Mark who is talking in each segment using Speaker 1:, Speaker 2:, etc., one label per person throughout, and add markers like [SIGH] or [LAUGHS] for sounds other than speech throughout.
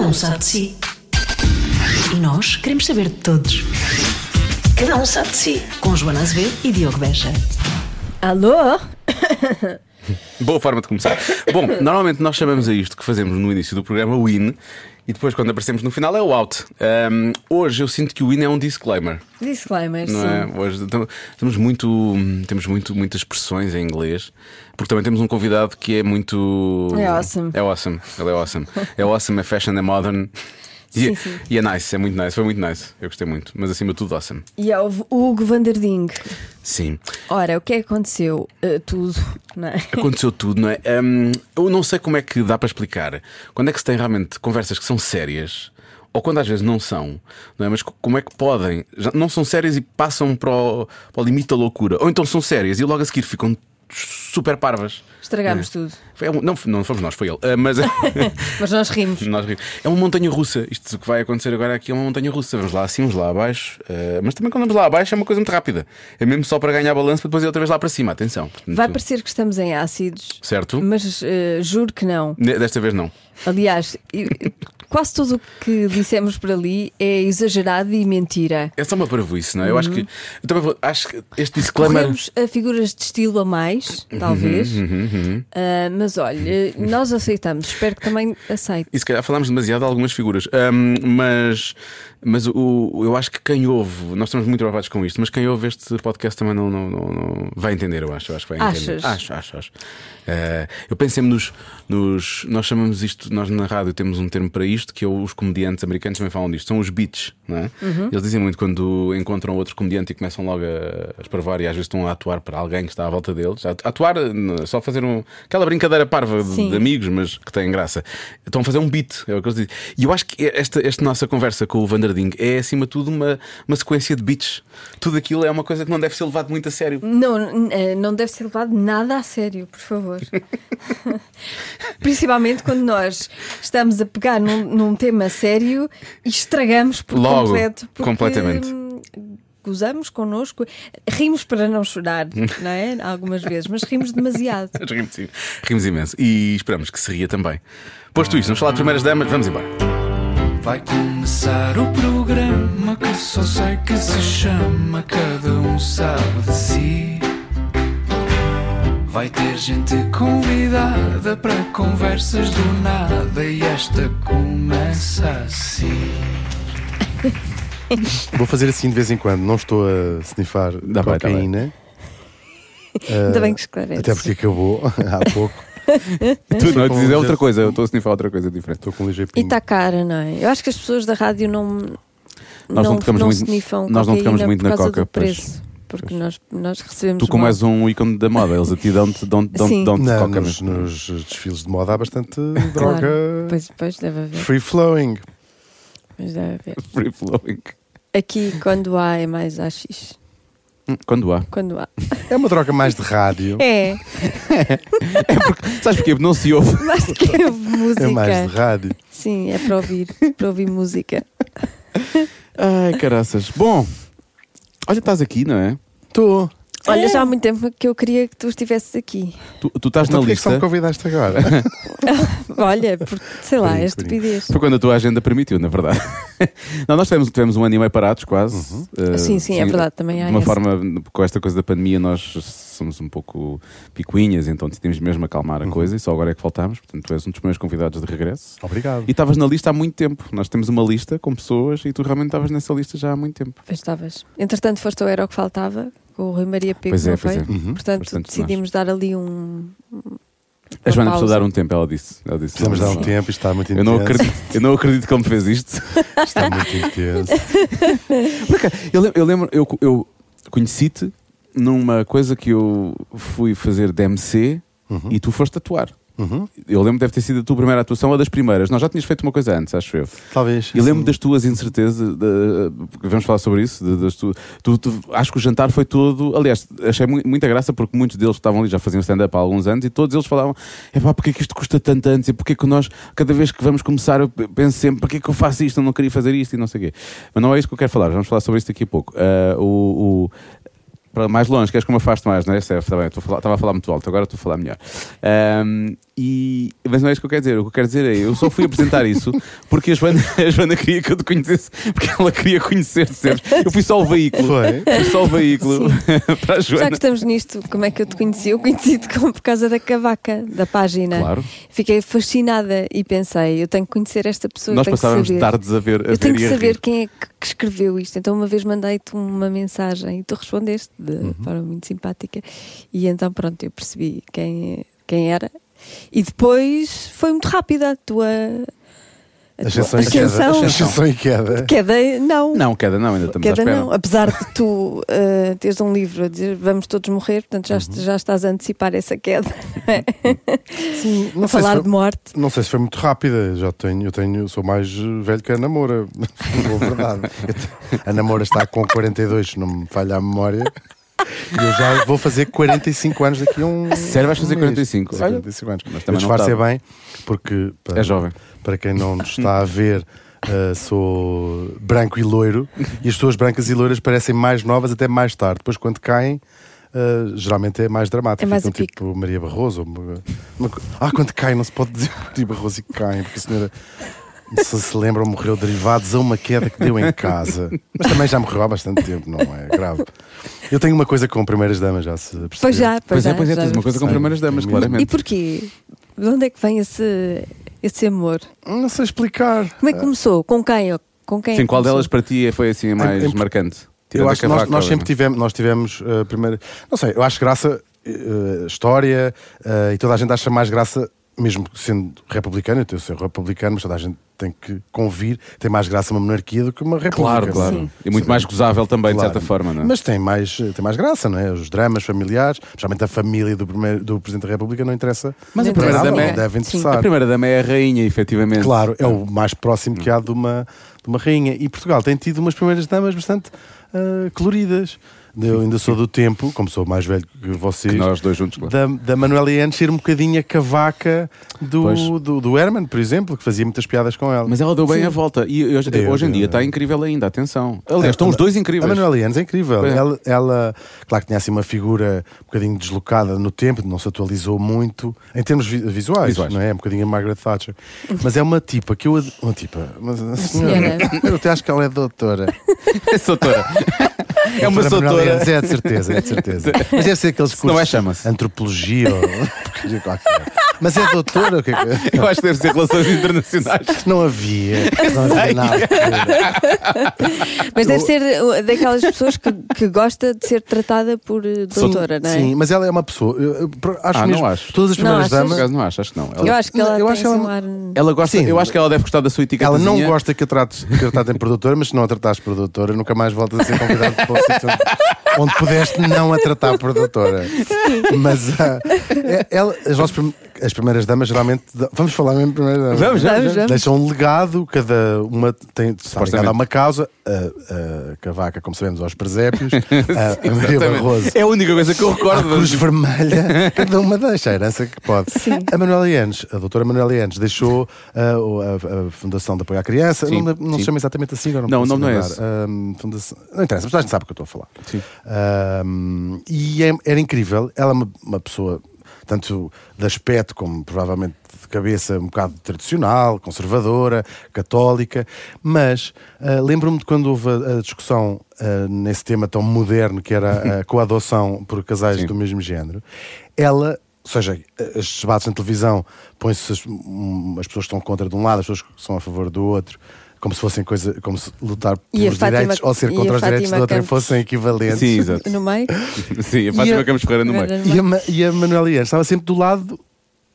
Speaker 1: um sabe de si. E nós queremos saber de todos. Cada um sabe de si. Com Joana Azevedo e Diogo Beja.
Speaker 2: Alô?
Speaker 3: Boa forma de começar. Bom, normalmente nós chamamos a isto que fazemos no início do programa o in e depois quando aparecemos no final é o out. Ahm, hoje eu sinto que o in é um disclaimer,
Speaker 2: Disclaimer,
Speaker 3: não
Speaker 2: sim.
Speaker 3: é? Hoje tam- temos muito, temos muito, muitas expressões em inglês, porque também temos um convidado que é muito.
Speaker 2: É awesome.
Speaker 3: É awesome, ele
Speaker 2: [LAUGHS]
Speaker 3: é awesome. É awesome, é fashion, é modern. E,
Speaker 2: Sim, sim.
Speaker 3: e é nice, é muito nice, foi muito nice. Eu gostei muito, mas acima de tudo, awesome.
Speaker 2: E é o Hugo Vanderding.
Speaker 3: Sim.
Speaker 2: Ora, o que é que aconteceu? Eh, tudo,
Speaker 3: [LAUGHS]
Speaker 2: não é?
Speaker 3: Aconteceu tudo, não é? Hum, eu não sei como é que dá para explicar. Quando é que se tem realmente conversas que são sérias, ou quando às vezes não são, não é? Mas co- como é que podem? Já não são sérias e passam para o, para o limite da loucura. Ou então são sérias e logo a seguir ficam super parvas.
Speaker 2: Estragámos
Speaker 3: É.
Speaker 2: tudo.
Speaker 3: Foi um- não, não fomos nós, foi ele.
Speaker 2: [LAUGHS]
Speaker 3: Ah, mas
Speaker 2: Mas nós rimos.
Speaker 3: [LAUGHS] nós rimos. É uma montanha russa. Isto que vai acontecer agora aqui é uma montanha russa. Vamos lá assim, vamos lá abaixo. Ah, mas também quando vamos lá abaixo é uma coisa muito rápida. É mesmo só para ganhar balanço para depois ir outra vez lá para cima. Atenção.
Speaker 2: Vai
Speaker 3: Portanto,
Speaker 2: parecer que estamos em ácidos,
Speaker 3: Certo?
Speaker 2: mas eh, juro que não.
Speaker 3: Ne- Desta vez não.
Speaker 2: Aliás, e- quase tudo o que dissemos por ali é exagerado e mentira.
Speaker 3: É só uma parvoíce, não é? Eu acho que. Eu também vou- acho que este disclaimer.
Speaker 2: Uhum. Corremos a figuras de estilo a mais,
Speaker 3: Uhum,
Speaker 2: talvez. Ah, mas olha, nós aceitamos. Espero que também aceite.
Speaker 3: E se calhar falámos demasiado de algumas figuras. Ahm, mas mas o, o- eu acho que quem ouve, nós estamos muito preocupados com isto, mas quem ouve este podcast também não, não, não- não- vai entender, eu acho. Eu acho que vai entender.
Speaker 2: Achas?
Speaker 3: Acho, acho, acho. Ah, eu pensei nos, nos. Nós chamamos isto, nós na rádio temos um termo para isto, que é os comediantes americanos também falam disto, são os beats, não é? Eles dizem muito quando encontram outro comediante e começam logo a, a esparvar e às vezes estão a atuar para alguém que está à volta deles. A a atuar, eh, só fazer um, aquela brincadeira parva de-
Speaker 2: Sim.
Speaker 3: de amigos, mas que têm graça. Estão a fazer um beat, é o que eles dizem. E eu acho que esta, esta nossa conversa com o Vanderding é, acima de tudo, uma, uma sequência de beats. Tudo aquilo é uma coisa que não deve ser levado muito a sério.
Speaker 2: Não, n- eh, não deve ser levado nada a sério, por [LAUGHS] favor. Principalmente quando nós estamos a pegar num, num tema sério e estragamos por
Speaker 3: Logo,
Speaker 2: completo. porque,
Speaker 3: completamente.
Speaker 2: hum, Gozamos connosco, rimos para não [LAUGHS] chorar, não é? Algumas vezes, mas rimos demasiado.
Speaker 3: Nós [LAUGHS] Rimos, sim. Rimos imenso. E esperamos que se ria também. Posto isto, vamos falar de primeiras damas, vamos embora.
Speaker 4: Vai começar o programa que só sei que se chama Cada um sabe de si. Vai ter gente convidada para conversas do nada e esta começa assim.
Speaker 5: Vou fazer assim de vez em quando, não estou a snifar
Speaker 3: Dá bem, dá
Speaker 5: cocaína,
Speaker 3: Eh,
Speaker 2: Ainda bem que esclarece.
Speaker 5: até porque acabou [LAUGHS] há pouco.
Speaker 3: Tu não, é
Speaker 5: eu te dizer outra
Speaker 3: coisa, eu estou a snifar outra coisa diferente.
Speaker 5: Estou com um ligeiro
Speaker 2: E
Speaker 5: pingo.
Speaker 2: está cara, não é? Eu acho que as pessoas da rádio não.
Speaker 3: Nós não tocamos muito-
Speaker 2: sniffam
Speaker 3: nós não tocamos
Speaker 2: cocaína
Speaker 3: muito
Speaker 2: por
Speaker 3: na
Speaker 2: causa
Speaker 3: coca,
Speaker 2: do
Speaker 3: pois.
Speaker 2: preço. Porque nós, nós recebemos.
Speaker 3: Tu, como
Speaker 2: mal.
Speaker 3: és um ícone da moda, eles a ti dão-te dão
Speaker 2: Sim.
Speaker 5: Não,
Speaker 3: coca.
Speaker 5: nos, nos desfiles de moda há bastante
Speaker 2: Claro.
Speaker 5: droga
Speaker 2: Pois, é. pois deve haver.
Speaker 5: free flowing.
Speaker 2: Pois deve haver.
Speaker 3: Free flowing.
Speaker 2: Aqui, quando há, é mais AX.
Speaker 3: Quando há.
Speaker 2: Quando há.
Speaker 5: É uma droga mais de rádio.
Speaker 2: É,
Speaker 3: Sabes porquê? Porque Não se ouve.
Speaker 2: mais do que a
Speaker 3: [LAUGHS]
Speaker 2: música.
Speaker 5: É mais de rádio.
Speaker 2: Sim, é para ouvir. Para ouvir música.
Speaker 3: Ai, caraças. Bom, olha, estás aqui, não é?
Speaker 5: Estou.
Speaker 2: Olha, já há muito tempo que eu queria que tu estivesses aqui.
Speaker 3: Tu, tu estás
Speaker 5: Então
Speaker 3: na
Speaker 5: porquê que só
Speaker 3: lista.
Speaker 5: me
Speaker 3: [LAUGHS]
Speaker 5: convidaste agora?
Speaker 2: Olha, porque sei lá, é estupidez.
Speaker 3: Foi quando a tua agenda permitiu, na verdade. [LAUGHS] não, nós tivemos, tivemos um ano e meio parados, quase. Eh,
Speaker 2: Sim, sim, é verdade, também há
Speaker 3: De uma
Speaker 2: essa.
Speaker 3: forma, com esta coisa da pandemia, nós somos um pouco picuinhas, então decidimos mesmo acalmar a coisa e só agora é que voltámos. Portanto, tu és um dos meus convidados de regresso.
Speaker 5: Obrigado.
Speaker 3: E estavas na lista há muito tempo. Nós temos uma lista com pessoas e tu realmente estavas nessa lista já há muito tempo.
Speaker 2: Pois estavas. Entretanto, foste ao Era o que Faltava, com o Rui Maria Pego,
Speaker 3: Pois é,
Speaker 2: não
Speaker 3: pois
Speaker 2: foi?
Speaker 3: é. Uhum.
Speaker 2: Portanto,
Speaker 3: Bastante
Speaker 2: decidimos dar ali um.
Speaker 3: A Joana precisou
Speaker 2: pausa.
Speaker 3: dar um tempo, ela disse. Ela disse
Speaker 5: Precisamos dar um tempo, isto está muito
Speaker 3: Eu
Speaker 5: intenso.
Speaker 3: não, acredito, eu não acredito que ele me fez isto.
Speaker 5: Isto está muito intenso.
Speaker 2: [LAUGHS]
Speaker 3: Eu lem- eu lembro, eu, co- eu conheci-te numa coisa que eu fui fazer DMC e tu foste atuar.
Speaker 5: Uhum.
Speaker 3: Eu lembro que deve ter sido a tua primeira atuação ou das primeiras. Nós já tinhas feito uma coisa antes, acho eu.
Speaker 5: Talvez.
Speaker 3: E lembro
Speaker 5: sim.
Speaker 3: das tuas incertezas, da- porque vamos falar sobre isso. de- das tu- tu- tu- acho que o jantar foi todo. Aliás, achei mu- muita graça porque muitos deles que estavam ali já faziam stand-up há alguns anos e todos eles falavam: é pá, porque é que isto custa tanto antes? E porque é que nós, cada vez que vamos começar, eu pe- penso sempre: porque é que eu faço isto? Eu não queria fazer isto e não sei o quê. Mas não é isso que eu quero falar, vamos falar sobre isso daqui a pouco. Ah, o- o- para mais longe, queres que eu me afaste mais, não é? Certo, tá bem, estou a falar- estava a falar muito alto, agora estou a falar melhor. Ahm, e- mas não é isso que eu quero dizer. O que eu quero dizer é eu só fui apresentar isso porque a Joana, [LAUGHS] a Joana queria que eu te conhecesse, porque ela queria conhecer-te sempre. Eu fui só o
Speaker 2: [LAUGHS]
Speaker 3: veículo.
Speaker 5: Foi?
Speaker 3: Fui só o veículo [LAUGHS] para a
Speaker 2: Já que
Speaker 3: Joana.
Speaker 2: estamos nisto, como é que eu te conheci? Eu conheci-te [LAUGHS] como- por causa da cavaca, da página.
Speaker 3: Claro.
Speaker 2: Fiquei fascinada e pensei, eu tenho que conhecer esta pessoa.
Speaker 3: Nós
Speaker 2: tenho que
Speaker 3: passávamos
Speaker 2: saber.
Speaker 3: tardes a ver a
Speaker 2: Eu tenho
Speaker 3: ver
Speaker 2: que
Speaker 3: e a
Speaker 2: saber
Speaker 3: rir.
Speaker 2: quem é que, que escreveu isto. Então, uma vez mandei-te uma mensagem e tu respondeste de
Speaker 3: Uhum.
Speaker 2: forma muito simpática. E então, pronto, eu percebi quem, quem era. E depois foi muito rápida a tua. A tua
Speaker 5: Ascensão e queda.
Speaker 2: ascensão.
Speaker 5: Ascensão e queda.
Speaker 2: Queda, não.
Speaker 3: Não, queda não, ainda estamos à
Speaker 2: Queda
Speaker 3: espera. é,
Speaker 2: não, apesar de tu eh, teres um livro a dizer vamos todos morrer, portanto já, est-
Speaker 3: Uhum.
Speaker 2: já estás a antecipar essa
Speaker 3: [LAUGHS]
Speaker 2: queda, não é?
Speaker 5: Sim,
Speaker 2: a falar
Speaker 5: se
Speaker 2: de
Speaker 5: foi,
Speaker 2: morte.
Speaker 5: não sei se foi muito rápida. Já tenho, eu tenho, sou mais eh, velho que a namora. [LAUGHS] Boa verdade. Eu te- A namora está com 42, se não me falha a memória. E Eu já vou fazer 45 anos daqui a um.
Speaker 3: Sério, vais fazer
Speaker 5: um mês.
Speaker 3: 45?
Speaker 5: Fazer 45 anos.
Speaker 3: Mas
Speaker 5: Mas
Speaker 3: também não
Speaker 5: disfarcei
Speaker 3: estava.
Speaker 5: bem, porque. pá,
Speaker 3: É jovem.
Speaker 5: Para quem não nos
Speaker 3: [LAUGHS]
Speaker 5: está a ver, eh, sou branco e loiro e as pessoas brancas e loiras parecem mais novas até mais tarde. Depois, quando caem, eh, geralmente é mais dramático.
Speaker 2: É mais
Speaker 5: Ficam
Speaker 2: o pico.
Speaker 5: tipo Maria Barroso. ou uma- uma co- ah, quando caem, não se pode dizer Maria Barroso e caem, porque a senhora. Se se lembram, morreu derivados a uma queda que deu em casa. Mas também já morreu há bastante tempo, não é? Grave. Eu tenho uma coisa com primeiras damas, já se percebeu.
Speaker 2: Pois já, pois,
Speaker 3: Pois
Speaker 2: já,
Speaker 3: é, pois é,
Speaker 2: já
Speaker 3: tens uma
Speaker 2: me
Speaker 3: coisa com
Speaker 2: percebi.
Speaker 3: primeiras damas,
Speaker 5: E
Speaker 3: claramente.
Speaker 2: E porquê? De onde é que vem esse, esse amor?
Speaker 5: Não sei explicar.
Speaker 2: Como é que começou? Com quem? Ou Com quem?
Speaker 3: Sim, qual
Speaker 2: começou?
Speaker 3: delas para ti é- foi assim a mais
Speaker 5: em-
Speaker 3: marcante?
Speaker 5: Eu
Speaker 3: a é?
Speaker 5: acho que nós,
Speaker 3: Cavaco,
Speaker 5: nós
Speaker 3: obviamente.
Speaker 5: sempre tivemos, nós tivemos eh, primeiro. Não sei, eu acho graça, eh, história, eh, e toda a gente acha mais graça, mesmo sendo republicano, eu tenho ser republicano, mas toda a gente tem que convir, tem mais graça uma monarquia do que uma república.
Speaker 3: Claro,
Speaker 5: é?
Speaker 3: claro.
Speaker 2: Sim.
Speaker 3: E muito mais gozável também, de
Speaker 5: Claro.
Speaker 3: certa forma, não é?
Speaker 5: Mas tem mais, tem mais graça, não é? Os dramas familiares, principalmente a família do, primeiro, do Presidente da República, não interessa.
Speaker 3: Mas a
Speaker 5: Não
Speaker 3: primeira
Speaker 5: interessa,
Speaker 3: dama é-
Speaker 5: não deve
Speaker 2: Sim.
Speaker 5: interessar.
Speaker 3: A primeira dama é a rainha, efetivamente.
Speaker 5: Claro, é o mais próximo que há de uma, de uma rainha. E Portugal tem tido umas primeiras damas bastante ah, coloridas. Eu ainda sou do tempo, como sou mais velho que vocês,
Speaker 3: Que nós dois juntos, claro.
Speaker 5: da, da Manuela Ianes ser um bocadinho a cavaca do,
Speaker 3: Pois.
Speaker 5: do, do Herman, por exemplo, que fazia muitas piadas com ela.
Speaker 3: Mas é ela deu bem a volta. E hoje,
Speaker 5: Deu,
Speaker 3: hoje em
Speaker 5: deu,
Speaker 3: dia
Speaker 5: deu.
Speaker 3: está incrível ainda, atenção. Aliás, estão
Speaker 5: A-
Speaker 3: os dois
Speaker 5: É, A
Speaker 3: incríveis. [LAUGHS]
Speaker 5: Manuela Ianes é incrível.
Speaker 3: Pois é.
Speaker 5: Ela, ela, claro que tinha assim uma figura um bocadinho deslocada no tempo, não se atualizou muito em termos vi- visuais,
Speaker 3: Visuais.
Speaker 5: não é? Um bocadinho a Margaret Thatcher. Mas é uma tipa que eu. ad- Uma tipa. Mas, a senhora,
Speaker 2: senhora.
Speaker 5: eu até acho que ela é doutora.
Speaker 3: É
Speaker 5: [LAUGHS]
Speaker 3: Soutora. [LAUGHS] É uma
Speaker 5: Doutora Manuela
Speaker 3: soutora.
Speaker 5: Ianes, É de certeza, é
Speaker 3: [LAUGHS]
Speaker 5: de certeza. Mas deve ser aqueles
Speaker 3: Se
Speaker 5: cursos.
Speaker 3: não é, chama-se.
Speaker 5: Antropologia ou. [LAUGHS] porcaria qualquer. Mas é doutora? o que é que-
Speaker 3: Eu acho que deve ser relações internacionais. [LAUGHS]
Speaker 5: Não havia. Não havia nada.
Speaker 2: Mas deve ser uh, daquelas pessoas que, que gosta de ser tratada por uh, doutora,
Speaker 5: sim,
Speaker 2: não é?
Speaker 5: sim, mas ela é uma pessoa. eu- eu acho
Speaker 3: Ah, não
Speaker 5: mesmo,
Speaker 3: acho.
Speaker 5: Todas as
Speaker 2: Não
Speaker 5: primeiras
Speaker 2: achas?
Speaker 3: Por
Speaker 5: damas.
Speaker 3: acaso não acho, acho que não.
Speaker 2: Eu
Speaker 3: Ela,
Speaker 2: acho que ela
Speaker 5: Eu
Speaker 2: tem
Speaker 5: acho ela
Speaker 2: assim um
Speaker 5: uma-
Speaker 2: ar.
Speaker 3: ela gosta,
Speaker 5: Sim.
Speaker 3: eu acho que ela deve gostar da sua etiqueta.
Speaker 5: Ela não gosta que a trates- que a tratem por doutora, mas se não a tratares por doutora, nunca mais voltas a ser
Speaker 3: [LAUGHS]
Speaker 5: convidado para o sítio onde, onde pudeste não a tratar por doutora. Mas ah, é- ela- as, nossas prim- as primeiras damas geralmente. dão- Vamos falar mesmo de primeiras damas.
Speaker 3: Vamos, vamos,
Speaker 2: Vamos, vamos.
Speaker 5: Deixam um legado, cada uma tem, está
Speaker 3: Supostamente.
Speaker 5: ligada a uma causa, a, a Cavaca, como sabemos, aos
Speaker 3: [LAUGHS]
Speaker 5: presépios, a, a Maria Barroso
Speaker 3: É a única coisa que eu
Speaker 5: à
Speaker 3: recordo. [LAUGHS]
Speaker 5: Cruz Vermelha, cada uma deixa a herança que pode.
Speaker 2: Sim.
Speaker 5: A Manuela Ianes, a doutora Manuela Ianes, deixou ah, o- a, a Fundação de Apoio à Criança,
Speaker 3: Sim,
Speaker 5: não, não
Speaker 3: sim.
Speaker 5: se chama exatamente assim agora.
Speaker 3: Não, o
Speaker 5: consigo
Speaker 3: nome não é
Speaker 5: lembrar.
Speaker 3: esse.
Speaker 5: Ahm, fundação, não interessa, mas a gente sabe o que eu estou a falar.
Speaker 3: Sim.
Speaker 5: Ahm, e é- era incrível, ela é uma, uma pessoa, tanto de aspecto como provavelmente de cabeça, um bocado tradicional, conservadora, católica, mas ah, lembro-me de quando houve a, a discussão ah, nesse tema tão moderno
Speaker 3: [LAUGHS]
Speaker 5: que era a coadoção por casais
Speaker 3: Sim.
Speaker 5: do mesmo género, ela. Ou seja, estes debates na televisão põem-se as, um, as pessoas que estão contra de um lado, as pessoas que são a favor do outro, como se fossem coisa, como se lutar
Speaker 2: E a
Speaker 5: pelos
Speaker 2: Fátima-
Speaker 5: direitos ou ser
Speaker 2: e a
Speaker 5: contra os direitos
Speaker 2: Fátima
Speaker 5: do outro
Speaker 2: Campos.
Speaker 5: fossem equivalentes.
Speaker 3: Sim, É, exato.
Speaker 2: No meio?
Speaker 3: [LAUGHS] Sim, a Fátima
Speaker 5: E a-
Speaker 3: Campos Ferreira no meio.
Speaker 5: E a, Ma- e a Manuela Ianes estava sempre do lado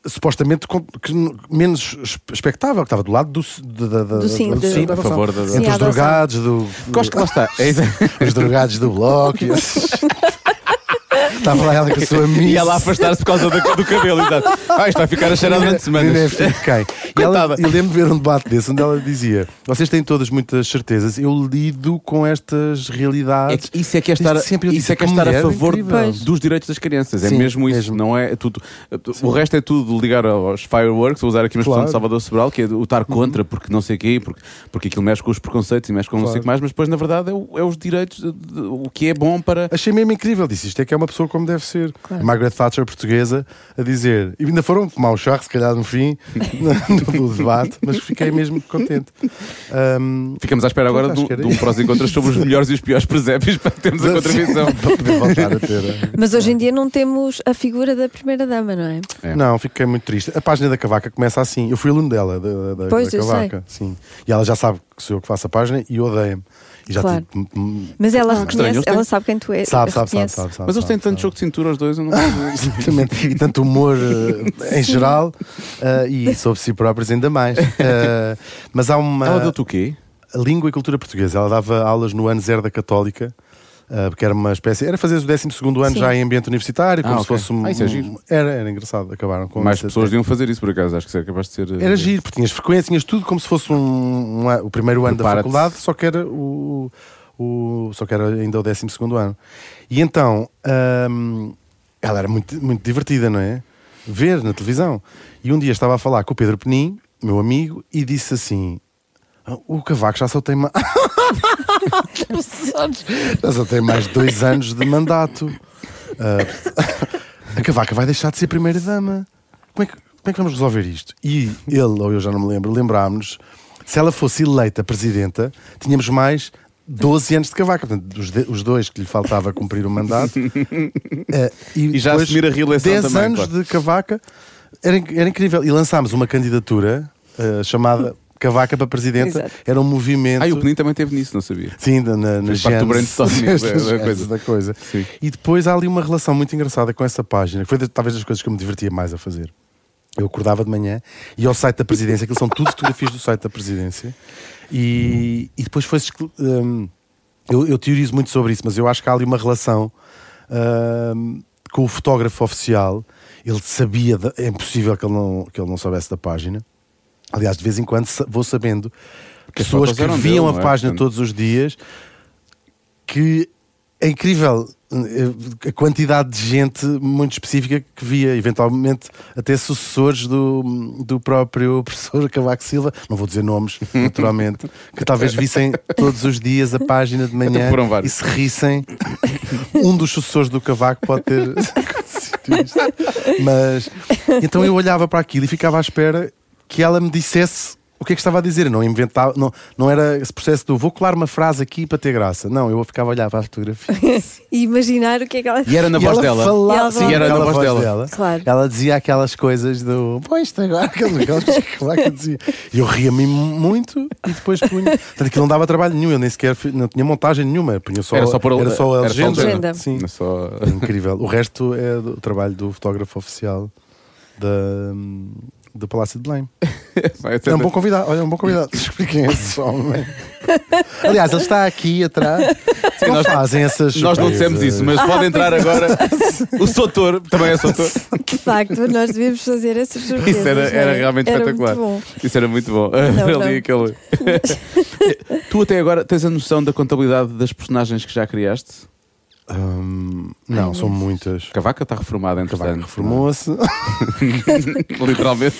Speaker 5: supostamente con- que n- menos es- expectável, que estava do lado do, s- da- da- da-
Speaker 2: Do sim,
Speaker 5: da-
Speaker 2: de-
Speaker 5: sim,
Speaker 2: a
Speaker 5: da adoção.
Speaker 3: favor da-
Speaker 5: entre
Speaker 2: Sim, a
Speaker 5: os
Speaker 2: adoção.
Speaker 5: drogados do,
Speaker 3: Gosto que lá
Speaker 5: [LAUGHS]
Speaker 3: está. É isso.
Speaker 5: os drogados do
Speaker 2: [LAUGHS]
Speaker 5: bloco e esses- estava lá ela com a sua
Speaker 3: [LAUGHS]
Speaker 5: missa
Speaker 3: E ela a afastar-se por causa do, do cabelo, exato. Ah, isto vai ficar a cheirar durante
Speaker 5: Menina é
Speaker 3: semanas.
Speaker 5: filho de quem? E ela,
Speaker 3: Coitada.
Speaker 5: eu lembro de ver um debate desse onde ela dizia: Vocês têm todas muitas certezas, eu lido com estas
Speaker 3: É
Speaker 5: realidades.
Speaker 3: que isso é que é estar,
Speaker 5: Isto sempre eu
Speaker 3: isso é
Speaker 5: dizia,
Speaker 3: que é
Speaker 5: que
Speaker 3: estar a
Speaker 5: mulher
Speaker 3: favor
Speaker 5: incrível. Pois.
Speaker 3: dos direitos das crianças. é
Speaker 5: Sim,
Speaker 3: mesmo isso.
Speaker 5: mesmo.
Speaker 3: Não é, é tudo. O resto é tudo ligar aos fireworks. Vou usar aqui uma expressão
Speaker 5: Claro. Uhum.
Speaker 3: de Salvador Sobral, que é o estar contra, porque não sei o quê, porque, porque aquilo mexe com os preconceitos e mexe com não sei o que mais, mas depois, na verdade, é, o- é os direitos, de- de- o que é bom para.
Speaker 5: Achei mesmo incrível, disse isto é que é uma pessoa como deve ser.
Speaker 2: Claro.
Speaker 5: A Margaret Thatcher portuguesa a dizer. E ainda foram tomar um chá, se calhar
Speaker 2: [LAUGHS]
Speaker 5: no fim do, do debate, mas fiquei mesmo contente. Ahm,
Speaker 3: Ficamos à espera agora
Speaker 5: Então,
Speaker 3: de um,
Speaker 5: Acho que era
Speaker 3: de um
Speaker 5: isso.
Speaker 3: prós e contras sobre os melhores e os piores presépios para termos a contribuição.
Speaker 5: [LAUGHS] para poder voltar a ter.
Speaker 2: Mas hoje em dia não temos a figura da primeira-dama, não é?
Speaker 3: É.
Speaker 5: Não, fiquei muito triste. A página da Cavaca começa assim. Eu fui aluno dela, da, da,
Speaker 2: Pois,
Speaker 5: da
Speaker 2: eu
Speaker 5: Cavaca. Sim. E ela já sabe que sou eu que faço a página e odeia-me. E já
Speaker 2: Claro.
Speaker 5: tive- hum, hum,
Speaker 2: Mas ela
Speaker 3: Ah, Estranho,
Speaker 2: reconhece,
Speaker 3: eles têm-
Speaker 2: ela sabe quem tu és.
Speaker 5: sabe, sabe, sabe,
Speaker 2: reconhece. [LAUGHS]
Speaker 5: sabe, sabe.
Speaker 3: Mas eles têm
Speaker 5: sabe,
Speaker 3: tanto
Speaker 5: sabe.
Speaker 3: jogo de cintura, os dois, eu não
Speaker 5: [LAUGHS]
Speaker 3: Então, percebo.
Speaker 5: Exatamente. E tanto humor eh, em geral eh, e sobre si próprios
Speaker 3: [LAUGHS]
Speaker 5: ainda mais. Eh, mas há uma.
Speaker 3: Ela deu-te o quê?
Speaker 5: Língua e cultura portuguesa. Ela dava aulas no ano zero da Católica, ah, porque era uma espécie. Era fazer o 12 ano
Speaker 2: Sim.
Speaker 5: já em ambiente universitário, como
Speaker 3: Ah,
Speaker 5: se
Speaker 3: ok.
Speaker 5: fosse um.
Speaker 3: Ah, isso é
Speaker 5: um-
Speaker 3: giro.
Speaker 5: era, era engraçado. Acabaram com
Speaker 3: Mais
Speaker 5: isso
Speaker 3: pessoas
Speaker 5: até.
Speaker 3: deviam fazer isso, por acaso. Acho que era capaz de ser. eh,
Speaker 5: Era giro, porque tinhas frequência, tinhas tudo como se fosse um, um a- o primeiro ano da
Speaker 3: Prepara-te.
Speaker 5: faculdade, só que era o. o- só que era ainda o 12 ano. E então. ahm, ela era muito, muito divertida, não é? Ver na televisão. E um dia estava a falar com o Pedro Penin, meu amigo, e disse assim: "Ah, O Cavaco já só tem. [LAUGHS] ma- Ela só tem mais dois anos de mandato. Ah, a Cavaca vai deixar de ser primeira-dama. Como, é que- como é que vamos resolver isto? E ele, ou eu já não me lembro, lembrámos-nos, se ela fosse eleita presidenta, tínhamos mais 12 anos de Cavaca. Portanto, os, de- os dois que lhe faltava cumprir o mandato. Ah,
Speaker 3: E já
Speaker 5: depois,
Speaker 3: assumir a reeleição
Speaker 5: 10
Speaker 3: também,
Speaker 5: anos
Speaker 3: claro.
Speaker 5: de Cavaca era, inc- era incrível. E lançámos uma candidatura ah, chamada Cavaca para Presidenta.
Speaker 2: Exato.
Speaker 5: Era um movimento.
Speaker 3: Ah, e o Penin também teve nisso, não sabia.
Speaker 5: Sim, na, na, na
Speaker 3: Fez parte do
Speaker 5: gênese- [LAUGHS]
Speaker 3: brainstorming
Speaker 5: nas
Speaker 3: da- da
Speaker 5: gênese
Speaker 3: coisa.
Speaker 5: da coisa.
Speaker 3: Sim.
Speaker 5: E depois há ali uma relação muito engraçada com essa página, que foi de- talvez das coisas que eu me divertia mais a fazer. Eu acordava de manhã e ao site da presidência, aquilo são tudo fotografias do site da presidência, e, e depois foi-se. escl- hum, eu, eu teorizo muito sobre isso, mas eu acho que há ali uma relação hum, com o fotógrafo oficial. Ele sabia, da- é impossível que ele, não, que ele não soubesse da página. Aliás, de vez em quando sa- vou sabendo
Speaker 3: as
Speaker 5: pessoas
Speaker 3: fotos
Speaker 5: que
Speaker 3: eram
Speaker 5: viam
Speaker 3: dele,
Speaker 5: a
Speaker 3: não é?
Speaker 5: página
Speaker 3: Portanto-
Speaker 5: todos os dias que é incrível eh, a quantidade de gente muito específica que via, eventualmente até sucessores do, do próprio [LAUGHS] professor Cavaco Silva, não vou dizer nomes, naturalmente, que talvez vissem todos os dias a página de manhã
Speaker 3: Até foram
Speaker 5: e
Speaker 3: vários.
Speaker 5: se rissem. Um dos sucessores do Cavaco pode ter [LAUGHS] acontecido isto. Mas então eu olhava para aquilo e ficava à espera que ela me dissesse o que é que estava a dizer. Eu Não inventava, não, não era esse processo do vou colar uma frase aqui para ter graça. Não, eu ficava a olhar para a fotografia.
Speaker 2: E imaginar o que é que ela.
Speaker 3: E era na
Speaker 5: E
Speaker 3: voz
Speaker 5: ela
Speaker 3: dela.
Speaker 5: Falava,
Speaker 2: Sim,
Speaker 3: era na
Speaker 5: aquela
Speaker 3: voz dela.
Speaker 2: Claro.
Speaker 5: Ela dizia aquelas coisas do pois isto agora, aquelas aquelas coisas que lá que eu dizia. E eu ria-me muito e depois punha. Portanto, aquilo não dava trabalho nenhum, eu nem sequer fi- não tinha montagem nenhuma. Punha só,
Speaker 3: Era só pôr a-
Speaker 5: era só a
Speaker 3: era só a
Speaker 5: legenda.
Speaker 2: legenda.
Speaker 5: Sim.
Speaker 3: Não [LAUGHS] só-
Speaker 5: É incrível. O resto é do trabalho do fotógrafo oficial da, do Palácio de Belém. É um bom convidado. Olha, é um bom
Speaker 3: [LAUGHS]
Speaker 5: convidado. Descobri quem é esse homem. Aliás, ele está aqui atrás. Não
Speaker 3: nós-
Speaker 5: fazem essas
Speaker 3: Nós não
Speaker 5: surpresas.
Speaker 3: dissemos isso,
Speaker 2: Ah,
Speaker 3: mas pode entrar
Speaker 2: é.
Speaker 3: agora. O Soutor também é Soutor.
Speaker 2: De facto, nós devíamos fazer essas surpresas.
Speaker 3: Isso era,
Speaker 2: não é?
Speaker 3: era realmente
Speaker 2: Era
Speaker 3: espetacular.
Speaker 2: Muito bom.
Speaker 3: [LAUGHS] Isso era muito bom.
Speaker 2: Não,
Speaker 3: Ali
Speaker 2: [LAUGHS]
Speaker 3: aquele- tu até agora tens a noção da contabilidade das personagens que já criaste?
Speaker 5: Hum, não, são muitas.
Speaker 3: Cavaca está reformada, entretanto.
Speaker 5: Cavaco reformou-se.
Speaker 3: [LAUGHS] Literalmente.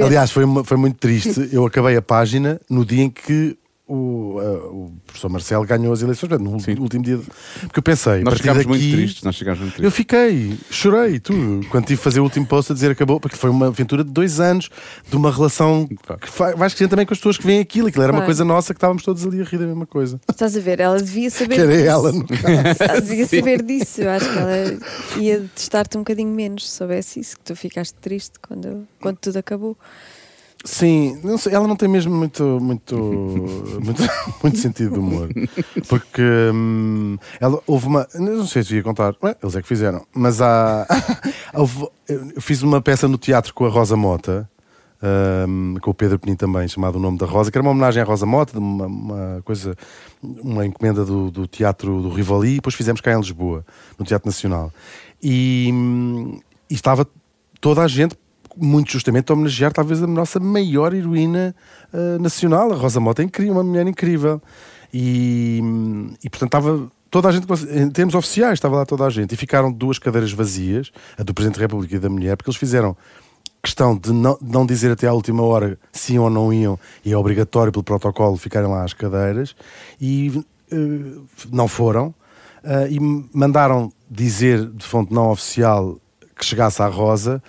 Speaker 5: Aliás, foi, uma- foi muito triste. Eu acabei a página no dia em que o, ah, o professor Marcelo ganhou as eleições, portanto, no
Speaker 3: Sim.
Speaker 5: último dia. de- Porque eu pensei,
Speaker 3: Nós
Speaker 5: a partir
Speaker 3: ficámos
Speaker 5: daqui,
Speaker 3: muito tristes. Nós ficámos muito
Speaker 5: Eu
Speaker 3: tristes.
Speaker 5: fiquei, chorei, tudo. Quando tive de fazer o último post a dizer acabou, porque foi uma aventura de dois anos, de uma relação que fa- vais crescendo também com as pessoas que veem aquilo. Aquilo era uma
Speaker 2: Claro.
Speaker 5: coisa nossa que estávamos todos ali a rir da mesma coisa.
Speaker 2: Estás a ver? Ela devia saber.
Speaker 5: Que era
Speaker 2: disso.
Speaker 5: ela, no
Speaker 2: [LAUGHS] Ela devia saber disso. Eu acho que ela ia testar-te um bocadinho menos se soubesse isso, que tu ficaste triste quando, quando tudo acabou.
Speaker 5: Sim, não sei, ela não tem mesmo muito, muito, muito, muito sentido de humor. Porque hum, ela, houve uma. Não sei se ia contar, ué, eles é que fizeram, mas há. [LAUGHS] houve- eu fiz uma peça no teatro com a Rosa Mota, hum, com o Pedro Penin também, chamado O Nome da Rosa, que era uma homenagem à Rosa Mota, de uma, uma coisa, uma encomenda do, do teatro do Rivoli, e depois fizemos cá em Lisboa, no Teatro Nacional. E, hum, e estava toda a gente muito justamente a homenagear talvez a nossa maior heroína ah, nacional, a Rosa Mota, é incrível, uma mulher incrível. E, e portanto estava toda a gente, em termos oficiais, estava lá toda a gente. E ficaram duas cadeiras vazias, a do Presidente da República e da mulher, porque eles fizeram questão de não, de não dizer até à última hora sim ou não iam, e é obrigatório pelo protocolo ficarem lá as cadeiras, e eh, não foram. Ah, e m- mandaram dizer de fonte não oficial que chegasse à Rosa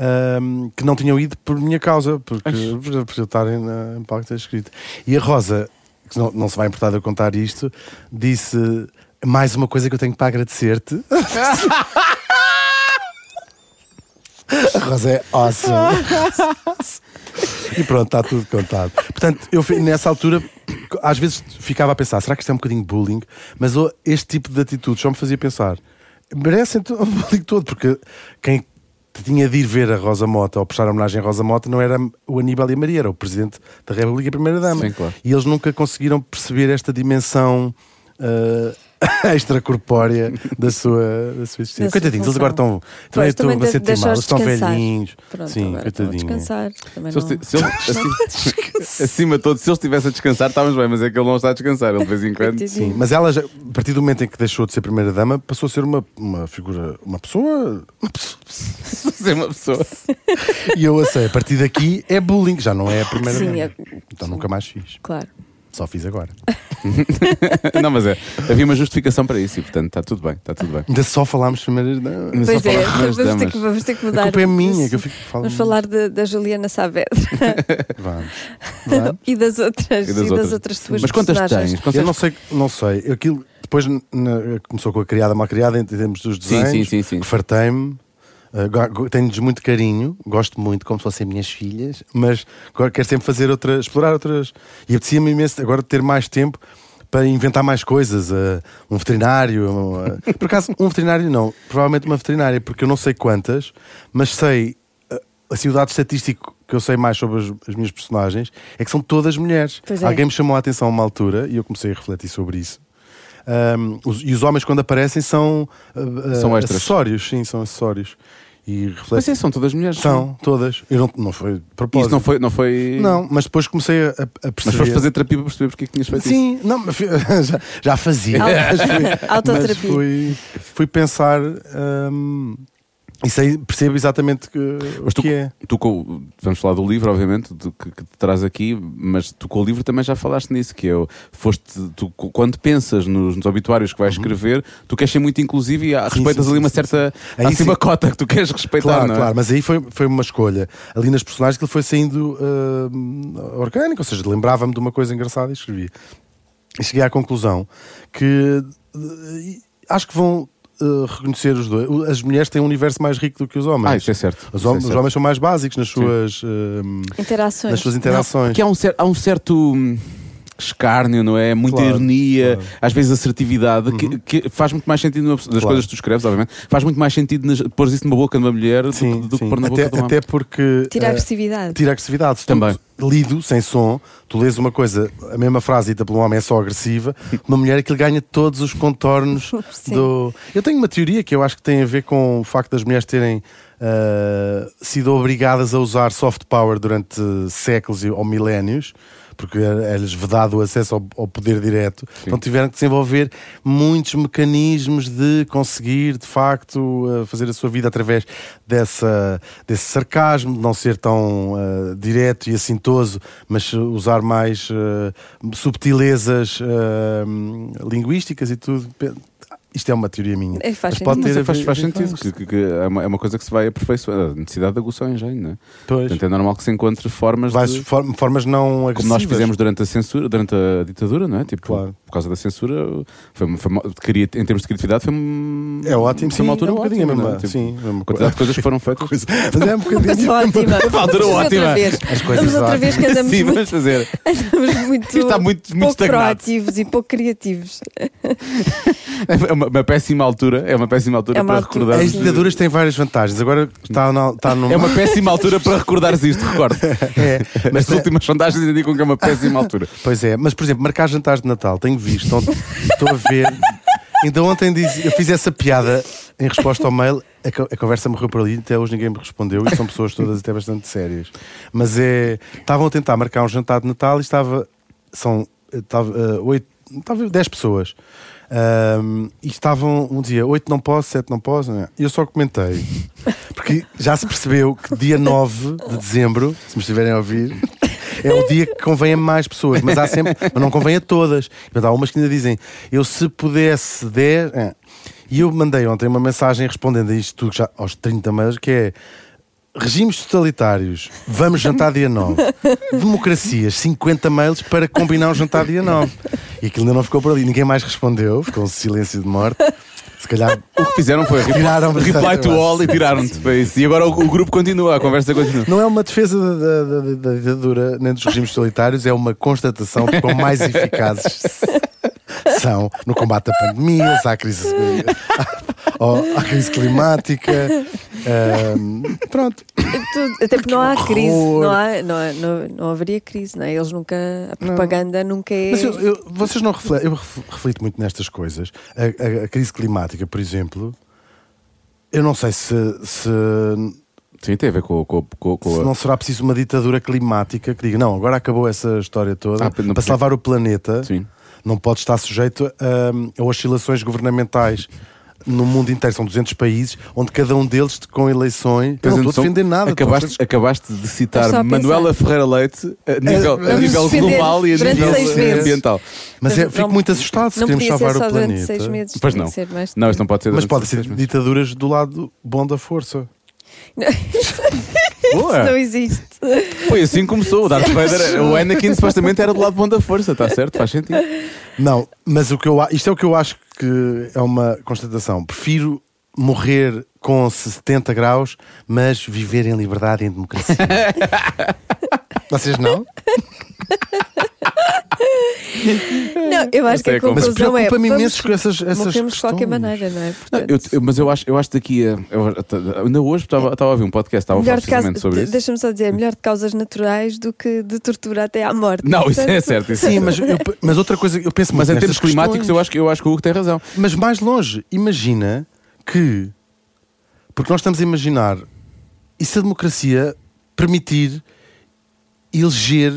Speaker 5: ahm, que não tinham ido por minha causa, porque por, por eu estar em, na- em palco ter escrito. E a Rosa, que não, não se vai importar de eu contar isto, disse mais uma coisa que eu tenho para agradecer-te. A Rosa é awesome. E pronto, está tudo contado. Portanto, eu fi- nessa altura, às vezes ficava a pensar, será que isto é um bocadinho bullying? Mas oh, este tipo de atitude só me fazia pensar, merecem to- o bullying todo, porque quem tinha de ir ver a Rosa Mota ou prestar homenagem à Rosa Mota não era o Aníbal e a Maria, era o Presidente da República e a Primeira-Dama.
Speaker 3: Sim, claro.
Speaker 5: E eles nunca conseguiram perceber esta dimensão... ah, [LAUGHS] extracorpórea da sua, da sua existência.
Speaker 2: Da sua
Speaker 5: Coitadinhos,
Speaker 2: função.
Speaker 5: eles agora estão. Também
Speaker 2: Pois,
Speaker 5: estou a
Speaker 2: de-
Speaker 5: sentir mal, eles
Speaker 2: deixaste
Speaker 5: estão
Speaker 2: descansar.
Speaker 5: velhinhos.
Speaker 2: Pronto,
Speaker 5: Sim,
Speaker 2: agora estão a
Speaker 5: coitadinhos.
Speaker 2: descansar. Também
Speaker 3: Se
Speaker 2: não...
Speaker 3: eles ti- se eles-
Speaker 2: [LAUGHS]
Speaker 5: [LAUGHS]
Speaker 3: assim- acima de tudo, se ele estivesse a descansar, estávamos bem, mas é que ele não está a descansar. Ele de vez em quando.
Speaker 2: Coitadinho.
Speaker 5: Sim, mas ela, já- a partir do momento em que deixou de ser primeira-dama, passou a ser uma, uma figura, uma pessoa. uma pessoa.
Speaker 3: [LAUGHS] Ser é uma pessoa.
Speaker 5: E eu a sei, a partir daqui é bullying, já não é a
Speaker 2: Sim,
Speaker 5: primeira-dama.
Speaker 2: é-
Speaker 5: Então nunca mais fiz,
Speaker 2: Claro.
Speaker 5: só fiz agora.
Speaker 3: Não, mas é. Havia uma justificação para isso e, portanto, está tudo bem. Está tudo bem.
Speaker 5: Ainda só falámos de primeira-dama.
Speaker 3: Mas
Speaker 2: Pois [LAUGHS]
Speaker 3: só
Speaker 2: é,
Speaker 3: falar das
Speaker 2: vamos ter,
Speaker 3: damas.
Speaker 2: que, vamos ter que mudar.
Speaker 5: A culpa é minha,
Speaker 2: isso.
Speaker 5: que eu fico falando.
Speaker 2: Vamos falar de- da Juliana Saavedra
Speaker 5: Vamos. Vamos.
Speaker 2: [LAUGHS] e das outras,
Speaker 3: E
Speaker 2: e
Speaker 3: das
Speaker 2: das
Speaker 3: outras.
Speaker 2: outras tuas
Speaker 3: Mas quantas
Speaker 2: personagens.
Speaker 3: tens?
Speaker 5: Eu
Speaker 3: Consegues-
Speaker 5: não sei, não sei. Aquilo, depois n- na- começou com a criada mal criada em termos dos desenhos.
Speaker 3: sim, sim, sim.
Speaker 5: que Fartei-me. Uh, go- go- Tenho-lhes muito carinho, gosto muito, como se fossem minhas filhas, mas agora quero sempre fazer outras, explorar outras. E apetecia-me imenso agora ter mais tempo para inventar mais coisas. uh, um veterinário, um, uh, por acaso, um veterinário não, provavelmente uma veterinária, porque eu não sei quantas, mas sei uh, assim, o dado estatístico que eu sei mais sobre as, as minhas personagens é que são todas mulheres.
Speaker 2: Pois é.
Speaker 5: Alguém me chamou a atenção a uma altura e eu comecei a refletir sobre isso. Um, os- e os homens, quando aparecem, são, uh, uh,
Speaker 3: São extras.
Speaker 5: acessórios, sim, são acessórios. E
Speaker 3: Mas
Speaker 5: refletem.
Speaker 3: é, são todas mulheres.
Speaker 5: São, todas. Eu não, não foi de
Speaker 3: E
Speaker 5: propósito.
Speaker 3: isso não foi. Não, foi...
Speaker 5: Não, mas depois comecei a, a- a
Speaker 3: Mas
Speaker 5: perceber.
Speaker 3: foste fazer terapia para perceber porque é que tinhas feito isso.
Speaker 5: Sim, não, mas fi- [LAUGHS] já, já fazia.
Speaker 2: Auto-
Speaker 5: mas fui-
Speaker 2: [LAUGHS] Autoterapia.
Speaker 5: mas fui, fui pensar. um, e sei, percebo exatamente que, o
Speaker 3: Mas tu,
Speaker 5: que é.
Speaker 3: tu com, o- vamos falar do livro, obviamente, do que, que te traz aqui, mas tu com o livro também já falaste nisso, que é o- foste, tu, co- quando pensas nos, nos obituários que vais escrever, tu queres ser muito inclusivo e há-
Speaker 5: Uhum. Sim,
Speaker 3: respeitas
Speaker 5: sim,
Speaker 3: ali
Speaker 5: sim,
Speaker 3: uma
Speaker 5: sim,
Speaker 3: certa
Speaker 5: sim. Aí
Speaker 3: há assim uma
Speaker 5: sim.
Speaker 3: cota que tu queres respeitar,
Speaker 5: Claro,
Speaker 3: não é?
Speaker 5: claro, mas aí foi, foi uma escolha. Ali nas personagens que ele foi saindo ah, orgânico, ou seja, lembrava-me de uma coisa engraçada e escrevi. E cheguei à conclusão que eh, acho que vão eh, reconhecer os dois. O- As mulheres têm um universo mais rico do que os homens.
Speaker 3: Ah, isso é certo.
Speaker 5: Os,
Speaker 3: isso é
Speaker 5: hom- os
Speaker 3: certo.
Speaker 5: homens são mais básicos nas suas, eh,
Speaker 2: Interações.
Speaker 5: nas suas
Speaker 3: Não,
Speaker 5: interações.
Speaker 3: que há um, cer- há um certo hum, escárnio, não é? Muita
Speaker 5: Claro, Uhum.
Speaker 3: ironia, às vezes assertividade, que, que faz muito mais sentido numa- das coisas que tu escreves, obviamente. Faz muito mais sentido nas, pôr isso numa boca de uma mulher do que-
Speaker 5: Sim,
Speaker 3: do, que
Speaker 5: sim.
Speaker 3: pôr na boca
Speaker 5: até,
Speaker 3: de um homem.
Speaker 5: até porque.
Speaker 2: Tira a
Speaker 5: eh,
Speaker 2: agressividade.
Speaker 5: tira agressividade. Se tu-
Speaker 3: Também.
Speaker 5: lido, sem som, tu lês uma coisa, a mesma frase dita por um homem é só agressiva, uma mulher é que lhe ganha todos os contornos
Speaker 2: [LAUGHS] Sim.
Speaker 5: do. Eu tenho uma teoria que eu acho que tem a ver com o facto das mulheres terem ah, sido obrigadas a usar soft power durante séculos e- ou milénios. Porque era- era-lhes vedado o acesso ao, ao poder direto, então tiveram que desenvolver muitos mecanismos de conseguir, de facto, ah, fazer a sua vida através dessa, desse sarcasmo, de não ser tão ah, direto e assintoso, mas ah, usar mais ah, subtilezas ah, linguísticas e tudo. Pe- Isto é uma teoria minha.
Speaker 2: É, faz
Speaker 5: mas pode
Speaker 2: sentido.
Speaker 3: Mas
Speaker 5: ter a
Speaker 3: é, faz,
Speaker 5: ver-
Speaker 3: faz
Speaker 5: a ver com
Speaker 3: sentido, que,
Speaker 5: isto.
Speaker 3: que- que é, uma, é uma coisa que se vai aperfeiçoando. A necessidade de aguçar o engenho, não é?
Speaker 5: Pois.
Speaker 3: Portanto, é normal que se encontre formas
Speaker 5: Vais
Speaker 3: de.
Speaker 5: for- formas não agressivas.
Speaker 3: Como nós fizemos durante a censura, durante a ditadura, não é? Tipo,
Speaker 5: Claro.
Speaker 3: por causa da censura, foi, uma- foi, uma- de cria- em termos de criatividade, foi um,
Speaker 5: É ótimo,
Speaker 3: foi
Speaker 5: sim,
Speaker 3: uma altura
Speaker 5: é um bocadinho
Speaker 3: ótima,
Speaker 5: a mesma-
Speaker 3: não é? Tipo,
Speaker 5: sim, a mesma
Speaker 3: a quantidade de coisas que foram feitas.
Speaker 5: [LAUGHS] Coisa-
Speaker 3: [LAUGHS]
Speaker 5: Mas é um
Speaker 2: Coisa
Speaker 5: [LAUGHS] bocadinho.
Speaker 2: ótima. Vamos
Speaker 3: altura ótima.
Speaker 2: outra vez.
Speaker 5: As coisas
Speaker 2: Vamos outra
Speaker 5: ótimas.
Speaker 2: vez que andamos
Speaker 3: Sim,
Speaker 2: muito,
Speaker 3: vamos fazer.
Speaker 2: [LAUGHS] andamos muito,
Speaker 3: Isto está muito- muito
Speaker 2: pouco
Speaker 3: estagnado.
Speaker 2: proativos e pouco criativos.
Speaker 3: É uma, uma péssima altura, é uma péssima altura
Speaker 2: É uma
Speaker 3: para
Speaker 2: altura-
Speaker 3: recordar.
Speaker 5: As ditaduras têm várias vantagens. Agora está, na, está num.
Speaker 3: É uma péssima altura para recordares isto, recordo.
Speaker 5: [LAUGHS] É,
Speaker 3: Mas as últimas sondagens indicam que é uma péssima altura.
Speaker 5: Pois é, mas por exemplo, marcar jantares de Natal, tenho visto, ontem- estou a ver. Então ontem diz- eu fiz essa piada em resposta ao mail, a, co- a conversa morreu por ali, até hoje ninguém me respondeu e são pessoas todas até bastante sérias. Mas é. Estavam a tentar marcar um jantar de Natal e estava. São. Estava, eh, oito, estava 10 pessoas. Ahm, e estavam um dia 8 não posso, 7 não posso. né? E eu só comentei, porque já se percebeu que dia 9 de dezembro, se me estiverem a ouvir, é o dia que convém a mais pessoas, mas há sempre, mas não convém a todas. Portanto, há umas que ainda dizem, eu se pudesse 10. eh. E eu mandei ontem uma mensagem respondendo a isto tudo já aos 30 mas que é regimes totalitários, vamos jantar dia 9. Democracias, 50 mails para combinar um jantar dia 9. E aquilo ainda não ficou por ali, ninguém mais respondeu, ficou um silêncio de morte. Se calhar
Speaker 3: O que fizeram foi reply-
Speaker 5: Tiraram bastante.
Speaker 3: reply to all e tiraram-te. Foi isso. E agora o, o grupo continua, a conversa continua.
Speaker 5: Não é uma defesa da, da- da- da ditadura nem dos regimes totalitários, é uma constatação de quão mais eficazes são no combate a pandemias, à crise, [LAUGHS] à, à crise climática. Ahm, pronto.
Speaker 2: Tudo- até porque não há
Speaker 5: horror.
Speaker 2: crise, não, há, não, há- não, não haveria crise, não é? Eles nunca, a propaganda nunca é.
Speaker 5: Mas eu, eu- vocês não refletem, eu ref- reflito muito nestas coisas. A, a- a crise climática, por exemplo, eu não sei se, se,
Speaker 3: Sim, tem a ver com, com, com,
Speaker 5: se
Speaker 3: com
Speaker 5: não
Speaker 3: a...
Speaker 5: será preciso uma ditadura climática que diga não, agora acabou essa história toda
Speaker 3: Ah, não
Speaker 5: para
Speaker 3: podia-
Speaker 5: salvar o planeta.
Speaker 3: Sim.
Speaker 5: não pode estar sujeito a, a oscilações governamentais no mundo inteiro. São 200 países onde cada um deles, com eleições, eu não
Speaker 3: Tens a
Speaker 5: estou a
Speaker 3: noção?
Speaker 5: defender nada.
Speaker 3: então, Acabaste,
Speaker 5: estou a dizer-
Speaker 3: acabaste de
Speaker 2: É só
Speaker 3: citar
Speaker 2: pensar.
Speaker 3: Manuela Ferreira Leite a nível, a
Speaker 5: vamos
Speaker 3: nível
Speaker 2: defender
Speaker 3: global e a
Speaker 2: durante
Speaker 3: nível
Speaker 2: seis
Speaker 3: eh,
Speaker 2: meses.
Speaker 3: ambiental.
Speaker 5: Mas é,
Speaker 2: Não-
Speaker 5: fico muito assustado se
Speaker 2: não
Speaker 5: queremos
Speaker 2: podia
Speaker 5: salvar
Speaker 2: ser
Speaker 5: o
Speaker 2: só durante
Speaker 5: planeta.
Speaker 2: seis meses,
Speaker 3: Pois
Speaker 2: tinha
Speaker 3: não.
Speaker 2: que ser mais
Speaker 3: Não,
Speaker 2: tempo.
Speaker 3: isto não pode ser.
Speaker 5: Mas
Speaker 3: durante
Speaker 5: pode
Speaker 3: seis
Speaker 5: ser
Speaker 3: meses.
Speaker 5: ditaduras do lado bom da força.
Speaker 2: Isso não
Speaker 3: Boa.
Speaker 2: existe.
Speaker 3: Foi assim que começou. O Darth Vader, o Anakin supostamente era do lado bom da força, está certo? Faz sentido.
Speaker 5: Não, mas o que eu, a- isto é o que eu acho que é uma constatação. Prefiro morrer com 70 graus, mas viver em liberdade e em
Speaker 2: [LAUGHS]
Speaker 5: democracia. Vocês não?
Speaker 2: Não, eu
Speaker 3: Essa
Speaker 2: acho que
Speaker 3: é
Speaker 2: a
Speaker 3: a conversa.
Speaker 5: Mas
Speaker 2: conclusão é.
Speaker 5: preocupa-me
Speaker 2: vamos
Speaker 5: imenso com essas, essas
Speaker 2: morremos de qualquer
Speaker 5: questões.
Speaker 2: maneira, não é?
Speaker 3: Não, eu- eu- mas eu acho, eu acho daqui a. eu- eu- ainda hoje estava, estava a ouvir um podcast, estava a falar
Speaker 2: melhor de
Speaker 3: precisamente
Speaker 2: caso-
Speaker 3: sobre
Speaker 2: de-
Speaker 3: isso.
Speaker 2: Deixa-me só dizer, melhor de causas naturais do que de tortura até à morte.
Speaker 3: Não, isso é
Speaker 2: Portanto,
Speaker 3: certo. Isso
Speaker 5: Sim,
Speaker 3: é
Speaker 5: mas,
Speaker 3: certo.
Speaker 5: eu pe- mas outra coisa, eu penso
Speaker 3: Mas
Speaker 5: muito
Speaker 3: em termos
Speaker 5: nestas
Speaker 3: climáticos,
Speaker 5: questões.
Speaker 3: eu acho, que- eu acho que o Hugo tem razão.
Speaker 5: Mas mais longe, imagina que. Porque nós estamos a imaginar. E se a democracia permitir eleger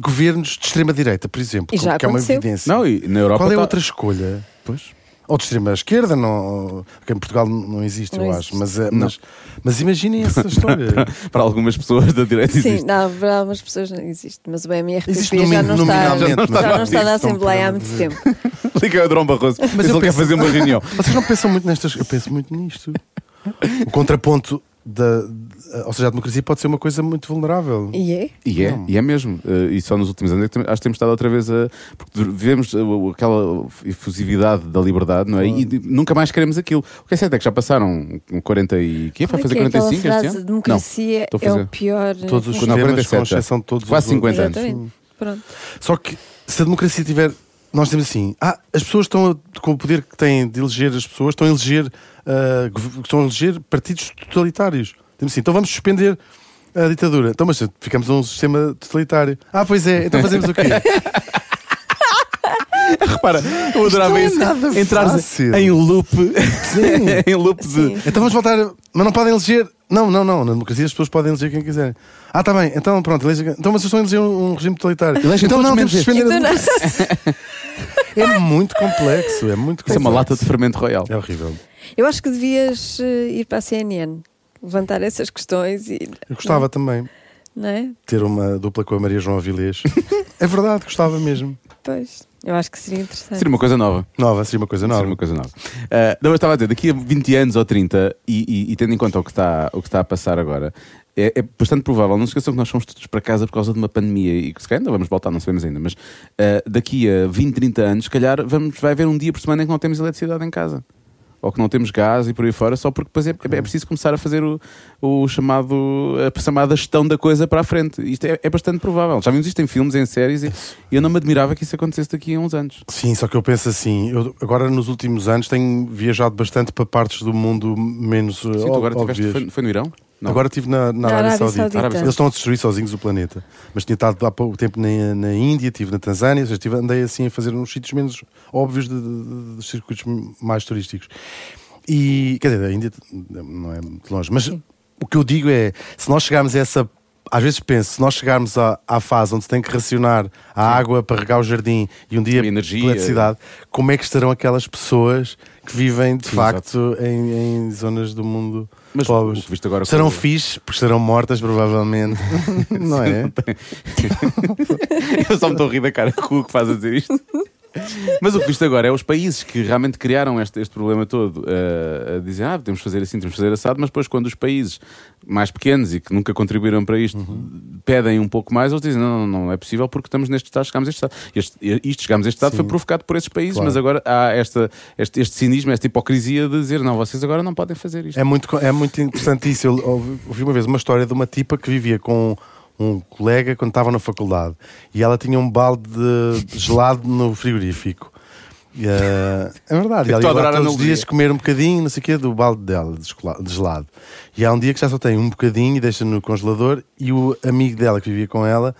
Speaker 5: governos de extrema-direita, por exemplo?
Speaker 2: E já
Speaker 5: como que é uma
Speaker 2: aconteceu.
Speaker 5: evidência.
Speaker 3: Não, e na Europa.
Speaker 5: Qual é a
Speaker 3: tá-
Speaker 5: outra escolha? Pois. Ou de extrema-esquerda, não, que em Portugal não existe,
Speaker 2: Não
Speaker 5: eu
Speaker 2: existe.
Speaker 5: acho. Mas, eh, mas, mas imaginem
Speaker 3: [LAUGHS]
Speaker 5: essa história.
Speaker 3: Para algumas pessoas da direita
Speaker 2: Sim,
Speaker 3: [LAUGHS] existe.
Speaker 2: não, para algumas pessoas não existe, mas o MRTP
Speaker 5: Existe nomi-
Speaker 2: já não está,
Speaker 5: nominalmente,
Speaker 2: já não
Speaker 5: mas
Speaker 3: é?
Speaker 2: está,
Speaker 5: não
Speaker 2: na
Speaker 5: existe,
Speaker 2: Assembleia há
Speaker 5: não
Speaker 2: muito
Speaker 5: podemos
Speaker 2: tempo.
Speaker 3: Liga o Drão Barroso. Mas ele
Speaker 5: eu
Speaker 3: quer
Speaker 5: penso-
Speaker 3: fazer uma reunião.
Speaker 5: Vocês não pensam muito nestas. Eu penso muito nisto. O contraponto da. da- Ou seja, a democracia pode ser uma coisa muito vulnerável.
Speaker 2: E é?
Speaker 3: E é, e é mesmo. Eh, e só nos últimos anos é que tem- acho que temos estado outra vez a. Porque vivemos eh, o- aquela efusividade da liberdade, não é? E, e nunca mais queremos aquilo. O que é certo é que já passaram 40 e. Quê?
Speaker 2: Como
Speaker 3: Vai
Speaker 2: é
Speaker 3: fazer
Speaker 2: que é aquela
Speaker 3: 45 este
Speaker 2: frase,
Speaker 3: ano?
Speaker 2: democracia
Speaker 3: estou a
Speaker 2: é
Speaker 3: fazer.
Speaker 2: o pior...
Speaker 5: Todos os
Speaker 3: Não,
Speaker 5: temas,
Speaker 3: 47
Speaker 5: com
Speaker 3: já.
Speaker 5: exceção de todos
Speaker 3: Quase
Speaker 5: os outros.
Speaker 3: 50 anos.
Speaker 2: Exatamente, pronto.
Speaker 5: Só que se a democracia tiver. Nós temos assim. Ah, as pessoas estão. a- com o poder que têm de eleger as pessoas, estão a eleger. ah, gov- estão a eleger partidos totalitários. Temos assim. Então vamos suspender a ditadura. Então, mas ficamos num sistema totalitário. Ah, pois é. Então fazemos
Speaker 3: [LAUGHS]
Speaker 5: o quê?
Speaker 3: Repara, eu adorava
Speaker 5: não é
Speaker 3: isso.
Speaker 5: nada
Speaker 3: Entrares
Speaker 2: é
Speaker 5: fácil.
Speaker 3: em loop.
Speaker 5: Sim.
Speaker 3: [LAUGHS] em loop de.
Speaker 5: Então vamos voltar. a- Mas não podem eleger. Não, não, não. Na democracia as pessoas podem eleger quem quiserem. Ah, está bem. Então pronto. Elege... Então vocês estão a eleger um, um regime totalitário. então
Speaker 3: todos
Speaker 5: não,
Speaker 3: menos
Speaker 5: temos de
Speaker 3: este.
Speaker 5: suspender a
Speaker 2: Então, não-
Speaker 5: democracia. É muito complexo. É muito complexo.
Speaker 3: Isso é uma lata de fermento royal.
Speaker 5: É horrível.
Speaker 2: [LAUGHS] eu acho que devias eh, ir para a CNN, levantar essas questões e...
Speaker 5: Eu gostava também de
Speaker 2: Não é?
Speaker 5: ter uma dupla com a Maria João Avilés. [LAUGHS] é verdade, gostava mesmo.
Speaker 2: Pois, eu acho que seria interessante.
Speaker 3: Seria uma coisa nova.
Speaker 5: Nova, seria uma coisa
Speaker 3: Seria
Speaker 5: nova.
Speaker 3: Assim, uma coisa nova. Ah, não, mas estava a dizer, daqui a 20 anos ou 30, e, e- e tendo em conta o que está, o que está a passar agora, é, é bastante provável, não se esqueçam que nós fomos todos para casa por causa de uma pandemia e que se calhar ainda vamos voltar, não sabemos ainda, mas ah, daqui a 20, 30 anos, se calhar vamos, vai haver um dia por semana em que não temos eletricidade em casa. Ou que não temos gás e por aí fora, só porque depois é, é- é preciso começar a fazer o, o chamado, a chamada gestão da coisa para a frente. Isto é, é bastante provável. Já vimos isto em filmes, em séries, e, e eu não me admirava que isso acontecesse daqui a uns anos.
Speaker 5: Sim, só que eu penso assim, eu agora nos últimos anos tenho viajado bastante para partes do mundo menos Sim,
Speaker 3: Sim, tu agora tiveste,
Speaker 5: óbvias.
Speaker 3: foi, foi no Irão? Não.
Speaker 5: Agora estive na, na
Speaker 2: Na
Speaker 5: Arábia,
Speaker 2: Arábia
Speaker 5: Saudita.
Speaker 2: Saudita. Arábia
Speaker 5: Eles estão a destruir sozinhos o planeta. Mas tinha estado há pouco tempo na, na Índia, estive na Tanzânia, ou seja, estive, andei assim a fazer uns sítios menos óbvios de, de- de circuitos mais turísticos. E, quer dizer, a Índia não é muito longe. Mas o que eu digo é, se nós chegarmos a essa. Às vezes penso, se nós chegarmos à, à fase onde se tem que racionar a água para regar o jardim e um dia
Speaker 3: A energia.
Speaker 5: eletricidade, como é que estarão aquelas pessoas que vivem de
Speaker 3: Sim,
Speaker 5: facto em, em zonas do mundo
Speaker 3: Mas
Speaker 5: pobres?
Speaker 3: o que viste agora
Speaker 5: serão
Speaker 3: com-
Speaker 5: fixe, porque serão mortas provavelmente. [LAUGHS] não é?
Speaker 3: [LAUGHS] Eu só me estou a rir da cara que o Hugo faz a dizer isto. Mas o que viste agora é os países que realmente criaram este, este problema todo eh, a dizer, ah, temos de fazer assim, temos de fazer assado, mas depois quando os países mais pequenos e que nunca contribuíram para isto pedem um pouco mais, eles dizem, não, não, não é possível porque estamos neste estado, chegámos a este estado. Este, isto, chegámos a este estado, foi provocado por esses países,
Speaker 5: Claro.
Speaker 3: mas agora há esta, este, este cinismo, esta hipocrisia de dizer, não, vocês agora não podem fazer isto.
Speaker 5: É muito, co- é muito interessante isso. Eu ouvi, ouvi uma vez uma história de uma tipa que vivia com um colega quando estava na faculdade e ela tinha um balde de gelado no frigorífico. E, eh, é verdade, e
Speaker 3: Eu estou
Speaker 5: ela ia
Speaker 3: a
Speaker 5: lá
Speaker 3: adorar a
Speaker 5: todos os dias
Speaker 3: analogia.
Speaker 5: comer um bocadinho, não sei o quê, do balde dela, de escola- de gelado. E há um dia que já só tem um bocadinho e deixa no congelador e o amigo dela que vivia com ela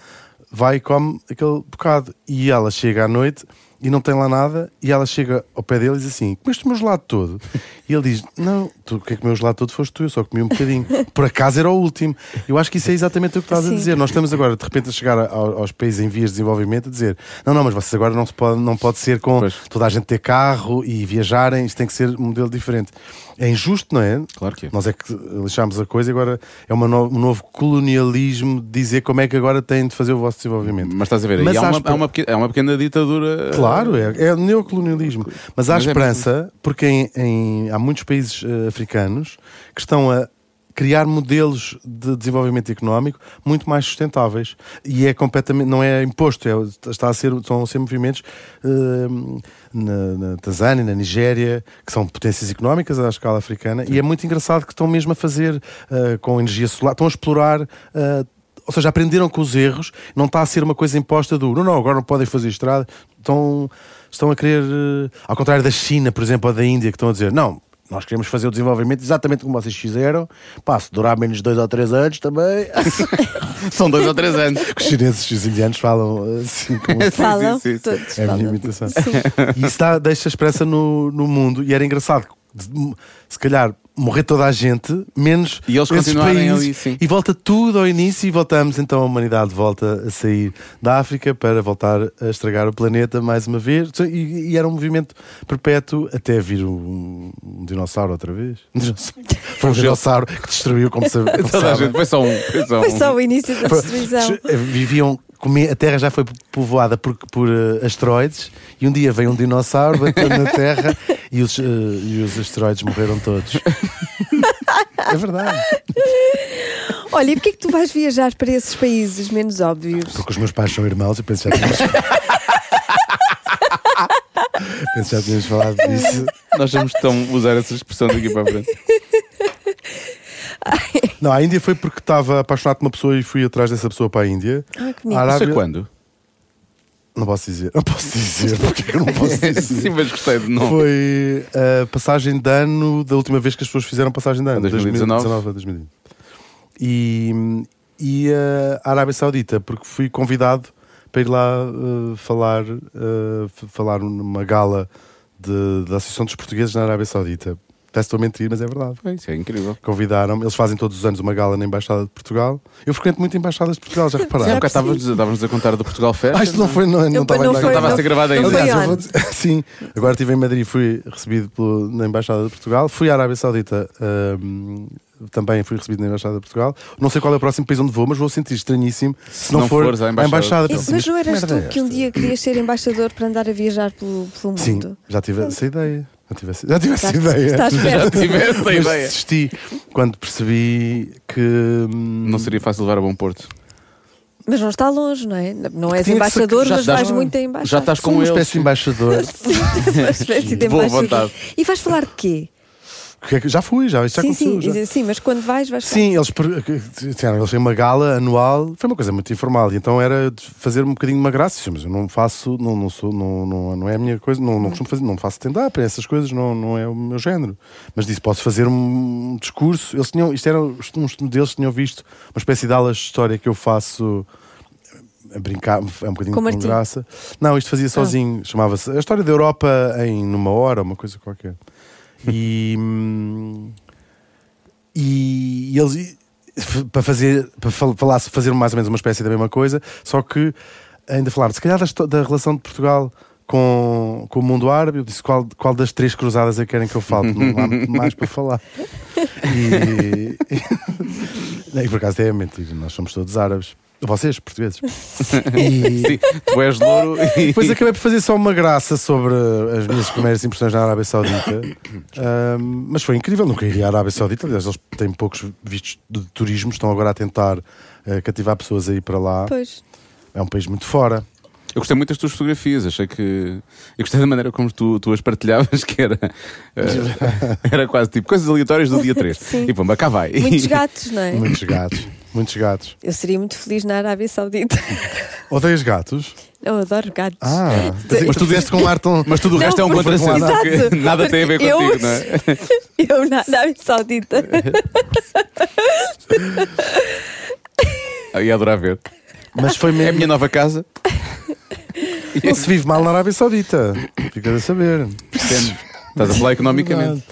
Speaker 5: vai e come aquele bocado. E ela chega à noite e não tem lá nada e ela chega ao pé dele e diz assim, comeste o meu gelado todo? E ele diz, não, tu que é que o meu gelado todo foste tu, eu só comi um bocadinho. Por acaso era o último. Eu acho que isso é exatamente o que estás a
Speaker 2: Sim.
Speaker 5: dizer. Nós estamos agora, de repente, a chegar a- ao- aos países em vias de desenvolvimento a dizer, não, não, mas vocês agora não, se pode, não pode ser com
Speaker 3: Pois.
Speaker 5: toda a gente ter carro e viajarem, isto tem que ser um modelo diferente. É injusto, não é?
Speaker 3: Claro que é.
Speaker 5: Nós é que lixámos a coisa e agora é uma no- um novo colonialismo de dizer como é que agora têm de fazer o vosso desenvolvimento.
Speaker 3: Mas estás a ver, aí
Speaker 5: É, Mas
Speaker 3: há,
Speaker 5: há
Speaker 3: uma,
Speaker 5: esper-
Speaker 3: há uma pequena, há uma pequena ditadura. eh,
Speaker 5: Claro, é, é neocolonialismo. Mas há
Speaker 3: Mas é
Speaker 5: esperança, porque em- em- há muitos países eh, africanos que estão a criar modelos de desenvolvimento económico muito mais sustentáveis e é completamente não é imposto é- está a ser estão a ser movimentos eh, na, na Tanzânia na Nigéria que são potências económicas à escala africana e é muito engraçado que estão mesmo a fazer eh, com energia solar estão a explorar eh, ou seja, aprenderam com os erros, não está a ser uma coisa imposta do não, não, agora não podem fazer estrada. Estão, estão a querer, eh, ao contrário da China, por exemplo, ou da Índia, que estão a dizer não, nós queremos fazer o desenvolvimento exatamente como vocês fizeram. Pá, se durar menos dois ou três anos também.
Speaker 3: [LAUGHS] São dois ou três
Speaker 5: [LAUGHS]
Speaker 3: anos.
Speaker 5: os chineses e os indianos falam
Speaker 3: [LAUGHS]
Speaker 5: assim como
Speaker 2: Falam
Speaker 3: sim, sim.
Speaker 2: todos.
Speaker 5: é a minha
Speaker 2: falam.
Speaker 5: imitação.
Speaker 2: Sim.
Speaker 5: [LAUGHS] E isso dá- deixa esperança no, no mundo. E era engraçado, de- se calhar, morrer toda a gente, menos
Speaker 3: E eles
Speaker 5: esses
Speaker 3: continuarem
Speaker 5: países.
Speaker 3: ali, sim.
Speaker 5: E volta tudo ao início e voltamos. Então a humanidade volta a sair da África para voltar a estragar o planeta mais uma vez. E, e era um movimento perpétuo até vir um, um dinossauro outra vez. [LAUGHS] Um dinossauro. Foi um dinossauro que
Speaker 3: [LAUGHS]
Speaker 5: destruiu, como sabe. como
Speaker 3: Toda a
Speaker 5: sabe.
Speaker 3: gente, foi só um. Foi só
Speaker 2: Foi
Speaker 3: um.
Speaker 2: só o início da
Speaker 5: Foi-
Speaker 2: destruição.
Speaker 5: eh, Viviam. comi- A Terra já foi povoada por, por eh, asteroides e um dia veio um dinossauro, bateu na Terra e os, eh, e os asteroides morreram todos. é verdade.
Speaker 2: Olha, e porquê é que tu vais viajar para esses países menos óbvios?
Speaker 5: Porque os meus pais são irmãos e penso já tínhamos. penso já tínhamos falado disso.
Speaker 3: Nós vamos tão usar essa expressão daqui para a frente.
Speaker 5: Não, a Índia foi porque estava apaixonado por uma pessoa e fui atrás dessa pessoa para a Índia.
Speaker 2: Ah, que
Speaker 5: A
Speaker 2: bonito.
Speaker 5: Arábia-
Speaker 3: Isso é quando?
Speaker 5: Não posso dizer. Não posso dizer. Porquê que eu não
Speaker 3: [LAUGHS]
Speaker 5: posso dizer?
Speaker 3: Sim, mas gostei de não.
Speaker 5: Foi a passagem de ano da última vez que as pessoas fizeram passagem de ano.
Speaker 3: 2019.
Speaker 5: 2019 a 2020. E, um. e eh, a Arábia Saudita, porque fui convidado para ir lá eh, falar, eh, f- falar numa gala de- da Associação dos Portugueses na Arábia Saudita. Peço estou a mentir, mas é verdade.
Speaker 3: Foi, Isso é incrível.
Speaker 5: Convidaram-me, eles fazem todos os anos uma gala na Embaixada de Portugal. Eu frequento muito embaixadas de
Speaker 3: [LAUGHS]
Speaker 5: Portugal, já
Speaker 3: Há
Speaker 5: repararam?
Speaker 3: bocado estávamos- estávamos a contar do Portugal Fest.
Speaker 5: Ah, isto não foi, não, não
Speaker 2: Não,
Speaker 5: estava
Speaker 2: não
Speaker 5: ainda
Speaker 2: foi,
Speaker 3: estava a ser gravado ainda.
Speaker 2: Não foi
Speaker 5: Aliás, eu
Speaker 2: on.
Speaker 5: vou dizer- [LAUGHS] sim, agora estive em Madrid e fui recebido pelo- na Embaixada de Portugal. Fui à Arábia Saudita, hum, também fui recebido na Embaixada de Portugal. Não sei qual é o próximo país onde vou, mas vou sentir estranhíssimo se não,
Speaker 3: não
Speaker 5: for
Speaker 3: fores à
Speaker 5: à
Speaker 3: Embaixada.
Speaker 5: Embaixada.
Speaker 2: É, mas não eras
Speaker 5: merda
Speaker 2: tu que um dia querias ser embaixador para andar a viajar pelo, pelo
Speaker 5: Sim,
Speaker 2: mundo?
Speaker 5: já tive essa ideia. Já tive essa, [LAUGHS] já tive essa
Speaker 2: Estás-
Speaker 5: ideia.
Speaker 2: estás
Speaker 3: Já
Speaker 2: perto.
Speaker 3: tive essa
Speaker 5: Mas
Speaker 3: ideia.
Speaker 5: desisti quando percebi que. hum,
Speaker 3: Não seria fácil levar a bom Porto.
Speaker 2: Mas não está longe, não é? Não és
Speaker 5: Tinha que
Speaker 2: embaixador,
Speaker 5: ser- já
Speaker 2: mas
Speaker 5: estás-
Speaker 2: vais muito a embaixada. [LAUGHS]
Speaker 3: Já estás
Speaker 5: sou
Speaker 3: com
Speaker 5: uma
Speaker 3: eles.
Speaker 5: espécie de embaixador.
Speaker 2: Sim, uma espécie de
Speaker 3: Boa
Speaker 2: embaixador.
Speaker 3: vontade.
Speaker 2: E vais falar de quê?
Speaker 5: Que é que- já fui, já, isto já
Speaker 2: sim,
Speaker 5: aconteceu.
Speaker 2: sim,
Speaker 5: já.
Speaker 2: sim, mas quando vais, vais falar.
Speaker 5: Sim, eles, per- que- disseram, eles têm uma gala anual, foi uma coisa muito informal, e então era de fazer um bocadinho de uma graça, Sim, mas eu não faço, não, não sou, não, não, não é a minha coisa, não, não costumo fazer, não faço stand-up, essas coisas não, não é o meu género. Mas disse, posso fazer um discurso, eles tinham, isto era, uns deles tinham visto uma espécie de aula de história que eu faço a brincar, é um bocadinho
Speaker 2: Com
Speaker 5: com,
Speaker 2: Martim?
Speaker 5: graça. Não, isto fazia sozinho, chamava-se A História da Europa em numa hora, uma coisa qualquer. E, hum, e eles e- f- para fazer para fal- falar fazer mais ou menos uma espécie da mesma coisa, só que ainda falaram se calhar da, histó- da relação de Portugal com, com o mundo árabe, eu disse qual, qual das três cruzadas é que querem que eu fale, não há [LAUGHS] mais para falar. [LAUGHS] E, e, por acaso é mentira, nós somos todos árabes. Vocês, [LAUGHS] portugueses.
Speaker 3: Sim, tu és louro e.
Speaker 5: Depois acabei por fazer só uma graça sobre as minhas primeiras impressões na Arábia Saudita. Ahm, mas foi incrível, nunca iria à Arábia Saudita. Aliás, eles têm poucos vistos de turismo, estão agora a tentar eh, cativar pessoas a ir para lá.
Speaker 2: Pois.
Speaker 5: É um país muito fora.
Speaker 3: Eu gostei muito das tuas fotografias, achei que. Eu gostei da maneira como tu, tu as partilhavas, [LAUGHS] que era. eh, era quase tipo coisas aleatórias do dia 3.
Speaker 2: Sim.
Speaker 3: e pumba, cá vai. [LAUGHS]
Speaker 5: [LAUGHS]
Speaker 2: Muitos gatos, não é?
Speaker 5: Muitos gatos. Muitos gatos.
Speaker 2: Eu seria muito feliz na Arábia Saudita. [LAUGHS]
Speaker 5: Odeias gatos?
Speaker 2: Eu adoro gatos.
Speaker 5: Ah,
Speaker 2: Sim.
Speaker 5: mas tu deste com um ar tão.
Speaker 3: Mas tudo o
Speaker 2: Não,
Speaker 3: resto é um
Speaker 2: porque-
Speaker 3: contrassenso,
Speaker 5: Exato,
Speaker 3: porque nada tem a ver
Speaker 2: porque eu-
Speaker 3: contigo, não é?
Speaker 2: Eu na Arábia
Speaker 5: [LAUGHS]
Speaker 2: Saudita.
Speaker 3: Eu Ah, ia adorar ver.
Speaker 5: Mas foi
Speaker 3: É a
Speaker 5: mesmo.
Speaker 3: minha nova casa.
Speaker 5: Não se vive mal na Arábia Saudita. Fica a saber.
Speaker 3: Depende. Estás a falar economicamente.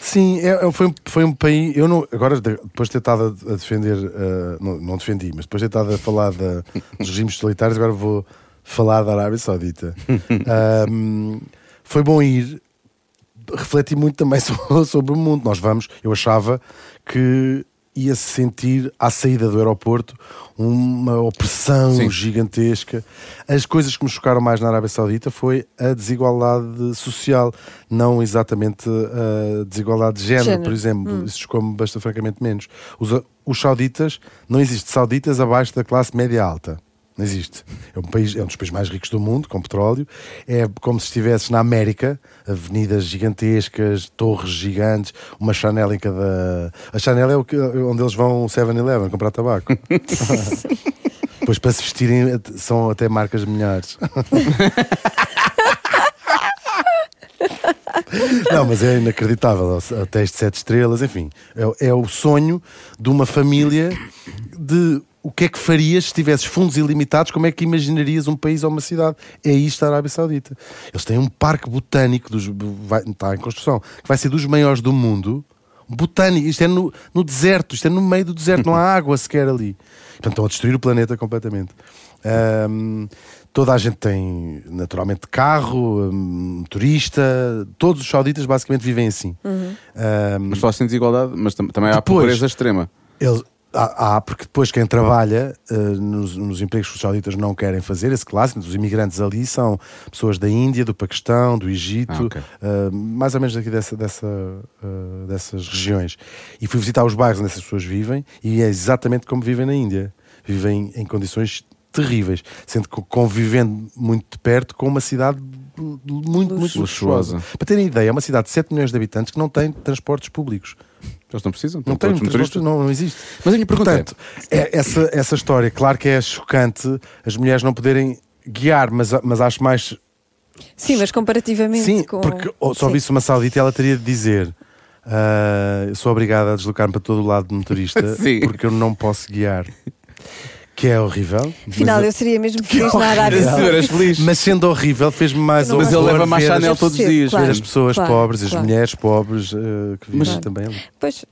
Speaker 5: Sim, é- é- foi, um- foi um país. Eu não, agora, de- depois de ter estado a- a defender, eh, não, não defendi, mas depois de ter estado a falar da- dos regimes totalitários, agora vou falar da Arábia Saudita. Ahm, foi bom ir. Refleti muito também [LAUGHS] so- sobre o mundo. Nós vamos, eu achava que ia se sentir à saída do aeroporto uma opressão
Speaker 3: Sim.
Speaker 5: gigantesca. As coisas que me chocaram mais na Arábia Saudita foi a desigualdade social, não exatamente a desigualdade de género,
Speaker 2: Género.
Speaker 5: por exemplo. Isso chocou-me bastante francamente menos. Os, ah, os sauditas, não existe sauditas abaixo da classe média alta. Não existe. É um, país, é um dos países mais ricos do mundo, com petróleo. É como se estivesses na América, avenidas gigantescas, torres gigantes, uma Chanel em cada. A Chanel é o que, onde eles vão ao 7-Eleven comprar tabaco. Pois para se vestirem at- são até marcas melhores. Não, mas é inacreditável. Hotéis de sete estrelas, enfim. É, é o sonho de uma família de o que é que farias se tivesses fundos ilimitados, como é que imaginarias um país ou uma cidade? É isto a Arábia Saudita. Eles têm um parque botânico, dos, vai- está em construção, que vai ser dos maiores do mundo. Botânico, isto é no, no deserto, isto é no meio do deserto, não há água sequer ali. Portanto, estão a destruir o planeta completamente. Ahm, toda a gente tem, naturalmente, carro, hum, turista, todos os sauditas basicamente vivem assim. Ahm,
Speaker 3: Mas falaste em desigualdade, mas tam- também há
Speaker 5: Depois-
Speaker 3: pobreza extrema.
Speaker 5: eles- há, há, porque depois quem trabalha eh, nos, nos empregos que os sauditas não querem fazer, esse clássico dos imigrantes ali são pessoas da Índia, do Paquistão, do Egito,
Speaker 3: Ah, ok.
Speaker 5: eh, mais ou menos daqui dessa, dessa, eh, dessas regiões. E fui visitar os bairros onde essas pessoas vivem e é exatamente como vivem na Índia. Vivem em condições terríveis, sendo que convivendo muito de perto com uma cidade lu- lu- muito, muito
Speaker 3: Luxuosa.
Speaker 5: luxuosa. Para terem ideia, é uma cidade de 7 milhões de habitantes que não tem transportes públicos.
Speaker 3: Eles não precisam,
Speaker 5: Não tem
Speaker 3: todos
Speaker 5: transportes,
Speaker 3: motoristas.
Speaker 5: não, não existe.
Speaker 3: Mas a minha pergunta
Speaker 5: Portanto, é- essa, essa história, claro que é chocante as mulheres não poderem guiar, mas, mas acho mais.
Speaker 2: Sim, mas comparativamente
Speaker 5: Sim,
Speaker 2: com.
Speaker 5: porque oh, ou- se
Speaker 2: Sim.
Speaker 5: ouvisse uma saudita, ela teria de dizer: "Ah, eu sou obrigada a deslocar-me para todo o lado de motorista
Speaker 3: [LAUGHS] Sim.
Speaker 5: porque eu não posso guiar. Que é horrível.
Speaker 2: Afinal, eu seria mesmo feliz na Arábia
Speaker 3: Era- tu
Speaker 2: Saudita.
Speaker 3: eras feliz.
Speaker 5: Mas sendo horrível, fez-me mais
Speaker 2: Eu não
Speaker 5: horror
Speaker 3: Mas ele leva mais
Speaker 5: ver
Speaker 3: Chanel
Speaker 5: as,
Speaker 3: todos os
Speaker 2: Sim,
Speaker 3: dias.
Speaker 2: claro.
Speaker 5: ver as pessoas
Speaker 2: Claro,
Speaker 5: pobres, as
Speaker 2: claro.
Speaker 5: mulheres pobres eh, que vivem
Speaker 3: Mas-
Speaker 5: também ali.
Speaker 2: Pois,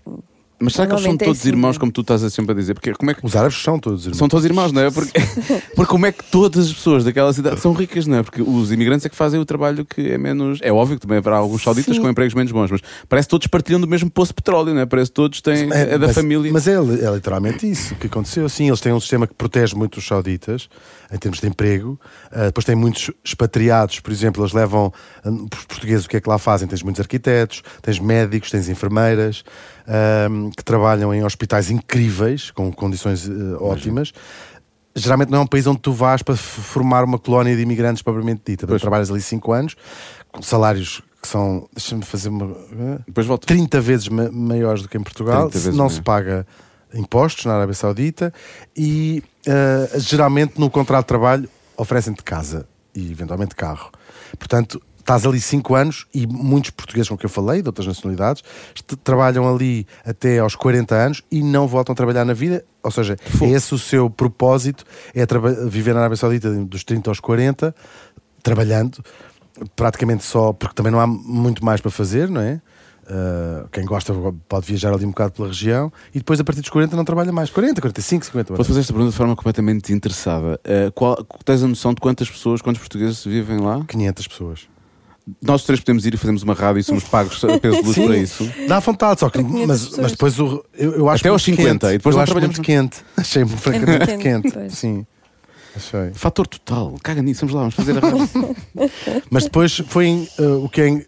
Speaker 3: Mas será que eles são
Speaker 2: Normalmente é
Speaker 3: todos
Speaker 2: assim,
Speaker 3: irmãos,
Speaker 2: não é?
Speaker 3: como tu estás a sempre a dizer? Porque como é que
Speaker 5: Os árabes são todos irmãos.
Speaker 3: São todos irmãos, não é? Porque, porque como é que todas as pessoas daquela cidade são ricas, não é? Porque os imigrantes é que fazem o trabalho que é menos. É óbvio que também haverá alguns sauditas
Speaker 5: Sim.
Speaker 3: com empregos menos bons, mas parece que todos partilham do mesmo poço de petróleo, não é? Parece que todos têm. É, da
Speaker 5: mas,
Speaker 3: família.
Speaker 5: Mas é, li- é literalmente isso que aconteceu. Sim, eles têm um sistema que protege muito os sauditas em termos de emprego. Ah, depois têm muitos expatriados, por exemplo, eles levam ah, os portugueses o que é que lá fazem? Tens muitos arquitetos, tens médicos, tens enfermeiras ahm, que trabalham em hospitais incríveis, com condições ah, ótimas. Geralmente não é um país onde tu vais para f- formar uma colónia de imigrantes propriamente dita. Tu
Speaker 3: Pois.
Speaker 5: trabalhas ali cinco anos, com salários que são. Deixa-me fazer uma. ah,
Speaker 3: Depois volto.
Speaker 5: 30 vezes ma- maiores do que em Portugal,
Speaker 3: 30
Speaker 5: se
Speaker 3: vezes
Speaker 5: não
Speaker 3: maior.
Speaker 5: se paga impostos na Arábia Saudita e ah, geralmente no contrato de trabalho oferecem-te casa e eventualmente carro. Portanto, estás ali 5 anos e muitos portugueses com que eu falei, de outras nacionalidades, est- trabalham ali até aos 40 anos e não voltam a trabalhar na vida. Ou seja, é esse o seu propósito, é traba- viver na Arábia Saudita dos 30 aos 40, trabalhando praticamente só, porque também não há muito mais para fazer, não é? Uh, quem gosta pode viajar ali um bocado pela região e depois a partir dos 40 não trabalha mais. 40, 45, 50
Speaker 3: Vou
Speaker 5: horas.
Speaker 3: fazer esta pergunta de forma completamente Eh, desinteressada. Ah, qual, tens a noção de quantas pessoas, quantos portugueses vivem lá?
Speaker 5: 500 pessoas.
Speaker 3: nós três podemos ir e fazemos uma rádio e somos pagos a peso de luz para isso.
Speaker 5: Dá vontade, só que.
Speaker 2: Para 500
Speaker 5: Mas,
Speaker 2: pessoas.
Speaker 5: mas depois o, eu, eu acho
Speaker 3: Até aos
Speaker 5: muito
Speaker 3: 50,
Speaker 5: quente.
Speaker 3: e depois
Speaker 5: eu
Speaker 3: não
Speaker 5: acho
Speaker 3: trabalhamos
Speaker 5: muito quente. [LAUGHS] Achei-me francamente
Speaker 2: muito quente,
Speaker 5: quente.
Speaker 2: pois.
Speaker 5: Sim. Achei.
Speaker 3: Fator total, caga nisso, vamos lá, vamos fazer a rádio.
Speaker 5: Mas depois foi em, eh, o que é. em- em-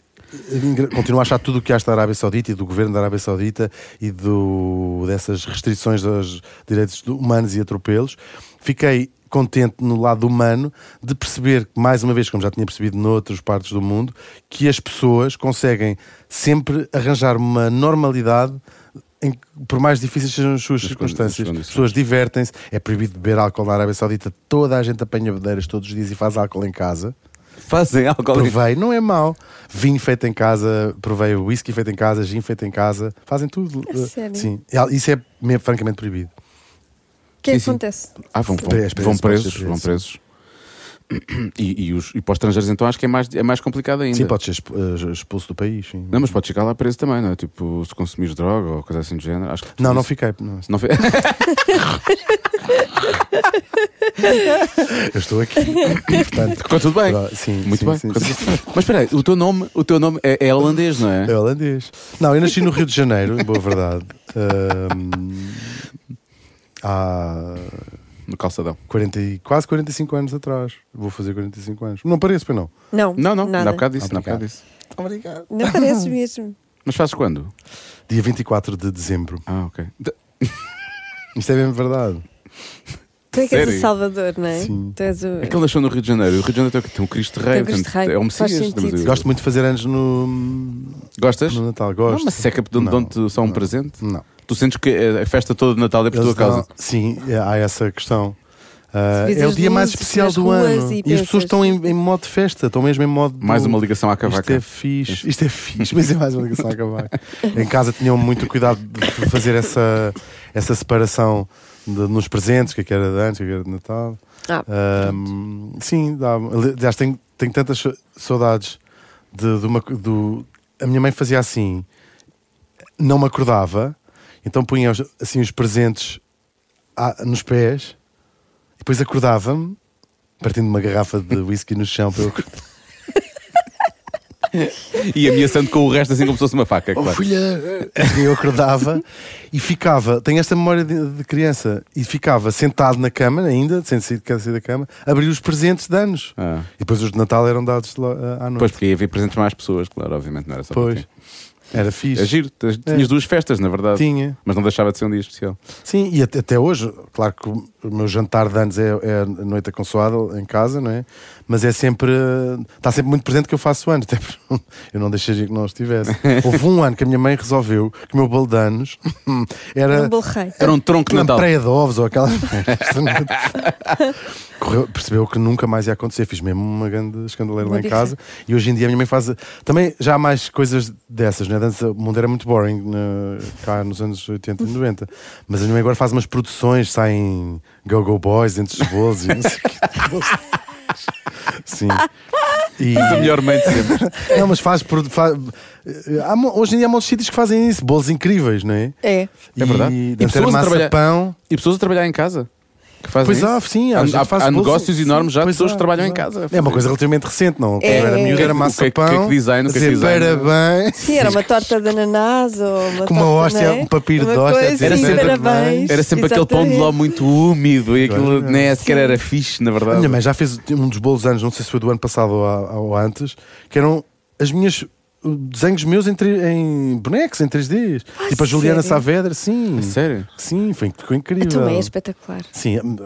Speaker 5: Continuo a achar tudo o que acha da Arábia Saudita e do governo da Arábia Saudita e do, dessas restrições aos direitos do- humanos e atropelos. Fiquei contente no lado humano de perceber, que, mais uma vez, como já tinha percebido noutras partes do mundo, que as pessoas conseguem sempre arranjar uma normalidade. Em, que, por mais difíceis sejam as suas
Speaker 3: As condi- as
Speaker 5: circunstâncias, as
Speaker 3: condições.
Speaker 5: pessoas divertem-se. É proibido beber álcool na Arábia Saudita. Toda a gente apanha bedeiras todos os dias e faz álcool em casa.
Speaker 3: Fazem álcool em
Speaker 5: Provei, não é mau. Vinho feito em casa, provei whisky feito em casa, gin feito em casa, fazem tudo.
Speaker 2: É
Speaker 5: Eh,
Speaker 2: sério?
Speaker 5: Sim, É- isso é mesmo, francamente proibido.
Speaker 2: O que é
Speaker 3: Sim,
Speaker 2: que
Speaker 3: sim.
Speaker 2: acontece?
Speaker 3: Ah, vão, vão,
Speaker 5: É, experiência
Speaker 3: vão
Speaker 5: pode
Speaker 3: presos,
Speaker 5: ser
Speaker 3: vão presos. E, e os, e para os estrangeiros, então, acho que é mais, é mais complicado ainda.
Speaker 5: Sim, pode ser exp- eh, expulso do país. sim.
Speaker 3: Não, mas pode chegar lá preso também, não é? Tipo, se consumires droga ou coisa assim do género. Acho que
Speaker 5: Não, não
Speaker 3: isso-
Speaker 5: fiquei. não.
Speaker 3: Não fi-
Speaker 5: eu estou [LAUGHS] aqui. Portanto,
Speaker 3: [LAUGHS] Ficou tudo bem.
Speaker 5: pro- sim,
Speaker 3: Muito
Speaker 5: sim,
Speaker 3: bem.
Speaker 5: sim,
Speaker 3: Ficou
Speaker 5: sim.
Speaker 3: tudo- Mas espera aí, o teu nome, o teu nome é, é holandês, não é?
Speaker 5: É holandês. Não, eu nasci no Rio de Janeiro, em boa verdade. Ahm, há
Speaker 3: No calçadão.
Speaker 5: 40 e- quase 45 anos atrás. Vou fazer 45 anos. Não pareço, pois não.
Speaker 2: Não,
Speaker 3: Não, não,
Speaker 2: nada.
Speaker 3: dá bocado disso, dá
Speaker 5: Obrigado.
Speaker 3: bocado disso.
Speaker 5: Obrigado.
Speaker 2: Não parece mesmo.
Speaker 3: Mas fazes quando?
Speaker 5: Dia 24 de dezembro.
Speaker 3: Ah, ok. De-
Speaker 5: Isto é mesmo verdade.
Speaker 2: Tu é que és o
Speaker 3: Sério?
Speaker 2: Salvador, não é?
Speaker 5: Sim.
Speaker 2: Tu és o.
Speaker 3: É que ele nasceu no Rio de Janeiro. O Rio de Janeiro tem, o quê? tem um Cristo Rei,
Speaker 2: Tem um Cristo
Speaker 3: portanto,
Speaker 2: Rei.
Speaker 3: é um
Speaker 2: Faz
Speaker 3: Messias.
Speaker 2: sentido.
Speaker 3: estamos a-
Speaker 5: Gosto muito de fazer anos no,
Speaker 3: Gostas?
Speaker 5: no Natal,
Speaker 3: Não,
Speaker 5: gosto.
Speaker 3: mas
Speaker 2: é
Speaker 3: seca de onde
Speaker 5: Não,
Speaker 3: dão-te só um
Speaker 5: não.
Speaker 3: presente?
Speaker 5: Não.
Speaker 3: Tu sentes que a festa toda de Natal é por tua
Speaker 5: Eles
Speaker 3: causa?
Speaker 5: dão- Sim, é- há essa questão. Ah,
Speaker 2: Se vês
Speaker 5: é o
Speaker 2: as
Speaker 5: dia mais
Speaker 2: luzes
Speaker 5: especial
Speaker 2: nas
Speaker 5: do
Speaker 2: ruas
Speaker 5: ano.
Speaker 2: e
Speaker 5: E, as
Speaker 2: pensas-
Speaker 5: pessoas estão em, em modo de festa, estão mesmo em modo.
Speaker 3: Mais
Speaker 5: do-
Speaker 3: uma ligação à cavaca.
Speaker 5: Isto é fixe, isto é fixe, mas é mais uma ligação
Speaker 2: [LAUGHS]
Speaker 5: à cavaca. em casa tinham muito cuidado de fazer essa, essa separação de- nos presentes, o que é que era de antes, o que é que era de Natal.
Speaker 2: Ah,
Speaker 5: Ahm, sim, dá. Aliás, tenho, tenho tantas sa- saudades de, de uma. co- Do, a minha mãe fazia assim, não me acordava, então punha os- assim os presentes à- nos pés, e depois acordava-me, partindo uma garrafa de whisky no chão para eu acordar.
Speaker 3: E ameaçando com o resto assim como se fosse uma faca,
Speaker 5: é Oh,
Speaker 3: claro.
Speaker 5: filha! E eu acordava e ficava, tenho esta memória de, de criança, e ficava sentado na cama, ainda, sem sair, quero sair da cama, abrir os presentes de anos.
Speaker 3: Ah.
Speaker 5: E depois os de Natal eram dados lo- à à
Speaker 3: Pois,
Speaker 5: noite.
Speaker 3: porque ia haver presentes para mais pessoas, claro, obviamente, não era só
Speaker 5: Pois.
Speaker 3: para ti.
Speaker 5: Era
Speaker 3: É
Speaker 5: fixe.
Speaker 3: giro, tens- tinhas
Speaker 5: É.
Speaker 3: duas festas, na verdade.
Speaker 5: Tinha.
Speaker 3: Mas não deixava de ser um dia especial.
Speaker 5: Sim, e até, até hoje, claro que o o meu jantar de anos é, é a noite aconsoada em casa, não é? Mas é sempre. eh, Está sempre muito presente que eu faço anos. [LAUGHS] Até porque eu não deixaria que
Speaker 3: [LAUGHS]
Speaker 5: não estivesse. Houve um ano que a minha mãe resolveu que o meu bolo de anos [LAUGHS]
Speaker 2: é
Speaker 5: era.
Speaker 2: um bolo rei.
Speaker 3: Era um tronco de
Speaker 5: É Uma
Speaker 3: Natal.
Speaker 5: praia de ovos ou aquela. [LAUGHS] Correu- percebeu que nunca mais ia acontecer. Fiz mesmo uma grande escandaleira lá em
Speaker 2: Uma
Speaker 5: casa. E hoje em dia a minha mãe faz. Também já há mais coisas dessas, né? Antes o mundo era muito boring né, cá nos anos 80 e 90. Mas a minha mãe agora faz umas produções, saem Go-Go Boys entre os bolos e não sei o quê.
Speaker 3: [LAUGHS]
Speaker 5: Sim. E-
Speaker 3: A melhor mãe de sempre. [LAUGHS]
Speaker 5: não, mas faz. produ- fa- eh, há mo- hoje em dia há muitos sítios que fazem isso, bolos incríveis, não é?
Speaker 2: É.
Speaker 3: É verdade. E
Speaker 5: E, deve ter
Speaker 3: pessoas a
Speaker 5: massa
Speaker 3: trabalhar-
Speaker 5: pão.
Speaker 3: E pessoas a trabalhar em casa. Que fazem
Speaker 5: Pois
Speaker 3: isso.
Speaker 5: há, sim, há,
Speaker 3: há,
Speaker 5: gente
Speaker 3: há-
Speaker 5: faz
Speaker 3: há
Speaker 5: bolsas.
Speaker 3: negócios enormes já de
Speaker 5: Pois
Speaker 3: pessoas
Speaker 5: há,
Speaker 3: que trabalham em
Speaker 5: pois há.
Speaker 3: casa.
Speaker 5: É uma coisa relativamente recente, não? Quando eu era
Speaker 2: é.
Speaker 5: miúdo, era
Speaker 3: O que é-
Speaker 5: massa
Speaker 3: o que é-
Speaker 5: pão.
Speaker 3: o que é que design, o que é que
Speaker 5: dizer
Speaker 3: design, não é?
Speaker 5: parabéns.
Speaker 2: Sim, era uma torta de ananás ou uma
Speaker 5: Com uma
Speaker 2: torta, não
Speaker 5: hóstia,
Speaker 2: é?
Speaker 5: um papiro
Speaker 2: Uma
Speaker 5: de hóstia,
Speaker 2: coisa,
Speaker 3: era
Speaker 2: sim,
Speaker 3: sempre-
Speaker 2: parabéns.
Speaker 3: Era sempre aquele pão de ló
Speaker 2: Exatamente.
Speaker 3: muito úmido e aquilo
Speaker 5: Claro.
Speaker 3: nem é sequer era fixe, na
Speaker 5: A
Speaker 3: verdade.
Speaker 5: minha mãe já fez um dos bolos anos, não sei se foi do ano passado ou, a- ou antes, que eram as minhas desenhos meus em, tri- em bonecos, em 3D. tipo a Juliana
Speaker 2: sério?
Speaker 5: Saavedra, sim.
Speaker 3: Sério?
Speaker 5: Sim, foi, ficou incrível.
Speaker 2: A tua mãe é espetacular.
Speaker 5: Sim,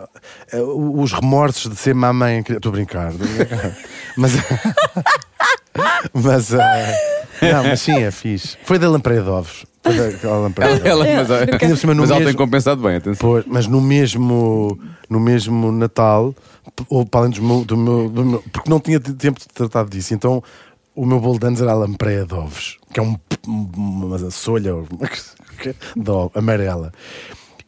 Speaker 5: eh, os remorsos de ser mamãe. em cri- Estou a brincar, estou a brincar. mas. [LAUGHS] mas. eh, não, mas sim, é fixe. Foi da Lampreia de Ovos. Foi daquela
Speaker 3: [LAUGHS]
Speaker 5: Lampreia de
Speaker 3: Ela,
Speaker 5: Ovos.
Speaker 3: mas,
Speaker 5: Ainda por cima, no
Speaker 3: mas ela tem
Speaker 5: mesmo-
Speaker 3: compensado bem, atenção.
Speaker 5: Pois, mas no mesmo, no mesmo Natal, p- ou para além do meu, do meu- do meu- Porque não tinha t- tempo de tratar disso. Então o meu bolo de anos era a lampreia de ovos, que é um, p- um- uma solha ou uma coisa que- é, de ovo, amarela.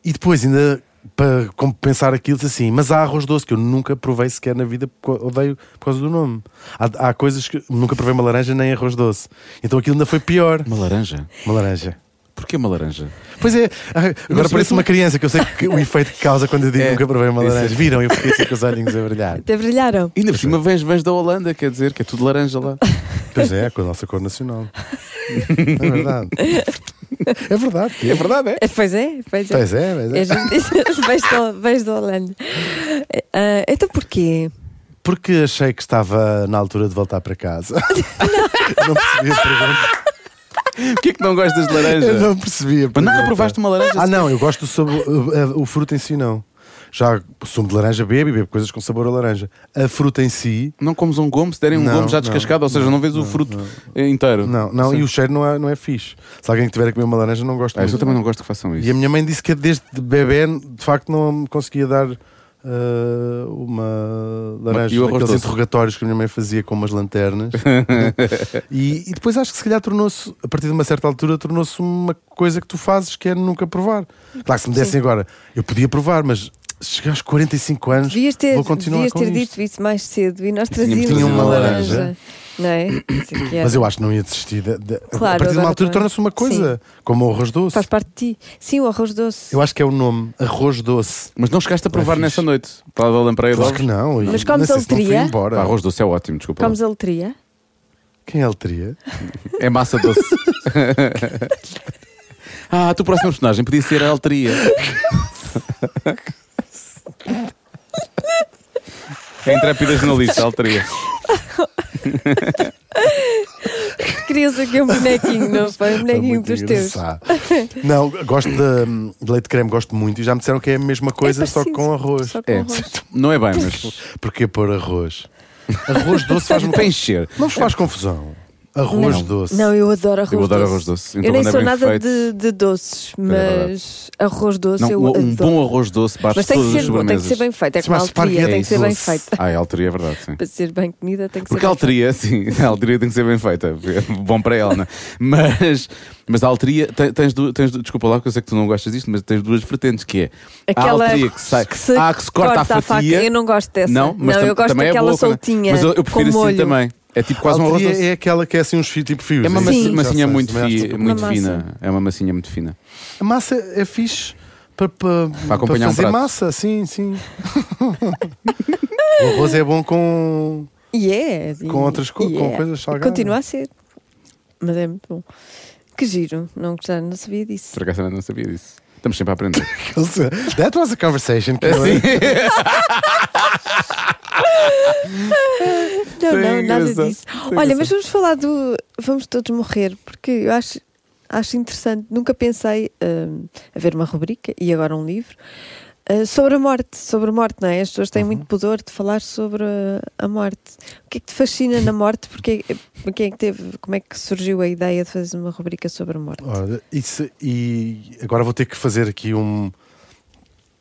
Speaker 5: E depois, ainda para compensar aquilo, disse assim: Mas há arroz doce que eu nunca provei sequer na vida, porque eu odeio por causa do nome. Há, há coisas que nunca provei uma laranja nem arroz doce. Então aquilo ainda foi pior.
Speaker 3: Uma laranja?
Speaker 5: Uma laranja.
Speaker 3: Porquê uma laranja?
Speaker 5: Pois é, ah, agora
Speaker 3: Mas
Speaker 5: parece
Speaker 3: tu-
Speaker 5: uma criança que eu sei que o efeito que causa quando eu digo
Speaker 3: É,
Speaker 5: nunca provei uma
Speaker 3: isso é.
Speaker 5: laranja. Viram?
Speaker 3: [LAUGHS]
Speaker 5: Eu fiquei assim com os olhinhos a brilhar.
Speaker 2: Até brilharam.
Speaker 3: E ainda por cima vens, vens da Holanda, quer dizer, que é tudo laranja lá.
Speaker 5: Pois é, com a nossa cor nacional. É verdade. É verdade, é [LAUGHS] verdade, é.
Speaker 2: Eh, Pois é, pois é.
Speaker 5: Pois é, pois é.
Speaker 2: É justiça. [LAUGHS] Vejo do- Vejo da Holanda. Ah, então porquê?
Speaker 5: Porque achei que estava na altura de voltar para casa. não percebi a pergunta.
Speaker 3: Porquê que não gostas de
Speaker 5: Eu
Speaker 3: laranja?
Speaker 5: não percebi a
Speaker 3: Mas
Speaker 5: pergunta.
Speaker 3: nunca provaste uma laranja?
Speaker 5: Ah, não, eu gosto do sabor. uh, uh, O fruto em si, não. Já sumo de laranja bebo e bebo coisas com sabor a laranja. A fruta em si,
Speaker 3: Não comes um gomo, se derem um
Speaker 5: Não,
Speaker 3: gomo já
Speaker 5: não,
Speaker 3: descascado, ou seja, não, vês o fruto eh, inteiro.
Speaker 5: não. não
Speaker 3: Sim.
Speaker 5: e o cheiro não é, não é fixe. Se alguém tiver a comer uma laranja, não gosto
Speaker 3: Ah, isso eu
Speaker 5: muito.
Speaker 3: também não gosto que façam isso.
Speaker 5: E a minha mãe disse que desde bebê, de facto, não me conseguia dar eh, uma laranja.
Speaker 3: E o arroz
Speaker 5: Aqueles
Speaker 3: doce?
Speaker 5: interrogatórios que a minha mãe fazia com
Speaker 3: [LAUGHS]
Speaker 5: umas lanternas. e, e depois acho que se calhar tornou-se, a partir de uma certa altura, tornou-se uma coisa que tu fazes que é nunca provar. Claro, que se me dessem agora, eu podia provar, mas se chegar aos 45 anos,
Speaker 2: Devias ter,
Speaker 5: vou continuar
Speaker 2: devias
Speaker 5: com
Speaker 2: ter
Speaker 5: isto.
Speaker 2: dito isso mais cedo e nós
Speaker 3: tínhamos
Speaker 2: trazíamos
Speaker 5: trazido
Speaker 2: uma
Speaker 5: uma
Speaker 2: laranja.
Speaker 5: laranja.
Speaker 2: Não é? Isso é que era.
Speaker 5: Mas eu acho que não ia desistir. de-
Speaker 2: Claro,
Speaker 5: de- a partir de
Speaker 2: agora
Speaker 5: uma altura
Speaker 2: também.
Speaker 5: torna-se uma coisa, como o arroz doce.
Speaker 2: Faz parte de ti. Sim, o arroz doce.
Speaker 5: Eu acho que é o nome, arroz doce.
Speaker 3: Mas não chegaste a provar
Speaker 5: é fixe.
Speaker 3: nessa noite. Para da lampreia
Speaker 5: Claro que não. e
Speaker 2: Mas
Speaker 5: não
Speaker 2: comes
Speaker 5: sei se não fui
Speaker 2: aletria?
Speaker 5: embora.
Speaker 3: Pá, arroz doce é ótimo, desculpa.
Speaker 2: Comes a letria.
Speaker 5: Quem
Speaker 2: [LAUGHS]
Speaker 5: é aletria?
Speaker 3: É massa doce. [LAUGHS] ah, a tua próxima personagem podia ser a Alteria. É intrépida jornalista, a Alteria.
Speaker 2: Querias aqui um bonequinho, não foi? Um bonequinho dos teus.
Speaker 5: engraçado. Não, gosto de, de leite de creme, gosto muito. E já me disseram que é a mesma coisa,
Speaker 2: É
Speaker 5: só
Speaker 2: parecido,
Speaker 5: com arroz.
Speaker 2: Só com
Speaker 3: É,
Speaker 2: arroz.
Speaker 3: não é bem, mas.
Speaker 5: Porquê pôr arroz? Arroz doce faz-me.
Speaker 3: Para encher.
Speaker 5: Não vos faz confusão. Arroz doce.
Speaker 2: Não, eu adoro arroz doce.
Speaker 3: Eu adoro arroz doce. Então
Speaker 2: eu nem
Speaker 3: quando é
Speaker 2: sou
Speaker 3: bem
Speaker 2: nada
Speaker 3: feito-
Speaker 2: de, de doces,
Speaker 3: verdade.
Speaker 2: mas arroz doce
Speaker 3: Não,
Speaker 2: eu
Speaker 3: um
Speaker 2: adoro.
Speaker 3: bom arroz doce bate
Speaker 2: mas tem que,
Speaker 3: todas as
Speaker 2: ser bom, tem que
Speaker 3: sobremesas.
Speaker 2: ser bem feito. É
Speaker 5: Se
Speaker 2: como a
Speaker 5: chama
Speaker 2: altria,
Speaker 5: esparguete,
Speaker 2: tem que ser bem
Speaker 5: doce.
Speaker 2: feito.
Speaker 3: [LAUGHS] Ah, é a Alteria, é verdade, sim.
Speaker 2: Para ser bem comida tem que
Speaker 3: Porque
Speaker 2: ser
Speaker 3: a
Speaker 2: bem feita.
Speaker 3: alteria, sim, [LAUGHS] a alteria tem que ser bem feita, porque é bom para ela, não é? Mas, mas a alteria, te- tens, du- tens, du- desculpa lá, que eu sei que tu não gostas disto, mas tens duas vertentes, que é
Speaker 2: Aquela
Speaker 3: a alteria que, sai,
Speaker 2: se
Speaker 3: ah, que se corta, a fatia.
Speaker 2: Eu não gosto dessa.
Speaker 3: Não, mas tam-
Speaker 2: eu gosto
Speaker 3: também é
Speaker 2: daquela
Speaker 3: boa, quando-
Speaker 2: soltinha.
Speaker 3: Mas eu, eu
Speaker 2: com
Speaker 3: prefiro assim
Speaker 2: molho.
Speaker 3: também. É tipo quase um arroz
Speaker 5: Aletria
Speaker 3: doce.
Speaker 5: é aquela que é assim uns fios tipo fios.
Speaker 3: É uma
Speaker 2: massinha-
Speaker 5: isso?
Speaker 3: maci- massinha
Speaker 5: Já sei,
Speaker 3: muito,
Speaker 5: também acho
Speaker 3: fi-
Speaker 5: que-
Speaker 3: muito
Speaker 2: Uma massa.
Speaker 3: fina. É uma massinha muito fina.
Speaker 5: A massa é fixe para, para,
Speaker 3: acompanhar um
Speaker 5: fazer
Speaker 3: prato.
Speaker 5: massa, sim, sim. [LAUGHS] o arroz é bom com.
Speaker 2: E é, e-
Speaker 5: Com outras co-
Speaker 2: e
Speaker 5: com
Speaker 2: é.
Speaker 5: coisas salgadas.
Speaker 2: Continua a ser. Mas é muito bom. Que giro. Não, já não sabia disso.
Speaker 3: Por acaso eu não sabia disso. Estamos sempre a aprender.
Speaker 5: That was a conversation. que eu-
Speaker 2: Não,
Speaker 3: Tem
Speaker 2: não, nada
Speaker 3: engraçado.
Speaker 2: disso.
Speaker 3: Tem
Speaker 2: Olha,
Speaker 3: engraçado.
Speaker 2: mas vamos falar do. Vamos todos morrer, porque eu acho, acho interessante. Nunca pensei hum, haver uma rubrica e agora um livro. uh, sobre a morte, sobre a morte, não é? As pessoas têm
Speaker 5: Uhum.
Speaker 2: muito pudor de falar sobre uh, a morte. O que é que te fascina na morte? Porque, quem é que teve, como é que surgiu a ideia de fazer uma rubrica sobre a morte?
Speaker 5: Ora, isso- e agora vou ter que fazer aqui um.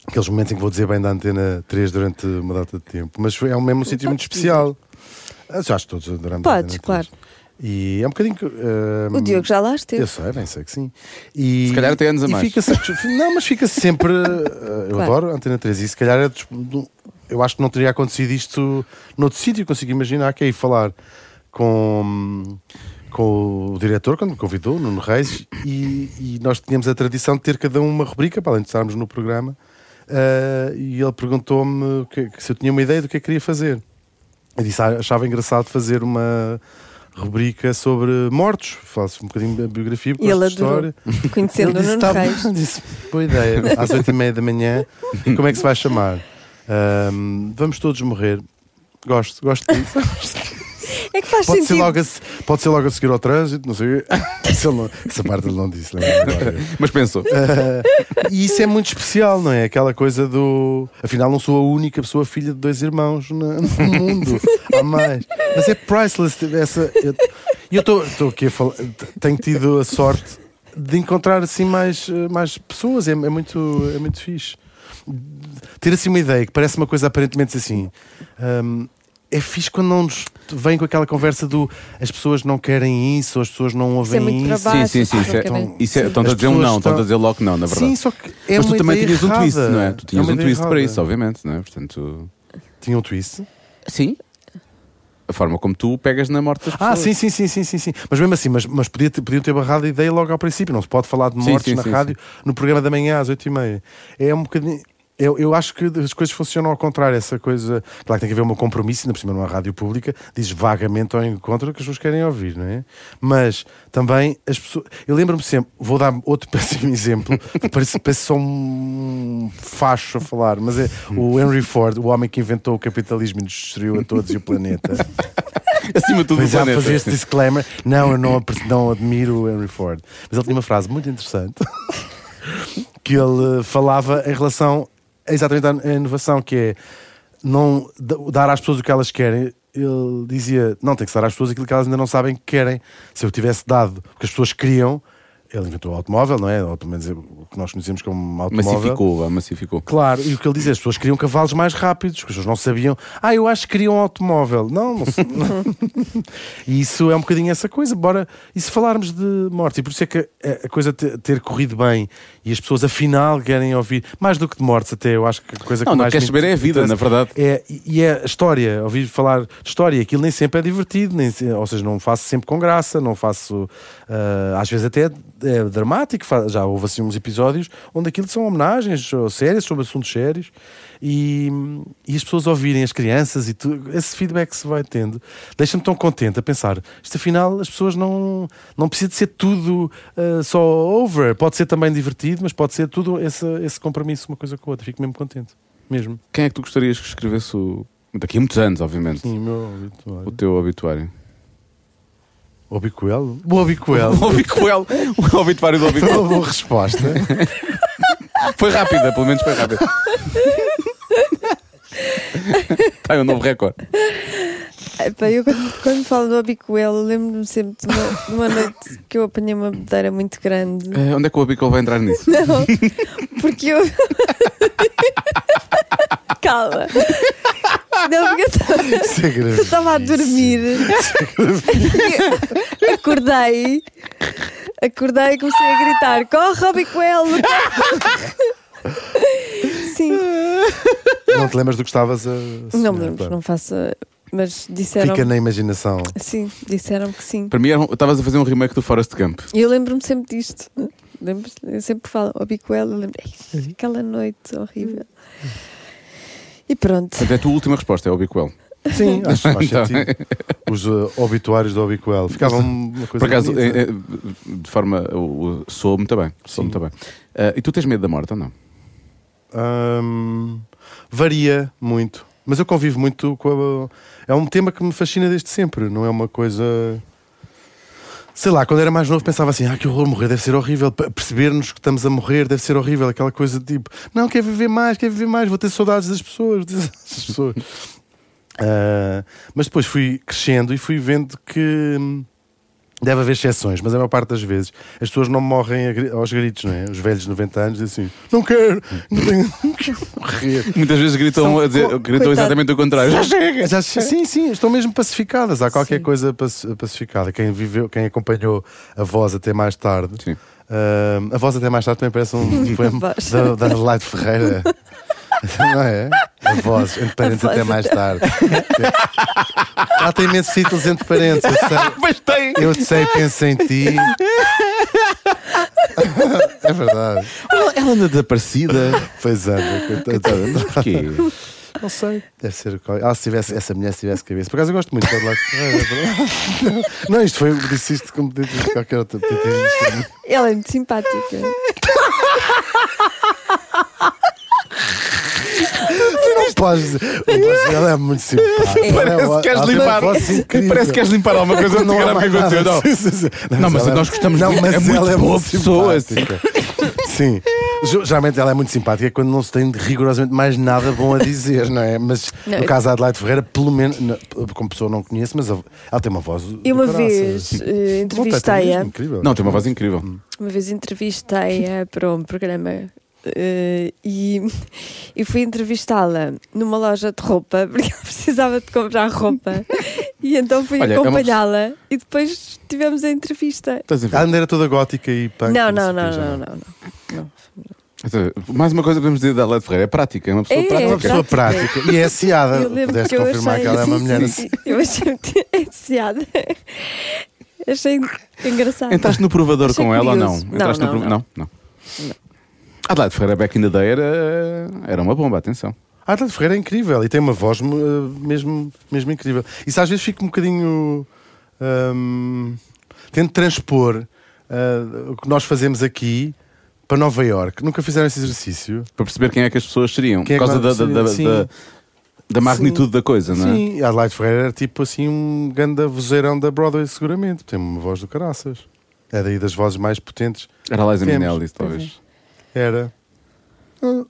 Speaker 5: Aqueles momentos em que vou dizer bem da antena 3 durante uma data de tempo, mas foi- é um mesmo sítio muito
Speaker 2: dizer.
Speaker 5: especial. Ah, Já acho que todos adoramos a
Speaker 2: Podes,
Speaker 5: antena
Speaker 2: claro.
Speaker 5: 3. E é um bocadinho que. hum,
Speaker 2: o Diogo já lá esteve.
Speaker 5: Eu sei, bem sei que sim. E,
Speaker 3: Se calhar até anos a
Speaker 5: e
Speaker 3: mais.
Speaker 5: fica satisfe- não, mas fica sempre. eh, eu
Speaker 2: Claro.
Speaker 5: adoro a Antena 3 e se calhar é dos- do- eu acho que não teria acontecido isto noutro sítio, consigo imaginar que é ir falar com, com o diretor quando me convidou, Nuno Reis, e, e nós tínhamos a tradição de ter cada um uma rubrica para além de estarmos no programa. eh, e ele perguntou-me o que- se eu tinha uma ideia do que é que queria fazer. Eu disse, "Ah, achava engraçado fazer uma rubrica sobre mortos. Faço um bocadinho da biografia,
Speaker 2: E
Speaker 5: gosto
Speaker 2: ele
Speaker 5: de história.
Speaker 2: adorou, conhecendo o Nuno
Speaker 5: "Tá
Speaker 2: Reis.
Speaker 5: bom." [LAUGHS] disse, boa ideia, às oito e meia da manhã. Como é que se vai chamar? Ahm, vamos todos morrer. Gosto, gosto disso.
Speaker 2: É que faz
Speaker 5: Pode ser,
Speaker 2: sentido.
Speaker 5: logo a, se- pode ser logo a seguir ao trânsito, não sei o quê. [LAUGHS] Isso ele não- Essa parte ele não disse. lembro-me agora.
Speaker 3: Mas pensou.
Speaker 5: E isso é muito especial, não é? Aquela coisa do. Afinal, não sou a única pessoa filha de dois irmãos na- no mundo. Há mais. Mas é priceless. tipo, Essa... eu- E eu estou aqui a falar. Tenho tido a sorte de encontrar assim mais, eh, mais pessoas. É, é, muito, é muito fixe. Ter assim uma ideia que parece uma coisa aparentemente assim. hum, é fixe quando não nos vem com aquela conversa do as pessoas não querem isso, ou as pessoas não
Speaker 2: Isso é
Speaker 5: ouvem
Speaker 2: muito trabalho.
Speaker 3: Sim, sim, sim. Isso é,
Speaker 2: Sim.
Speaker 3: isso é, estão a
Speaker 5: As
Speaker 3: dizer um
Speaker 5: pessoas
Speaker 3: não, estão a
Speaker 5: estão-
Speaker 3: dizer logo não, na verdade.
Speaker 5: Sim, só que é
Speaker 3: Mas
Speaker 5: uma
Speaker 3: tu também
Speaker 5: ideia
Speaker 3: tinhas um twist,
Speaker 5: errada.
Speaker 3: não é? Tu tinhas
Speaker 5: uma
Speaker 3: um
Speaker 5: ideia
Speaker 3: twist para
Speaker 5: errada.
Speaker 3: isso, obviamente, não é? Portanto,
Speaker 5: Tinha um twist?
Speaker 3: sim. A forma como tu pegas na morte das
Speaker 5: Ah,
Speaker 3: pessoas.
Speaker 5: sim, sim, sim, sim, sim, sim. Mas mesmo assim, mas, mas podia ter, podiam ter barrado a ideia logo ao princípio. Não se pode falar de
Speaker 3: Sim,
Speaker 5: mortes
Speaker 3: sim,
Speaker 5: na
Speaker 3: sim,
Speaker 5: rádio no programa da manhã às 8h30. É um bocadinho. É Eu, eu acho que as coisas funcionam ao contrário. Essa coisa. Claro que tem que haver um compromisso, ainda por cima numa rádio pública, diz vagamente ao encontro que as pessoas querem ouvir, não é? Mas também as pessoas. Eu lembro-me sempre, vou dar outro [LAUGHS] péssimo exemplo, que parece, parece só um facho a falar, mas
Speaker 3: [LAUGHS]
Speaker 5: é o Henry Ford, o homem que inventou o capitalismo e nos destruiu a todos e o planeta.
Speaker 3: [LAUGHS] Acima de tudo,
Speaker 5: Mas
Speaker 3: o
Speaker 5: já
Speaker 3: planeta.
Speaker 5: fazer este disclaimer. Não,
Speaker 3: [LAUGHS]
Speaker 5: eu não, apre- não admiro o Henry Ford. Mas ele tinha uma frase muito interessante [LAUGHS] que ele eh, falava em relação a exatamente à à inovação, que é não da- dar às pessoas o que elas querem. Ele dizia, não, tem que dar às pessoas aquilo que elas ainda não sabem que querem. Se eu tivesse dado o que as pessoas queriam, ele inventou o automóvel, não é? Ou pelo menos o que nós conhecemos como automóvel.
Speaker 3: Massificou, vá, massificou.
Speaker 5: Claro, e o que ele dizia, as pessoas queriam cavalos mais rápidos, que as pessoas não sabiam. Ah, eu acho que queriam um automóvel. Não, não se- [LAUGHS] E isso é um bocadinho essa coisa. Bora, e se falarmos de morte, e por isso é que a a coisa te- ter corrido bem e as pessoas afinal querem ouvir, mais do que de mortes, até eu acho que a coisa
Speaker 3: Não,
Speaker 5: que
Speaker 3: não
Speaker 5: mais
Speaker 3: queres
Speaker 5: me
Speaker 3: saber é a vida,
Speaker 5: interessa
Speaker 3: na verdade.
Speaker 5: é, e- e é a história, ouvir falar de história, aquilo nem sempre é divertido, nem, se- ou seja, não faço sempre com graça, não faço, ah, às vezes até é dramático, fa- já houve assim uns episódios onde aquilo são homenagens ou sérias sobre assuntos sérios e, e as pessoas ouvirem as crianças e tu, esse feedback que se vai tendo deixa-me tão contente a pensar, isto afinal as pessoas não, não precisa de ser tudo ah, só over, pode ser também divertido, mas pode ser tudo esse, esse compromisso uma coisa com a outra, fico mesmo contente, mesmo.
Speaker 3: Quem é que tu gostarias que escrevesse o. Daqui a muitos anos, obviamente.
Speaker 5: Sim, meu obituário.
Speaker 3: O teu obituário. [LAUGHS]
Speaker 5: O Obicoel? O Obicoel.
Speaker 3: O obituário, o obituário do
Speaker 5: [LAUGHS] Foi [LAUGHS]
Speaker 3: obituário.
Speaker 5: uma boa resposta.
Speaker 3: Foi rápida, pelo menos foi
Speaker 5: [LAUGHS]
Speaker 3: rápida. Está aí um novo recorde.
Speaker 2: Epá, eu quando, quando falo do Abicoel, eu lembro-me sempre de uma, de uma noite que eu apanhei uma bedeira muito grande.
Speaker 3: Eh, onde é que o Abico vai entrar nisso?
Speaker 2: Não, porque eu. [LAUGHS] Calma. Não, porque eu estava-
Speaker 5: Isso é
Speaker 2: eu
Speaker 5: grave.
Speaker 2: estava a dormir. E eu acordei. Acordei e comecei a gritar: Corre, Abicoel! Sim.
Speaker 5: Não te lembras do que estavas a.
Speaker 2: Não
Speaker 5: sonhar,
Speaker 2: me lembro,
Speaker 5: pá.
Speaker 2: não um- faço. Mas disseram.
Speaker 5: Fica na imaginação.
Speaker 2: Sim, disseram que sim.
Speaker 3: Para mim, era um- estavas a fazer um remake do Forest Gump.
Speaker 2: E eu lembro-me sempre disto. Lembro eu sempre falo, ao Bicoel, eu lembro
Speaker 5: Uhum.
Speaker 2: "Ei, aquela noite horrível. E pronto.
Speaker 5: Uhum.
Speaker 3: Portanto, é a tua última resposta, é o Abico.
Speaker 5: Sim, acho que faz
Speaker 3: Então.
Speaker 5: sentido. [LAUGHS] Os eh, obituários do Obicoel. Ficavam uma coisa.
Speaker 3: Por acaso,
Speaker 5: bonita. é?
Speaker 3: eh, eh, de forma. o- o- Soou-me também. Soou-me também. Eh, e tu tens medo da morte ou
Speaker 5: [LAUGHS]
Speaker 3: não?
Speaker 5: Ahm, varia muito. Mas eu convivo muito com a. É um tema que me fascina desde sempre, não é uma coisa. Sei lá, quando era mais novo pensava assim: ah, que horror morrer, deve ser horrível. Pe- Perceber-nos que estamos a morrer deve ser horrível. Aquela coisa de tipo: não, quer viver mais, quer viver mais, vou ter saudades das pessoas. [LAUGHS] Das pessoas. Ah, mas depois fui crescendo e fui vendo que. hum, Deve haver exceções, mas a maior parte das vezes as pessoas não morrem a gri- aos gritos, não é? Os velhos de 90 anos dizem assim: não quero, não, tenho, não quero morrer.
Speaker 3: Muitas vezes gritam,
Speaker 5: São
Speaker 3: a dizer-
Speaker 5: co-
Speaker 3: gritam exatamente o contrário. [LAUGHS] Já chega!
Speaker 5: Já- sim, sim, estão mesmo pacificadas. Há qualquer
Speaker 2: Sim.
Speaker 5: coisa paci- pacificada. Quem viveu, quem acompanhou a voz até mais tarde.
Speaker 3: Sim.
Speaker 5: Ahm, a voz até mais tarde também parece um poema
Speaker 2: voz.
Speaker 5: da, da Adelaide Ferreira. Não é? A voz, entre parênteses,
Speaker 2: A voz
Speaker 5: até mais tarde. Ela tem imensos títulos entre parênteses. Eu sei,
Speaker 3: Mas tem!
Speaker 5: eu sei, penso em ti. É verdade.
Speaker 3: Ela, ela anda desaparecida.
Speaker 5: Pois anda, [LAUGHS] coitada.
Speaker 3: Porquê?
Speaker 5: Não sei. Deve ser. qual- Ela, Ah, se tivesse, essa mulher, se tivesse cabeça. Por acaso, eu gosto muito de Adelaide Ferreira. é [LAUGHS] Não, isto foi. Disse isto como podia ter dito qualquer outra. podia ter dito isto.
Speaker 2: Ela é muito simpática.
Speaker 5: Tu não podes dizer. não podes dizer, Ela é muito é simpática.
Speaker 3: Parece que queres limpar. [LAUGHS] Parece que queres limpar alguma coisa
Speaker 5: um Não,
Speaker 3: muito
Speaker 5: há
Speaker 3: grave que
Speaker 5: mais
Speaker 3: aconteceu.
Speaker 5: nada.
Speaker 3: Não.
Speaker 5: Sim, sim, sim.
Speaker 3: Não, mas
Speaker 5: ela é-
Speaker 3: nós gostamos
Speaker 5: não,
Speaker 3: muito-
Speaker 5: mas
Speaker 3: é muito
Speaker 5: ela
Speaker 3: boa
Speaker 5: muito
Speaker 3: pessoa, assim.
Speaker 5: simpática. Sim. Ju- Geralmente ela é muito simpática quando não se tem rigorosamente mais nada bom a dizer, não é? Mas
Speaker 2: Não,
Speaker 5: no
Speaker 2: eu-
Speaker 5: caso da Adelaide Ferreira, pelo menos, na- como pessoa não conheço, mas a- ela tem uma voz.
Speaker 2: E uma
Speaker 5: do caraças.
Speaker 2: vez eh,
Speaker 5: Não, tem- tem assim. mesmo,
Speaker 2: entrevistei-a.
Speaker 5: incrível.
Speaker 3: Não, tem uma voz incrível.
Speaker 2: Uma vez entrevistei-a para um programa. eh, e, e fui entrevistá-la numa loja de roupa [LAUGHS] porque ela precisava de comprar roupa e então fui
Speaker 3: Olha, é uma
Speaker 2: acompanhá-la e depois tivemos a entrevista.
Speaker 3: Estás a ver?
Speaker 5: Ela ainda era é toda gótica e punk.
Speaker 2: Não,
Speaker 5: sei
Speaker 2: não,
Speaker 5: o quê,
Speaker 2: não,
Speaker 5: já
Speaker 2: não, não, não.
Speaker 3: Então, Mais uma coisa que podemos dizer da Adelaide Ferreira: é prática, é uma pessoa
Speaker 2: É,
Speaker 5: É uma
Speaker 3: prática.
Speaker 5: pessoa
Speaker 2: prática.
Speaker 5: prática e é
Speaker 3: Ah,
Speaker 5: assiada.
Speaker 2: Eu lembro que
Speaker 5: Pudeste
Speaker 2: eu
Speaker 5: confirmar
Speaker 2: achei.
Speaker 5: que ela é uma
Speaker 2: Sim,
Speaker 5: mulher
Speaker 2: sim,
Speaker 5: assim.
Speaker 2: sim. Eu achei-me ansiada. Achei engraçado.
Speaker 3: Entraste no provador
Speaker 2: Achei
Speaker 3: com ela ou não?
Speaker 2: curioso. Não,
Speaker 3: Entraste no
Speaker 2: não,
Speaker 3: prov-
Speaker 2: não.
Speaker 3: não. Adelaide Ferreira back in the day era, era uma bomba, atenção.
Speaker 5: A Adelaide Ferreira é incrível e tem uma voz eh, mesmo, mesmo incrível. Isso às vezes fica um bocadinho. hum, tento transpor ah, o que nós fazemos aqui para Nova Iorque. Nunca fizeram esse exercício?
Speaker 3: Para perceber quem é que as pessoas seriam.
Speaker 5: Quem é
Speaker 3: por causa
Speaker 5: que
Speaker 3: da,
Speaker 5: nós-
Speaker 3: da, da,
Speaker 5: sim.
Speaker 3: da- da magnitude
Speaker 5: Sim.
Speaker 3: da coisa, não é?
Speaker 5: Sim, a Adelaide Ferreira era tipo assim um ganda vozeirão da Broadway, seguramente. Tem uma voz do caraças. É daí das vozes mais potentes.
Speaker 3: Era a Liza
Speaker 5: Temos.
Speaker 3: Minelli, talvez.
Speaker 5: Era.
Speaker 3: Hum,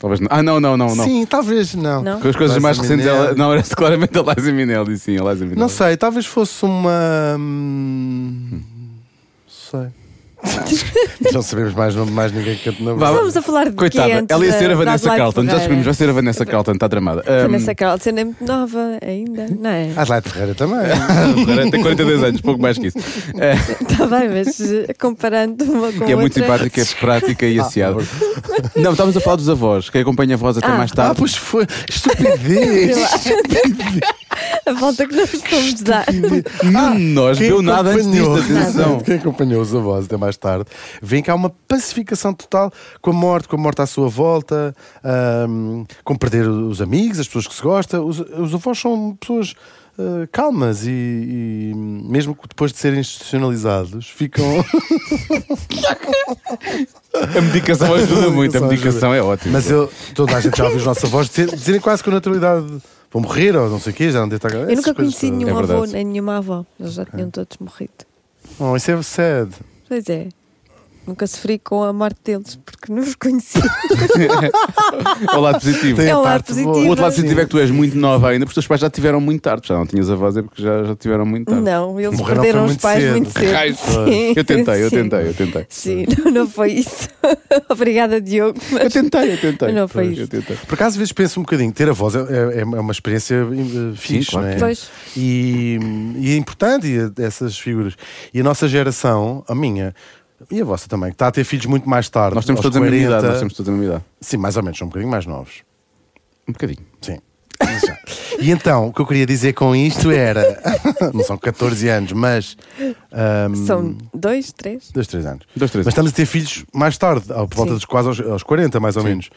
Speaker 3: talvez não. Ah, não, não, não. não.
Speaker 5: é. Sim, talvez não.
Speaker 2: Não.
Speaker 3: Com as coisas
Speaker 5: Liza
Speaker 3: mais recentes,
Speaker 5: Minnelli.
Speaker 3: ela, não, era claramente a Liza Minelli, sim, a Liza Minelli.
Speaker 5: Não sei, talvez fosse uma. hum, Sei. [LAUGHS] Não sabemos mais, não- mais ninguém que cante na
Speaker 3: Vá,
Speaker 5: voz.
Speaker 3: vá.
Speaker 2: Vamos a falar de
Speaker 3: Coitada,
Speaker 2: quê antes
Speaker 3: ela ia
Speaker 2: da-
Speaker 3: ser a
Speaker 2: da
Speaker 3: Vanessa
Speaker 2: Adelaide
Speaker 3: Carlton, já
Speaker 2: Ferreira?
Speaker 3: sabemos, vai ser a Vanessa Carlton, está tramada. Hum,
Speaker 2: Vanessa Carlton é muito nova ainda, não é?
Speaker 3: Ah,
Speaker 5: A Ah, Adelaide Ferreira também.
Speaker 3: [LAUGHS] Carlton. Tem 42 anos, pouco mais
Speaker 5: [LAUGHS]
Speaker 3: que isso. Eh,
Speaker 2: Está bem, mas eh, comparando uma com
Speaker 3: que é muito
Speaker 2: outra-
Speaker 3: simpática, prática e
Speaker 5: [LAUGHS]
Speaker 3: aciada. Não, estávamos a falar dos avós, que acompanha avós até
Speaker 2: Ah.
Speaker 3: mais
Speaker 5: Ah,
Speaker 3: tarde.
Speaker 5: pois foi.
Speaker 2: [LAUGHS]
Speaker 5: Estupidez.
Speaker 3: é
Speaker 2: A volta que
Speaker 5: [LAUGHS]
Speaker 2: nós fomos dar.
Speaker 3: Nenhum de nós
Speaker 5: Ah, Quem
Speaker 3: viu nada antes disto,
Speaker 5: acompanhou-
Speaker 3: atenção.
Speaker 5: [LAUGHS] Quem acompanhou os avós até mais tarde, vem cá uma pacificação total com a morte, com a morte à sua volta, ahm, com perder os amigos, as pessoas que se gostam. Os, os avós são pessoas ah, calmas e, e mesmo que depois de serem institucionalizados,
Speaker 3: [LAUGHS]
Speaker 5: ficam. [LAUGHS]
Speaker 3: A medicação ajuda muito, a
Speaker 5: Só ajuda.
Speaker 3: medicação é ótima.
Speaker 5: Mas eu, toda a gente já ouviu os nossos avós dizer- dizerem quase com naturalidade. Vão morrer ou não sei o quê, já não devo estar
Speaker 2: Eu nunca conheci nenhum
Speaker 3: É
Speaker 2: avô
Speaker 3: verdade.
Speaker 2: nem nenhuma avó. Eles já tinham todos morrido.
Speaker 5: Oh, isso é sad.
Speaker 2: Pois é. Nunca sofri com a morte deles porque não os
Speaker 5: [LAUGHS]
Speaker 2: conhecia.
Speaker 3: O lado positivo.
Speaker 5: Tem
Speaker 2: É
Speaker 5: a
Speaker 2: um lado
Speaker 5: parte boa.
Speaker 2: positivo.
Speaker 3: O outro lado
Speaker 2: Sim.
Speaker 3: positivo é que tu és muito nova ainda, porque os teus pais já tiveram muito tarde. Já não tinhas avós, é porque já, já tiveram muito tarde.
Speaker 2: Não, eles
Speaker 5: Morreram
Speaker 2: perderam
Speaker 5: foi
Speaker 2: os
Speaker 5: muito
Speaker 2: pais
Speaker 5: cedo.
Speaker 2: muito
Speaker 3: Raio.
Speaker 2: cedo. Sim.
Speaker 3: Eu tentei, eu
Speaker 2: Sim.
Speaker 3: tentei, eu tentei.
Speaker 2: Sim, [LAUGHS] não, não foi isso. [LAUGHS] Obrigada, Diogo.
Speaker 3: Eu
Speaker 2: Mas...
Speaker 3: tentei, eu tentei.
Speaker 2: Não foi
Speaker 3: Pois,
Speaker 2: isso.
Speaker 3: eu tentei.
Speaker 5: Por acaso, às vezes penso um bocadinho, ter a voz é, é- é uma experiência eh, fixe,
Speaker 3: claro
Speaker 5: não é?
Speaker 3: que
Speaker 2: Pois.
Speaker 5: E, e é importante e, a- essas figuras. E a nossa geração, a minha e a vossa também, que está a ter filhos muito mais tarde.
Speaker 3: Nós temos
Speaker 5: aos
Speaker 3: todos a mesma
Speaker 5: 40,
Speaker 3: idade, nós temos todos a mesma idade.
Speaker 5: Sim, mais ou menos, são um bocadinho mais novos.
Speaker 3: Um bocadinho.
Speaker 5: Sim. Já. e então, o que eu queria dizer com isto era. [LAUGHS] não são 14 anos, mas.
Speaker 3: Hum.
Speaker 5: ahm,
Speaker 2: São dois, três.
Speaker 5: Dois, três anos.
Speaker 3: Dois, três
Speaker 5: Mas estamos a ter filhos mais tarde, ao- por volta
Speaker 2: Sim.
Speaker 5: dos quase aos, aos 40, mais ou menos.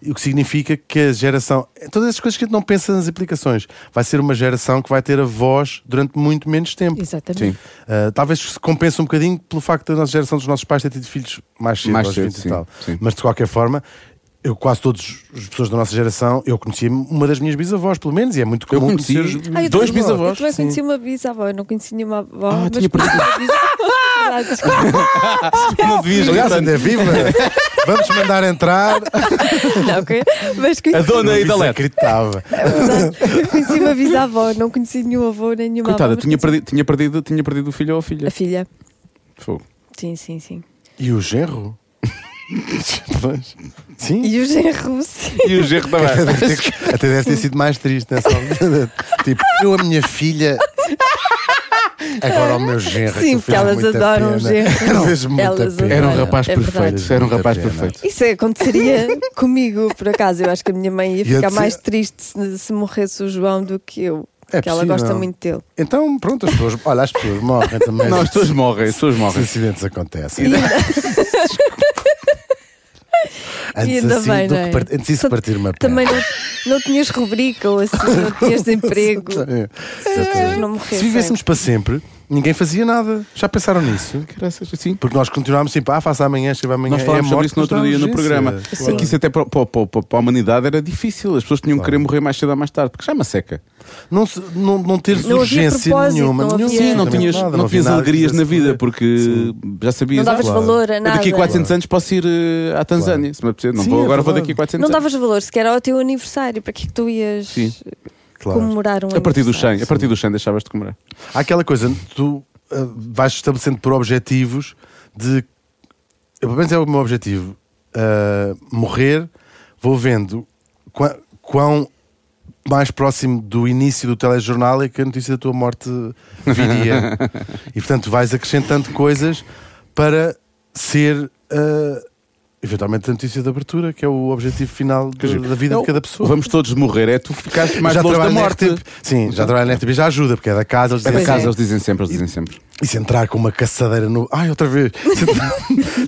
Speaker 5: E O que significa que a geração. Todas essas coisas que a gente não pensa nas implicações. Vai ser uma geração que vai ter a voz durante muito menos tempo.
Speaker 2: Exatamente.
Speaker 3: Sim.
Speaker 5: Ah, talvez se compense um bocadinho pelo facto da nossa geração dos nossos pais ter tido filhos mais cedo,
Speaker 3: Mais
Speaker 5: aos
Speaker 3: cedo,
Speaker 5: 20
Speaker 3: sim,
Speaker 5: e tal.
Speaker 3: sim.
Speaker 5: Mas de qualquer forma, eu quase todas as pessoas da nossa geração, eu conhecia uma das minhas bisavós, pelo menos, e é muito
Speaker 3: Eu
Speaker 5: comum
Speaker 3: conheci
Speaker 5: conhecer os-
Speaker 2: Ah, eu
Speaker 3: dois
Speaker 2: também-
Speaker 3: bisavós.
Speaker 2: Eu também
Speaker 5: sim.
Speaker 2: conheci uma bisavó, eu não conheci nenhuma avó.
Speaker 3: Ah,
Speaker 2: Oh, mas [LAUGHS]
Speaker 3: tinha perdido.
Speaker 2: conheci uma bisavó. Verdade, desculpa.
Speaker 3: Não devias
Speaker 5: Aliás,
Speaker 3: gritar.
Speaker 5: ainda
Speaker 2: [LAUGHS]
Speaker 5: é viva! Vamos mandar entrar.
Speaker 2: Não, ok. [LAUGHS] Mas
Speaker 3: A
Speaker 2: conheci,
Speaker 3: [LAUGHS] dona Idalete.
Speaker 5: Acreditava.
Speaker 2: verdade, [LAUGHS] conheci uma bisavó, não conheci nenhum avô nem nenhuma
Speaker 3: Coitada,
Speaker 2: avó. mas
Speaker 3: tinha
Speaker 2: conheci-
Speaker 3: perdido, tinha, perdido, tinha perdido o filho ou a filha.
Speaker 2: A filha.
Speaker 3: Fogo.
Speaker 2: Sim, sim, sim.
Speaker 5: E o genro? Pois. Sim.
Speaker 2: E o genro, sim.
Speaker 3: E o gerro
Speaker 5: Até
Speaker 3: também.
Speaker 5: deve, ter, até deve ter sido mais triste nessa altura. [LAUGHS] tipo, eu, a minha filha. Agora o meu genro.
Speaker 2: Sim,
Speaker 5: aquilo
Speaker 2: porque
Speaker 5: fez
Speaker 2: elas
Speaker 5: muita
Speaker 2: adoram
Speaker 5: pena. [LAUGHS]
Speaker 2: genros.
Speaker 5: Fez muita
Speaker 2: Elas
Speaker 5: pena.
Speaker 3: Era um
Speaker 2: Olha,
Speaker 3: rapaz
Speaker 2: é verdade.
Speaker 3: perfeito. Era um
Speaker 5: Muita
Speaker 3: rapaz
Speaker 5: pena.
Speaker 3: perfeito.
Speaker 2: [LAUGHS] Isso
Speaker 5: [LAUGHS]
Speaker 2: aconteceria comigo, por acaso. Eu acho que a minha mãe ia
Speaker 5: Ia
Speaker 2: ficar
Speaker 5: dizer-
Speaker 2: mais triste se, se morresse o João do que eu.
Speaker 5: É
Speaker 2: que ela
Speaker 5: possível.
Speaker 2: gosta muito dele.
Speaker 5: Então, pronto, as pessoas. Olha, as pessoas morrem também.
Speaker 3: Não, as pessoas morrem, as pessoas
Speaker 5: Os
Speaker 3: morrem.
Speaker 5: acidentes acontecem. né?
Speaker 2: E
Speaker 5: Antes,
Speaker 2: ainda
Speaker 5: assim,
Speaker 2: bem,
Speaker 5: do
Speaker 2: não é?
Speaker 5: que part- antes isso
Speaker 2: Só-
Speaker 5: partir uma perna.
Speaker 2: Também não, não tinhas rubrica ou assim, não
Speaker 5: [LAUGHS]
Speaker 2: tinhas emprego.
Speaker 5: Exatamente.
Speaker 2: Se as pessoas não morressem.
Speaker 5: Se vivêssemos para sempre, ninguém fazia nada. Já pensaram nisso?
Speaker 3: Graças a Sim.
Speaker 5: Porque nós continuámos sempre, ah, faça amanhã, chega amanhã.
Speaker 3: Nós falámos
Speaker 5: é a
Speaker 3: sobre
Speaker 5: morte
Speaker 3: isso no
Speaker 5: que nos
Speaker 3: outro dia
Speaker 5: dá
Speaker 3: no
Speaker 5: urgência.
Speaker 3: programa. É que isso até para, para- para- para a humanidade era difícil. As pessoas tinham que querer morrer mais cedo ou mais tarde, porque já é uma seca.
Speaker 5: Não, se- não, não teres
Speaker 2: Não havia
Speaker 5: urgência
Speaker 2: propósito,
Speaker 5: nenhuma.
Speaker 2: não
Speaker 5: nenhum
Speaker 2: havia-
Speaker 3: Sim, não
Speaker 5: sentimento,
Speaker 3: tinhas,
Speaker 5: nada,
Speaker 3: não
Speaker 5: havia
Speaker 3: tinhas
Speaker 5: nada que
Speaker 3: alegrias na
Speaker 5: quisesse
Speaker 3: vida,
Speaker 5: fazer.
Speaker 3: porque
Speaker 5: Sim.
Speaker 3: já sabias.
Speaker 2: Não davas
Speaker 3: "Ah,
Speaker 2: valor a
Speaker 3: eu
Speaker 2: nada.
Speaker 3: Daqui a 400 anos posso ir eh, à Tanzânia, se me apetecer. Não
Speaker 5: Sim,
Speaker 3: vou
Speaker 5: é
Speaker 3: agora, vou
Speaker 5: verdade.
Speaker 3: daqui a 400
Speaker 2: Não
Speaker 3: anos.
Speaker 2: davas valor, sequer ao teu aniversário. Para que é que tu ias
Speaker 3: Sim.
Speaker 5: Claro.
Speaker 2: comemorar um
Speaker 3: A partir do 100,
Speaker 2: aniversário?
Speaker 3: a partir do 100 deixavas de comer.
Speaker 5: Há aquela coisa, tu ah, vais estabelecendo por objetivos de. Eu, pelo menos é o meu objetivo. ah, morrer, vou vendo qua- quão, mais próximo do início do telejornal é que a notícia da tua morte
Speaker 3: [LAUGHS]
Speaker 5: viria. e portanto vais acrescentando coisas para ser. ah, eventualmente a notícia de abertura, que é o objetivo final de- da vida de cada pessoa.
Speaker 3: Vamos todos morrer, é tu
Speaker 5: [LAUGHS]
Speaker 3: ficaste é mais
Speaker 5: já
Speaker 3: longe da
Speaker 5: trabalho na
Speaker 3: morte.
Speaker 5: RTP. Sim, já trabalho na RTP, já ajuda, porque é da casa, eles
Speaker 3: É da
Speaker 5: dizem
Speaker 2: Pois
Speaker 5: assim,
Speaker 3: casa,
Speaker 2: é.
Speaker 3: eles dizem sempre, eles dizem sempre.
Speaker 5: E se entrar com uma caçadeira no. Ai,
Speaker 2: [LAUGHS]
Speaker 5: outra vez! Se,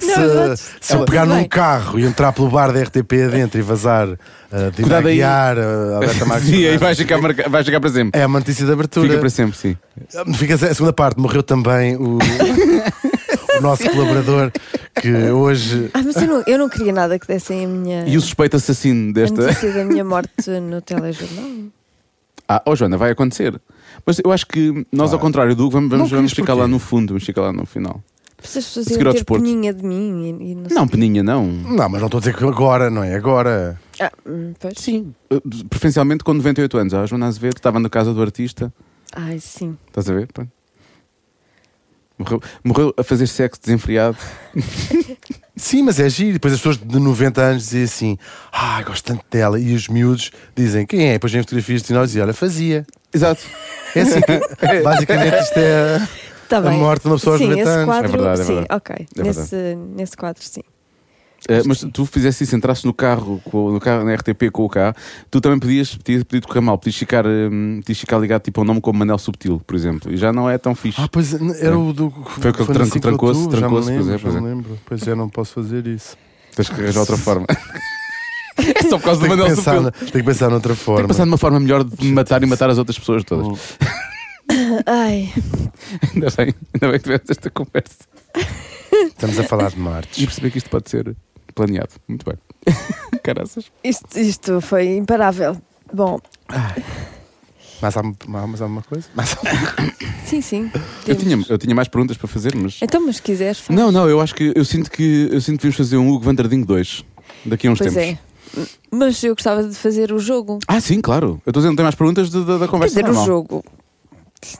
Speaker 2: Não,
Speaker 5: se, se eu
Speaker 2: ela-
Speaker 5: pegar num
Speaker 2: Bem.
Speaker 5: carro e entrar pelo bar da RTP dentro e vazar uh, de
Speaker 3: Cuidado aí.
Speaker 5: guiar
Speaker 3: [LAUGHS]
Speaker 5: a Alberta Marques.
Speaker 3: Sim, aí
Speaker 5: Fernandes.
Speaker 3: vai ficar, marca... vai ficar para sempre.
Speaker 5: É a notícia de abertura.
Speaker 3: Fica para sempre, sim.
Speaker 5: Fica a segunda parte, morreu também
Speaker 2: [LAUGHS]
Speaker 5: o, o nosso colaborador que hoje.
Speaker 2: Ah, mas eu não, eu não queria nada que dessem a minha.
Speaker 3: E o suspeito assassino
Speaker 2: a
Speaker 3: desta.
Speaker 2: notícia da minha morte no telejornal.
Speaker 3: Ah, oh Joana, vai acontecer. Mas eu acho que nós, ao contrário do Hugo, vamos, vamos,
Speaker 5: Não
Speaker 3: vamos
Speaker 5: queres
Speaker 3: ficar
Speaker 5: porquê?
Speaker 3: lá no fundo, vamos ficar lá no final.
Speaker 2: Mas as pessoas
Speaker 3: Seguir
Speaker 2: iam
Speaker 3: ao
Speaker 2: ter
Speaker 3: desporto.
Speaker 2: peninha de mim e, e não sei.
Speaker 3: Não, Peninha, não.
Speaker 5: Não, mas não estou a dizer que agora, não é? Agora.
Speaker 2: Ah, hum, pois.
Speaker 3: Sim. Eh, Preferencialmente com 98 anos. Ah, A Joana Azevedo estava na casa do artista.
Speaker 2: Ai, sim.
Speaker 3: Estás a ver? Pronto. Morreu, morreu a fazer sexo
Speaker 5: [LAUGHS]
Speaker 3: desenfreado.
Speaker 5: Sim, mas é giro. Depois as pessoas de 90 anos dizem assim: Ah, gosto tanto dela. E os miúdos dizem: Quem é? Depois vêm fotografias de nós e olha, fazia.
Speaker 3: Exato.
Speaker 5: [LAUGHS] É assim que, basicamente, isto é.
Speaker 2: Tá
Speaker 5: A
Speaker 2: bem.
Speaker 5: morte de uma pessoa aos
Speaker 2: sim,
Speaker 5: 90
Speaker 2: esse
Speaker 5: anos.
Speaker 2: quadro,
Speaker 3: É verdade, é
Speaker 2: sim,
Speaker 3: verdade.
Speaker 2: ok.
Speaker 3: É verdade.
Speaker 2: nesse, nesse quadro, sim.
Speaker 3: Eh, mas tu fizesse isso, entrasse no carro, com, o- no carro na RTP com o carro, tu também podias, podias, podias tocar mal, podias ficar, hum, podias ficar ligado tipo a um nome como Manel Subtil, por exemplo, e já não é tão fixe.
Speaker 5: Ah, pois n- era o do.
Speaker 3: Foi aquele que
Speaker 5: na
Speaker 3: tranco-
Speaker 5: Ciclo
Speaker 3: trancou-se,
Speaker 5: Tour, já me
Speaker 3: trancou-se, pois é, pois
Speaker 5: lembro, já me
Speaker 3: é.
Speaker 5: lembro. Pois é, não posso fazer isso.
Speaker 3: Tens que arranjar outra
Speaker 5: [LAUGHS]
Speaker 3: forma. é só por causa do
Speaker 5: Tenho que,
Speaker 3: Manel
Speaker 5: pensar,
Speaker 3: Subtil.
Speaker 5: na- tenho que pensar noutra
Speaker 3: Tem que
Speaker 5: forma. Oh.
Speaker 3: passar de uma forma melhor de me matar e matar as outras pessoas todas.
Speaker 2: Ai,
Speaker 3: Ainda bem, ainda bem que tivemos esta conversa.
Speaker 5: Estamos a falar de
Speaker 3: E
Speaker 5: Martes.
Speaker 3: perceber que isto pode ser planeado.
Speaker 2: [LAUGHS]
Speaker 3: Muito bem. Caraças.
Speaker 2: isto, isto foi imparável. Bom,
Speaker 5: Mas há, mas há alguma coisa? Mas há-
Speaker 2: sim, sim.
Speaker 3: Eu
Speaker 2: temos.
Speaker 3: tinha, eu tinha mais perguntas para fazer, mas.
Speaker 2: Então, mas se quiseres, faz.
Speaker 3: Não, não, eu acho que eu sinto que eu sinto que devíamos fazer um Hugo Vandardinho 2 daqui a uns
Speaker 2: pois
Speaker 3: tempos.
Speaker 2: é. Mas eu gostava de fazer o jogo.
Speaker 3: Ah, sim, claro. Eu estou dizendo que tem mais perguntas de- da, da
Speaker 2: Quer
Speaker 3: conversa. é
Speaker 2: dizer,
Speaker 3: normal.
Speaker 2: o jogo.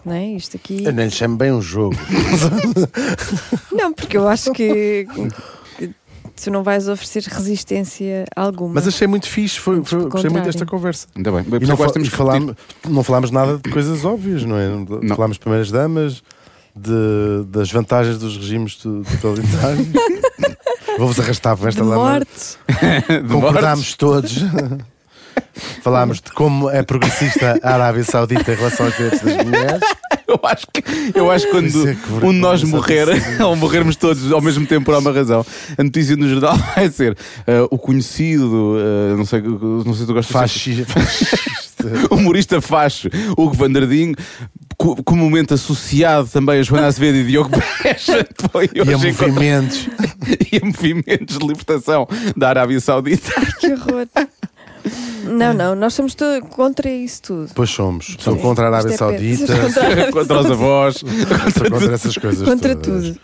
Speaker 2: Não é? Isto aqui.
Speaker 5: Eu nem lhe chamo bem um jogo.
Speaker 2: Não, porque eu acho que, que tu não vais oferecer resistência alguma.
Speaker 5: [LAUGHS] Mas achei muito fixe. Foi, foi-
Speaker 2: Pelo
Speaker 5: gostei muito desta
Speaker 2: contrário.
Speaker 5: conversa.
Speaker 3: Ainda bem. Por
Speaker 5: E
Speaker 3: isso
Speaker 5: não,
Speaker 3: agora
Speaker 5: fal-
Speaker 3: temos
Speaker 5: e
Speaker 3: que
Speaker 5: falámos, não falámos nada de coisas óbvias, não é?
Speaker 3: Não.
Speaker 5: Falámos de primeiras damas, de, das vantagens dos regimes to-
Speaker 3: [LAUGHS]
Speaker 5: totalitários. Vou-vos arrastar para
Speaker 2: de
Speaker 5: esta lama.
Speaker 2: morte.
Speaker 3: discutir de mortes.
Speaker 5: Concordámos todos. Falámos de como é progressista a Arábia Saudita em relação aos direitos das mulheres.
Speaker 3: [LAUGHS] Eu acho que, eu acho que quando
Speaker 5: Isso é que
Speaker 3: um de nós
Speaker 5: vergonha,
Speaker 3: morrer, [LAUGHS] ou morrermos todos ao mesmo tempo por alguma razão, a notícia no jornal [LAUGHS] vai ser eh, o conhecido, eh, não, sei, não sei se tu gostas de
Speaker 5: Fasci- Fascista.
Speaker 3: humorista facho Hugo Vandardinho, co- comumente associado também a Joana Azevedo e Diogo Beja, [LAUGHS] depois
Speaker 5: E a
Speaker 3: hoje encontra-
Speaker 5: movimentos.
Speaker 3: [LAUGHS] e a movimentos de libertação da Arábia
Speaker 5: [LAUGHS]
Speaker 3: Saudita.
Speaker 2: Que horror. Não, não, nós somos to- contra isso tudo.
Speaker 5: Pois somos. Sou
Speaker 2: Sim.
Speaker 5: contra a Arábia
Speaker 2: Isto é
Speaker 5: Saudita.
Speaker 2: péssimo. [LAUGHS] Contra a Arábia
Speaker 3: Contra os
Speaker 2: Saudita.
Speaker 3: avós,
Speaker 5: Sou contra essas coisas.
Speaker 2: Contra
Speaker 5: todas.
Speaker 2: tudo.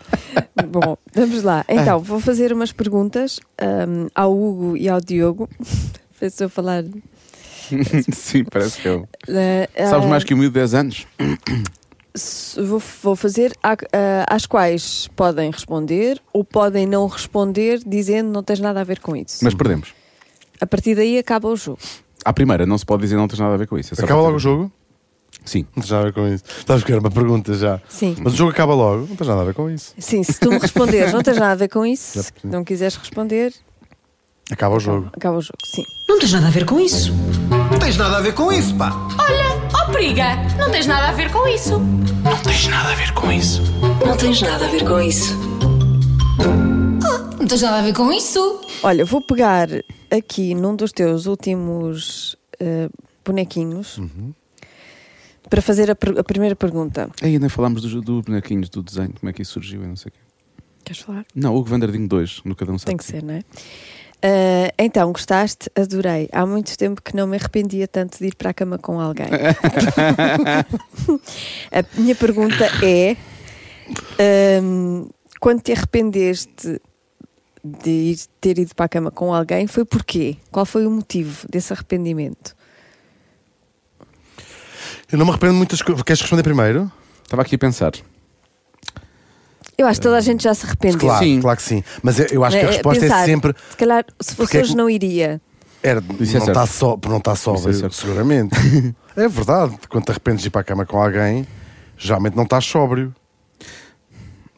Speaker 2: Bom, vamos lá.
Speaker 5: É.
Speaker 2: Então, vou fazer umas perguntas hum, ao Hugo e ao Diogo. [LAUGHS] Para se eu falar.
Speaker 3: [LAUGHS] sim, parece que eu.
Speaker 2: eh,
Speaker 3: Sabes
Speaker 2: ah,
Speaker 3: mais que o miúdo de 10 anos?
Speaker 2: se- Vou, vou fazer a- ah, às quais podem responder ou podem não responder, dizendo não tens nada a ver com isso.
Speaker 3: Mas perdemos.
Speaker 2: A partir daí acaba o jogo.
Speaker 3: À primeira, não se pode dizer não tens nada a ver com isso. é só
Speaker 5: Acaba
Speaker 3: para
Speaker 5: logo
Speaker 3: ter-
Speaker 5: o jogo?
Speaker 3: Sim.
Speaker 5: Não tens nada a ver com isso. Sabes que era uma pergunta já.
Speaker 2: Sim.
Speaker 5: Mas o jogo acaba logo. Não tens nada a ver com isso.
Speaker 2: Sim, se tu me responderes, não tens nada a ver com isso.
Speaker 5: Já
Speaker 2: Se
Speaker 5: percebi.
Speaker 2: não quiseres responder,
Speaker 5: Acaba o jogo.
Speaker 2: acaba o jogo. Sim.
Speaker 1: Não tens nada a ver com isso.
Speaker 6: Não tens nada a ver com isso, pá.
Speaker 7: Olha, ó periga, não tens nada a ver com isso.
Speaker 1: Não tens nada a ver com isso.
Speaker 7: Oh, Não tens nada a ver com isso.
Speaker 2: Olha, eu vou pegar aqui num dos teus últimos eh, bonequinhos
Speaker 5: Uhum.
Speaker 2: para fazer a, per- a primeira pergunta.
Speaker 3: Aí ainda falámos dos do bonequinhos, do desenho, como é que isso surgiu e não sei o quê.
Speaker 2: Queres falar?
Speaker 3: Não, Hugo Vandardinho 2, no Cada Um Sabe.
Speaker 2: Tem que ser, não é? Eh, então, gostaste? Adorei. Há muito tempo que não me arrependia tanto de ir para a cama com
Speaker 5: [LAUGHS]
Speaker 2: alguém. a minha pergunta é: ehm, quando te arrependeste de ir- ter ido para a cama com alguém, foi porquê? Qual foi o motivo desse arrependimento?
Speaker 5: Eu não me arrependo de muitas coisas. Queres responder primeiro?
Speaker 3: Estava aqui a pensar.
Speaker 2: Eu acho que toda a gente já se arrependeu.
Speaker 5: Claro,
Speaker 3: Sim.
Speaker 5: claro que sim. Mas eu, eu acho que a
Speaker 2: Eh,
Speaker 5: resposta
Speaker 2: pensar,
Speaker 5: é sempre.
Speaker 2: Se calhar, se fosse
Speaker 5: Porque é que-
Speaker 2: hoje, não iria.
Speaker 5: Era,
Speaker 3: Isso é
Speaker 5: não
Speaker 3: certo.
Speaker 5: está só, não está sóbrio,
Speaker 3: Isso é certo. [LAUGHS]
Speaker 5: seguramente. é verdade. Quando te arrependes de ir para a cama com alguém, geralmente não estás sóbrio.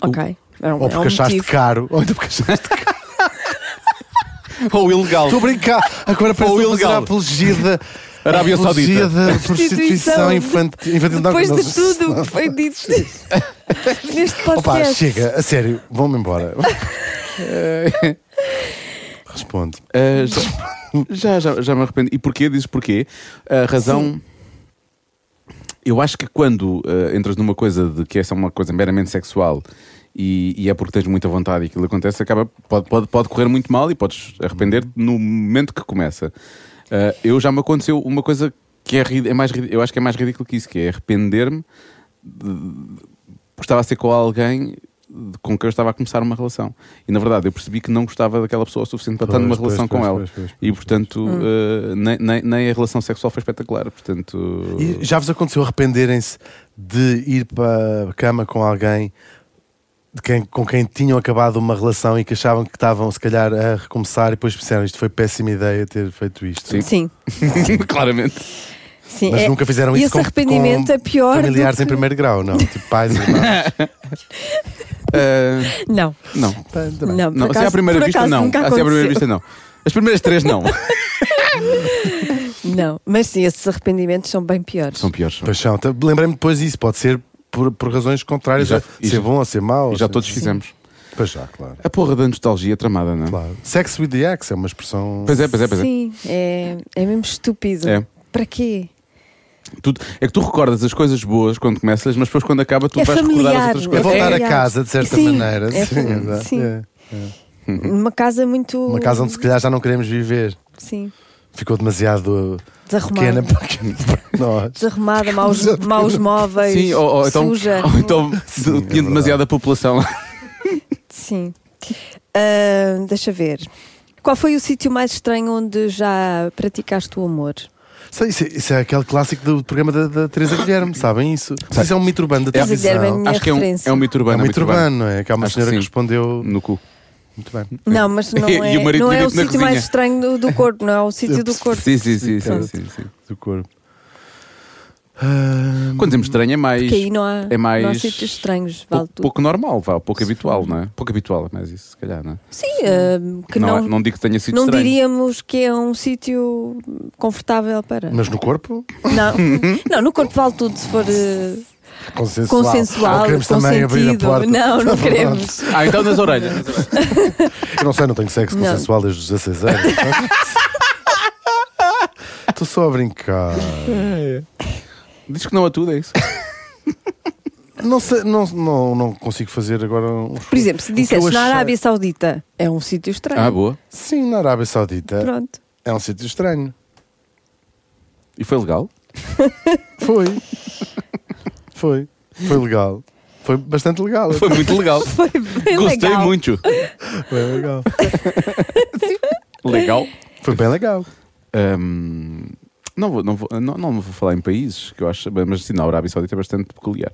Speaker 2: Ok. É um,
Speaker 5: Ou
Speaker 2: é um
Speaker 5: porque achaste
Speaker 2: É motivo.
Speaker 5: caro. Ou então porque achaste
Speaker 8: Ou ilegal.
Speaker 5: [LAUGHS] Estou a brincar. Agora parece
Speaker 8: Ou
Speaker 5: que vou
Speaker 8: ilegal.
Speaker 5: fazer a apologia da
Speaker 8: Arábia Saudita.
Speaker 5: apologia da prostituição infantil. infantil não,
Speaker 2: Depois
Speaker 5: não-
Speaker 2: de tudo o que foi
Speaker 5: [LAUGHS]
Speaker 2: dito [LAUGHS] neste
Speaker 5: Opa,
Speaker 2: podcast.
Speaker 5: chega, a sério,
Speaker 2: [LAUGHS]
Speaker 5: vão-me embora. [LAUGHS] É. Responde.
Speaker 3: Ah, já, já, já, já me arrependo. E porquê? Dizes porquê? A razão. Eu acho que quando ah, entras numa coisa de que essa é uma coisa meramente sexual e, e é porque tens muita vontade e aquilo acontece, acaba, pode, pode, pode correr muito mal e podes arrepender no momento que começa. Ah, eu já me aconteceu uma coisa que é, ri- é mais ri- eu acho que é mais ridículo que isso, que é arrepender-me estava a ser com alguém de- com quem eu estava a começar uma relação. E na verdade eu percebi que não gostava daquela pessoa o suficiente para estar
Speaker 5: Pois,
Speaker 3: numa
Speaker 5: pois,
Speaker 3: relação
Speaker 5: pois,
Speaker 3: com ela.
Speaker 5: pois, pois,
Speaker 3: e portanto, eh, nem, nem, nem a relação sexual foi espetacular. Portanto,
Speaker 5: E já vos aconteceu arrependerem-se de ir para a cama com alguém de quem- com quem tinham acabado uma relação e que achavam que estavam, se calhar, a recomeçar e depois pensaram isto foi péssima ideia ter feito isto?
Speaker 3: Sim.
Speaker 2: Sim,
Speaker 3: [LAUGHS] claramente.
Speaker 2: sim.
Speaker 5: Mas
Speaker 2: é-
Speaker 5: nunca fizeram
Speaker 2: e
Speaker 5: isso
Speaker 2: esse
Speaker 5: com,
Speaker 2: arrependimento
Speaker 5: com
Speaker 2: é pior. do
Speaker 5: familiares em
Speaker 2: que-
Speaker 5: primeiro
Speaker 2: [LAUGHS]
Speaker 5: grau, não? Tipo pais e irmãos.
Speaker 3: Eh,
Speaker 2: Não,
Speaker 3: não,
Speaker 2: não. por
Speaker 3: não. se é à
Speaker 2: acaso-
Speaker 3: primeira
Speaker 2: por
Speaker 3: vista,
Speaker 2: acaso
Speaker 3: não.
Speaker 2: nunca
Speaker 3: Se é à primeira
Speaker 2: aconteceu.
Speaker 3: vista, não. As primeiras
Speaker 2: [LAUGHS]
Speaker 3: três, não.
Speaker 2: Não, mas sim, esses arrependimentos são bem piores.
Speaker 3: São piores. são.
Speaker 5: Paixão. Então, Lembrei-me depois disso, pode ser por, por razões contrárias,
Speaker 3: E já-
Speaker 5: a
Speaker 3: e
Speaker 5: ser
Speaker 3: já-
Speaker 5: bom ou ser mau.
Speaker 3: E
Speaker 5: ou
Speaker 3: já
Speaker 5: ser-
Speaker 3: todos fizemos.
Speaker 5: Pois já, claro.
Speaker 3: A porra da nostalgia tramada, não é?
Speaker 5: claro. Sex with the Axe é uma expressão.
Speaker 3: Pois é, pois é, pois é.
Speaker 2: Sim, é, é mesmo estúpido.
Speaker 3: É.
Speaker 2: Para quê?
Speaker 3: Tu- é que tu recordas as coisas boas quando começas, mas depois quando acaba tu
Speaker 2: É
Speaker 3: vais recordar as
Speaker 2: familiar.
Speaker 3: outras
Speaker 5: É
Speaker 3: coisas.
Speaker 5: voltar
Speaker 2: É.
Speaker 5: a casa, de certa
Speaker 2: Sim,
Speaker 5: maneira.
Speaker 2: é
Speaker 5: sim,
Speaker 2: familiar.
Speaker 5: exato.
Speaker 2: Sim.
Speaker 5: É.
Speaker 3: Uhum.
Speaker 2: Uma casa muito.
Speaker 5: Uma casa onde se calhar já não queremos viver.
Speaker 2: Sim.
Speaker 5: Ficou demasiado pequena
Speaker 2: Desarrumada.
Speaker 5: para [LAUGHS] para nós.
Speaker 2: Desarrumada, maus, maus móveis.
Speaker 3: Sim, ou, ou então,
Speaker 2: É. suja.
Speaker 3: [LAUGHS] ou então
Speaker 5: é
Speaker 3: de- tinha demasiada população.
Speaker 2: Sim. Ah, deixa ver. Qual foi o sítio mais estranho onde já praticaste o amor?
Speaker 5: Sei, Isso, é- isso é aquele clássico do programa da, da Teresa Guilherme, sabem isso?
Speaker 3: Sei.
Speaker 5: Isso é um mito urbano da
Speaker 2: Teresa
Speaker 5: televisão.
Speaker 2: Guilherme é minha
Speaker 3: Acho que é um,
Speaker 2: referência.
Speaker 3: é um mito
Speaker 5: É
Speaker 3: urbano.
Speaker 5: um mito urbano, não é? Que há uma
Speaker 3: Acho que
Speaker 5: senhora que,
Speaker 3: sim.
Speaker 5: respondeu
Speaker 3: No cu.
Speaker 5: muito bem.
Speaker 2: Não, mas não
Speaker 3: [LAUGHS] E
Speaker 2: é,
Speaker 3: o marido
Speaker 2: não é
Speaker 3: vive
Speaker 2: o
Speaker 3: na
Speaker 2: sítio
Speaker 3: cozinha.
Speaker 2: mais estranho do, do corpo, não é
Speaker 3: [LAUGHS]
Speaker 2: o sítio do corpo.
Speaker 3: Sim, sim, sim, sim,
Speaker 2: Pronto.
Speaker 3: sim, sim.
Speaker 5: Do corpo. Ah,
Speaker 3: Quando dizemos estranho é mais.
Speaker 2: Porque aí não há,
Speaker 3: é mais
Speaker 2: não há sítios estranhos,
Speaker 3: pou-
Speaker 2: vale
Speaker 3: pouco,
Speaker 2: tudo.
Speaker 3: normal, vá, pouco habitual, não é? Pouco habitual, mas isso, se calhar, não é?
Speaker 2: Sim, ah, que não,
Speaker 3: é- não digo que tenha sido
Speaker 2: não
Speaker 3: estranho.
Speaker 2: diríamos que é um sítio confortável para.
Speaker 5: mas no corpo?
Speaker 2: [LAUGHS] Não, não, no corpo vale tudo se for eh,
Speaker 5: Consensual. Ou
Speaker 2: consensual,
Speaker 5: queremos também abrir a
Speaker 2: consentido.
Speaker 5: porta.
Speaker 3: [LAUGHS]
Speaker 2: Não, não queremos.
Speaker 3: Ah, então nas orelhas. nas orelhas.
Speaker 5: Eu não sei, não tenho sexo
Speaker 2: Não.
Speaker 5: consensual desde os 16 anos. [LAUGHS] Estou só a brincar.
Speaker 3: Diz que não a tudo, é isso.
Speaker 5: Não, sei, não, não, não consigo fazer agora um.
Speaker 2: Por exemplo, se
Speaker 5: o que eu
Speaker 2: disseste na
Speaker 5: achei-
Speaker 2: Arábia Saudita, é um sítio estranho.
Speaker 3: Ah, boa.
Speaker 5: Sim, na Arábia Saudita.
Speaker 2: Pronto. [LAUGHS]
Speaker 5: É um sítio estranho.
Speaker 3: E foi legal?
Speaker 2: [LAUGHS]
Speaker 5: Foi. Foi. Foi legal. Foi bastante legal.
Speaker 3: Foi muito legal.
Speaker 2: Foi bem
Speaker 3: [LAUGHS] Gostei
Speaker 2: legal.
Speaker 3: muito.
Speaker 5: Foi legal.
Speaker 3: Legal.
Speaker 5: Foi bem legal.
Speaker 3: Hum, não, vou, não, vou, não, não vou falar em países que eu acho, mas sim, na Arábia Saudita é bastante peculiar.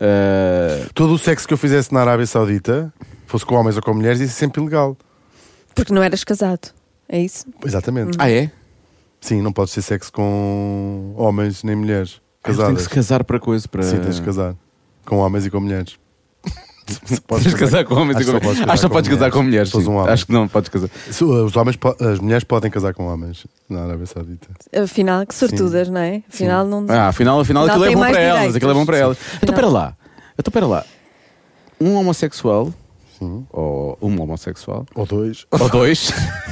Speaker 3: Ah,
Speaker 5: Todo o sexo que eu fizesse na Arábia Saudita, fosse com homens ou com mulheres, isso é sempre ilegal.
Speaker 2: Porque não eras casado. É isso?
Speaker 5: Exatamente.
Speaker 3: ah, é?
Speaker 5: Sim, não podes ter sexo com homens nem mulheres
Speaker 3: Tem que
Speaker 5: casadas.
Speaker 3: se casar para coisa. Para...
Speaker 5: Sim, tens de casar. Com homens e com
Speaker 3: [LAUGHS]
Speaker 5: mulheres. Se
Speaker 3: Podes casar com homens e
Speaker 5: Acho
Speaker 3: com
Speaker 5: que só podes
Speaker 3: mulheres.
Speaker 5: casar
Speaker 3: Acho que só
Speaker 5: com
Speaker 3: podes casar com mulheres.
Speaker 5: mulheres. Sou
Speaker 3: sim.
Speaker 5: um homem.
Speaker 3: Acho que não podes casar.
Speaker 5: Se- Os homens, po- as mulheres podem casar com homens na Arábia Saudita.
Speaker 2: Afinal, que sortudas, não é? Afinal, não.
Speaker 3: Ah, afinal, afinal,
Speaker 2: Afinal,
Speaker 3: aquilo é
Speaker 2: tem
Speaker 3: bom
Speaker 2: mais
Speaker 3: para elas.
Speaker 2: direitos.
Speaker 3: Aquilo é bom para elas. Então,
Speaker 2: Afinal.
Speaker 3: espera lá. Então, espera lá. Um homossexual ou uma homossexual
Speaker 5: Ou dois.
Speaker 3: ou dois [LAUGHS]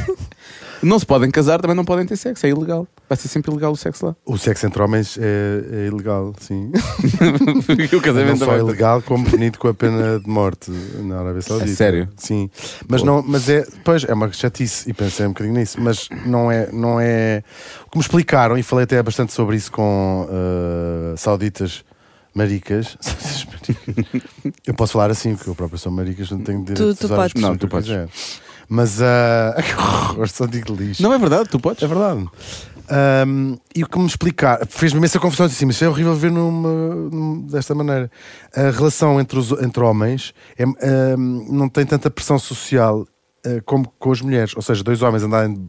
Speaker 3: não se podem casar, também não podem ter sexo. É ilegal. Vai ser sempre ilegal o sexo [LAUGHS] lá.
Speaker 5: O sexo entre homens é, é ilegal, sim.
Speaker 3: Porque o
Speaker 5: Não
Speaker 3: casamento
Speaker 5: só
Speaker 3: também está-
Speaker 5: ilegal, como punido com a pena de morte na Arábia Saudita.
Speaker 3: sério?
Speaker 5: Sim. Mas, não, mas é, pois, é uma chatice, e pensei um bocadinho nisso, mas não é, não é... O que me explicaram, e falei até bastante sobre isso com ah, sauditas maricas. [LAUGHS] Sauditas maricas. eu posso falar assim, porque eu próprio sou maricas, não tenho direito
Speaker 2: Tu-
Speaker 5: de
Speaker 2: tu
Speaker 5: usar a
Speaker 2: podes.
Speaker 5: expressão
Speaker 3: Não, tu
Speaker 5: que eu
Speaker 3: podes.
Speaker 5: quiser. Mas, ah, [LAUGHS] agora só digo lixo.
Speaker 3: Não é verdade, tu podes.
Speaker 5: É verdade. Ahm, e o que me explicar, fez-me imensa confusão assim, mas isso é horrível ver numa, num- desta maneira. A relação entre, os, entre homens é, ahm, não tem tanta pressão social ah, como com as mulheres. Ou seja, dois homens andarem de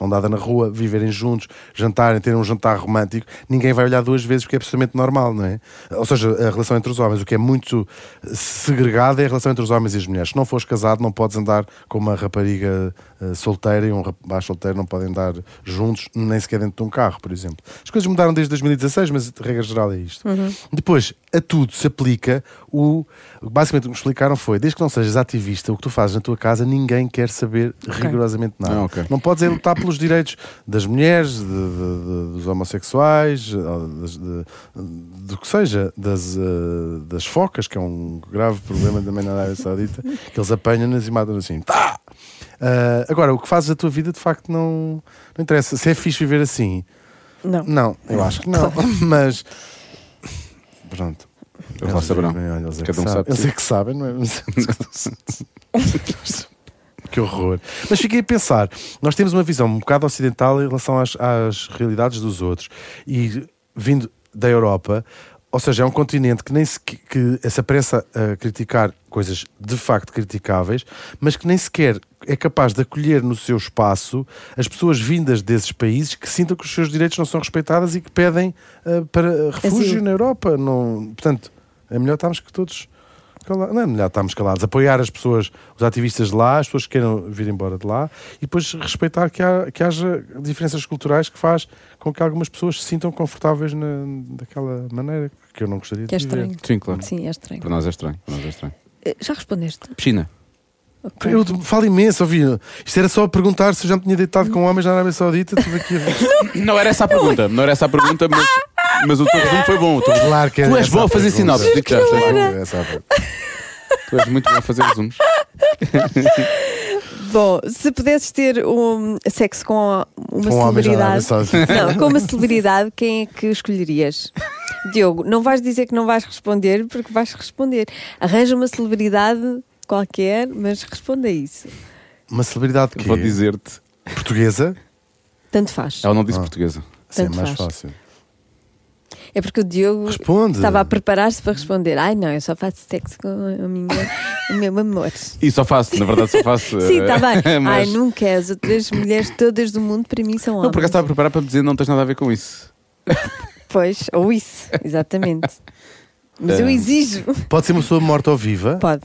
Speaker 5: mão dada na rua, viverem juntos, jantarem, terem um jantar romântico, ninguém vai olhar duas vezes porque é absolutamente normal, não é? Ou seja, a relação entre os homens, o que é muito segregado é a relação entre os homens e as mulheres. Se não fores casado, não podes andar com uma rapariga eh, solteira e um rapaz solteiro não podem andar juntos, nem sequer dentro de um carro, por exemplo. As coisas mudaram desde 2016, mas a regra geral é isto. Depois, a tudo se aplica o. Basicamente, o que me explicaram foi: desde que não sejas ativista, o que tu fazes na tua casa, ninguém quer saber rigorosamente nada.
Speaker 3: Ah, ok.
Speaker 5: Não podes é lutar pelos direitos das mulheres, de- de- de- dos homossexuais, ou das- de- do que seja, das, eh, das focas, que é um grave problema também na Arábia Saudita, que eles apanham-nas e matam assim. Tá! Ah, agora, o que fazes da tua vida de facto não, não interessa. Se é fixe viver assim,
Speaker 2: Não.
Speaker 5: não, eu acho que não, [LAUGHS] mas pronto.
Speaker 3: Eles lá saberão.
Speaker 5: Bem, olha, eles é
Speaker 3: Cada um sabe
Speaker 5: que sabem.
Speaker 3: de si.
Speaker 5: Eles é que sabem, não é? Mas- que horror. Mas fiquei a pensar, nós temos uma visão um bocado ocidental em relação às, às realidades dos outros. E vindo da Europa, ou seja, é um continente que nem se, que, que se apressa a criticar coisas de facto criticáveis, mas que nem sequer é capaz de acolher no seu espaço as pessoas vindas desses países que sintam que os seus direitos não são respeitados e que pedem ah, para refúgio
Speaker 2: Asilo.
Speaker 5: na Europa. Não, portanto, é melhor estarmos que todos calados. Não é melhor estarmos calados. Apoiar as pessoas, os ativistas de lá, as pessoas que queiram vir embora de lá e depois respeitar que, há- que haja diferenças culturais que faz com que algumas pessoas se sintam confortáveis na- daquela maneira que eu não gostaria
Speaker 2: Que é
Speaker 5: de viver.
Speaker 2: estranho.
Speaker 3: Sim, claro.
Speaker 2: Sim, é estranho.
Speaker 3: [LAUGHS] Para nós é estranho. Para nós é estranho.
Speaker 2: Eh, Já respondeste?
Speaker 3: Piscina.
Speaker 2: Ok.
Speaker 5: Eu falo imenso, ouvi. Isto era só a perguntar se eu já me tinha deitado com homens na Arábia Saudita. Estive aqui
Speaker 2: [LAUGHS]
Speaker 5: a...
Speaker 3: Não era essa a pergunta. Não era essa a pergunta, mas, mas o teu resumo foi bom. O teu resumo-
Speaker 5: Claro que é
Speaker 3: Tu és bom a fazer
Speaker 5: sinal
Speaker 3: sinopses. digo-te já, tu és bom.
Speaker 5: Sabe?
Speaker 3: Tu és muito bom a fazer resumos.
Speaker 2: Bom, se pudesses ter um sexo com uma
Speaker 3: um
Speaker 5: Com homens na Arábia
Speaker 2: celebridade.
Speaker 5: Saudita.
Speaker 2: [LAUGHS] Não, com uma celebridade, quem é que escolherias? Diogo, não vais dizer que não vais responder, porque vais responder. Arranja uma celebridade qualquer, mas responda a isso.
Speaker 5: Uma celebridade que é
Speaker 3: Vou dizer-te.
Speaker 5: portuguesa?
Speaker 2: Tanto faz.
Speaker 3: Ela não disse portuguesa.
Speaker 5: Sim, é
Speaker 2: Tanto
Speaker 5: mais
Speaker 2: faz.
Speaker 5: fácil.
Speaker 2: É porque o Diogo
Speaker 5: Responde.
Speaker 2: estava a preparar-se para responder. Ai não, eu só faço sexo com a minha, o meu
Speaker 3: [LAUGHS]
Speaker 2: amor.
Speaker 3: E só faço, na verdade, só faço. eh,
Speaker 2: Sim, está
Speaker 3: [LAUGHS]
Speaker 2: bem. Ai,
Speaker 3: mas-
Speaker 2: nunca as outras mulheres todas do mundo para mim são homens.
Speaker 3: Não, porque estava a preparar para me dizer não tens nada a ver com isso.
Speaker 2: Pois, ou isso, exatamente. Mas eu
Speaker 3: Eh,
Speaker 2: exijo.
Speaker 5: Pode ser uma pessoa morta ou viva?
Speaker 2: Pode.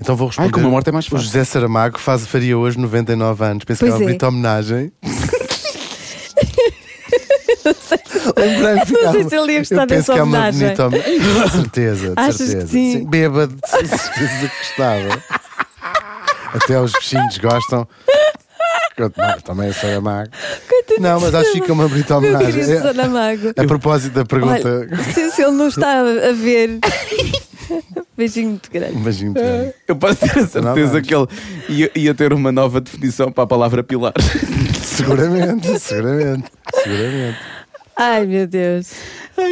Speaker 5: Então vou responder.
Speaker 3: Ai, como a morte é mais
Speaker 5: O
Speaker 3: fácil.
Speaker 5: José Saramago faz, faria hoje 99 anos. Penso
Speaker 2: Pois
Speaker 5: que era
Speaker 2: é.
Speaker 5: uma
Speaker 2: [LAUGHS]
Speaker 5: bonita homenagem. Lembrei-me que
Speaker 2: Não
Speaker 5: há
Speaker 2: sei
Speaker 5: uma-
Speaker 2: se ele ia gostar
Speaker 5: Um eu penso
Speaker 2: dessa
Speaker 5: que há uma
Speaker 2: homenagem.
Speaker 5: bonita homenagem. Com certeza, de
Speaker 2: Achas que
Speaker 5: certeza.
Speaker 2: sim?
Speaker 5: bêbado, de certeza que gostava. Até os bichinhos gostam. Não, Também é Saramago. Não, mas acho que fica uma bonita
Speaker 2: Meu
Speaker 5: homenagem.
Speaker 2: querido
Speaker 5: É-
Speaker 2: Saramago.
Speaker 5: A propósito da pergunta.
Speaker 2: Olha, se, se ele não está a ver. [LAUGHS] Beijinho muito grande.
Speaker 5: Um beijinho. para ele.
Speaker 3: Eu posso ter a certeza
Speaker 5: Nada.
Speaker 3: que ele ia, ia ter uma nova definição para a palavra pilar.
Speaker 5: Seguramente, [LAUGHS] seguramente, seguramente.
Speaker 2: Ai meu Deus.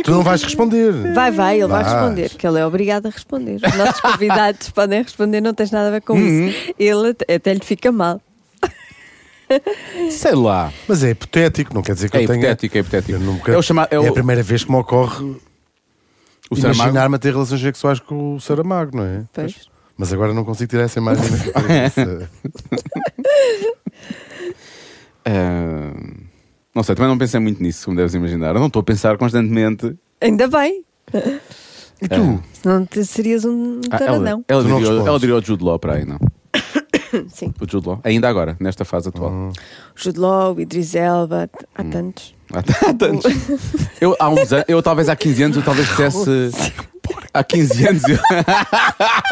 Speaker 5: Tu não vais responder.
Speaker 2: Vai, vai, ele vai
Speaker 5: Vais.
Speaker 2: responder, que ele é obrigado a responder. Os nossos convidados podem responder, não tens nada a ver com isso. Ele até, até lhe fica mal.
Speaker 3: Sei lá.
Speaker 5: Mas é hipotético, não quer dizer que
Speaker 3: É
Speaker 5: eu tenha.
Speaker 3: hipotético, é hipotético.
Speaker 5: Eu nunca-
Speaker 3: É o chamado. É
Speaker 5: É a
Speaker 3: o,
Speaker 5: primeira vez que me ocorre
Speaker 3: o Saramago.
Speaker 5: imaginar-me a ter relações sexuais com o Saramago, não é?
Speaker 2: Pois.
Speaker 5: Mas agora não consigo tirar essa imagem.
Speaker 3: [LAUGHS]
Speaker 5: da cabeça.
Speaker 3: Ah, não sei, também não pensei muito nisso, como deves imaginar. Eu não estou a pensar constantemente. É.
Speaker 2: Ainda bem,
Speaker 5: e tu?
Speaker 2: senão te, serias um
Speaker 3: Ah, ela,
Speaker 2: taradão.
Speaker 3: ela,
Speaker 5: Tu não
Speaker 3: diria,
Speaker 5: respondes.
Speaker 3: ela diria o Jude Law para aí, não?
Speaker 2: Sim.
Speaker 3: O Jude Law. Ainda agora, nesta fase atual.
Speaker 5: Ah.
Speaker 2: Jude Law, Idris Elba, há tantos.
Speaker 3: Há, [LAUGHS] há tantos. Eu, há uns anos, eu talvez há 15 anos, eu talvez dissesse. Há 15 anos. Eu... [LAUGHS]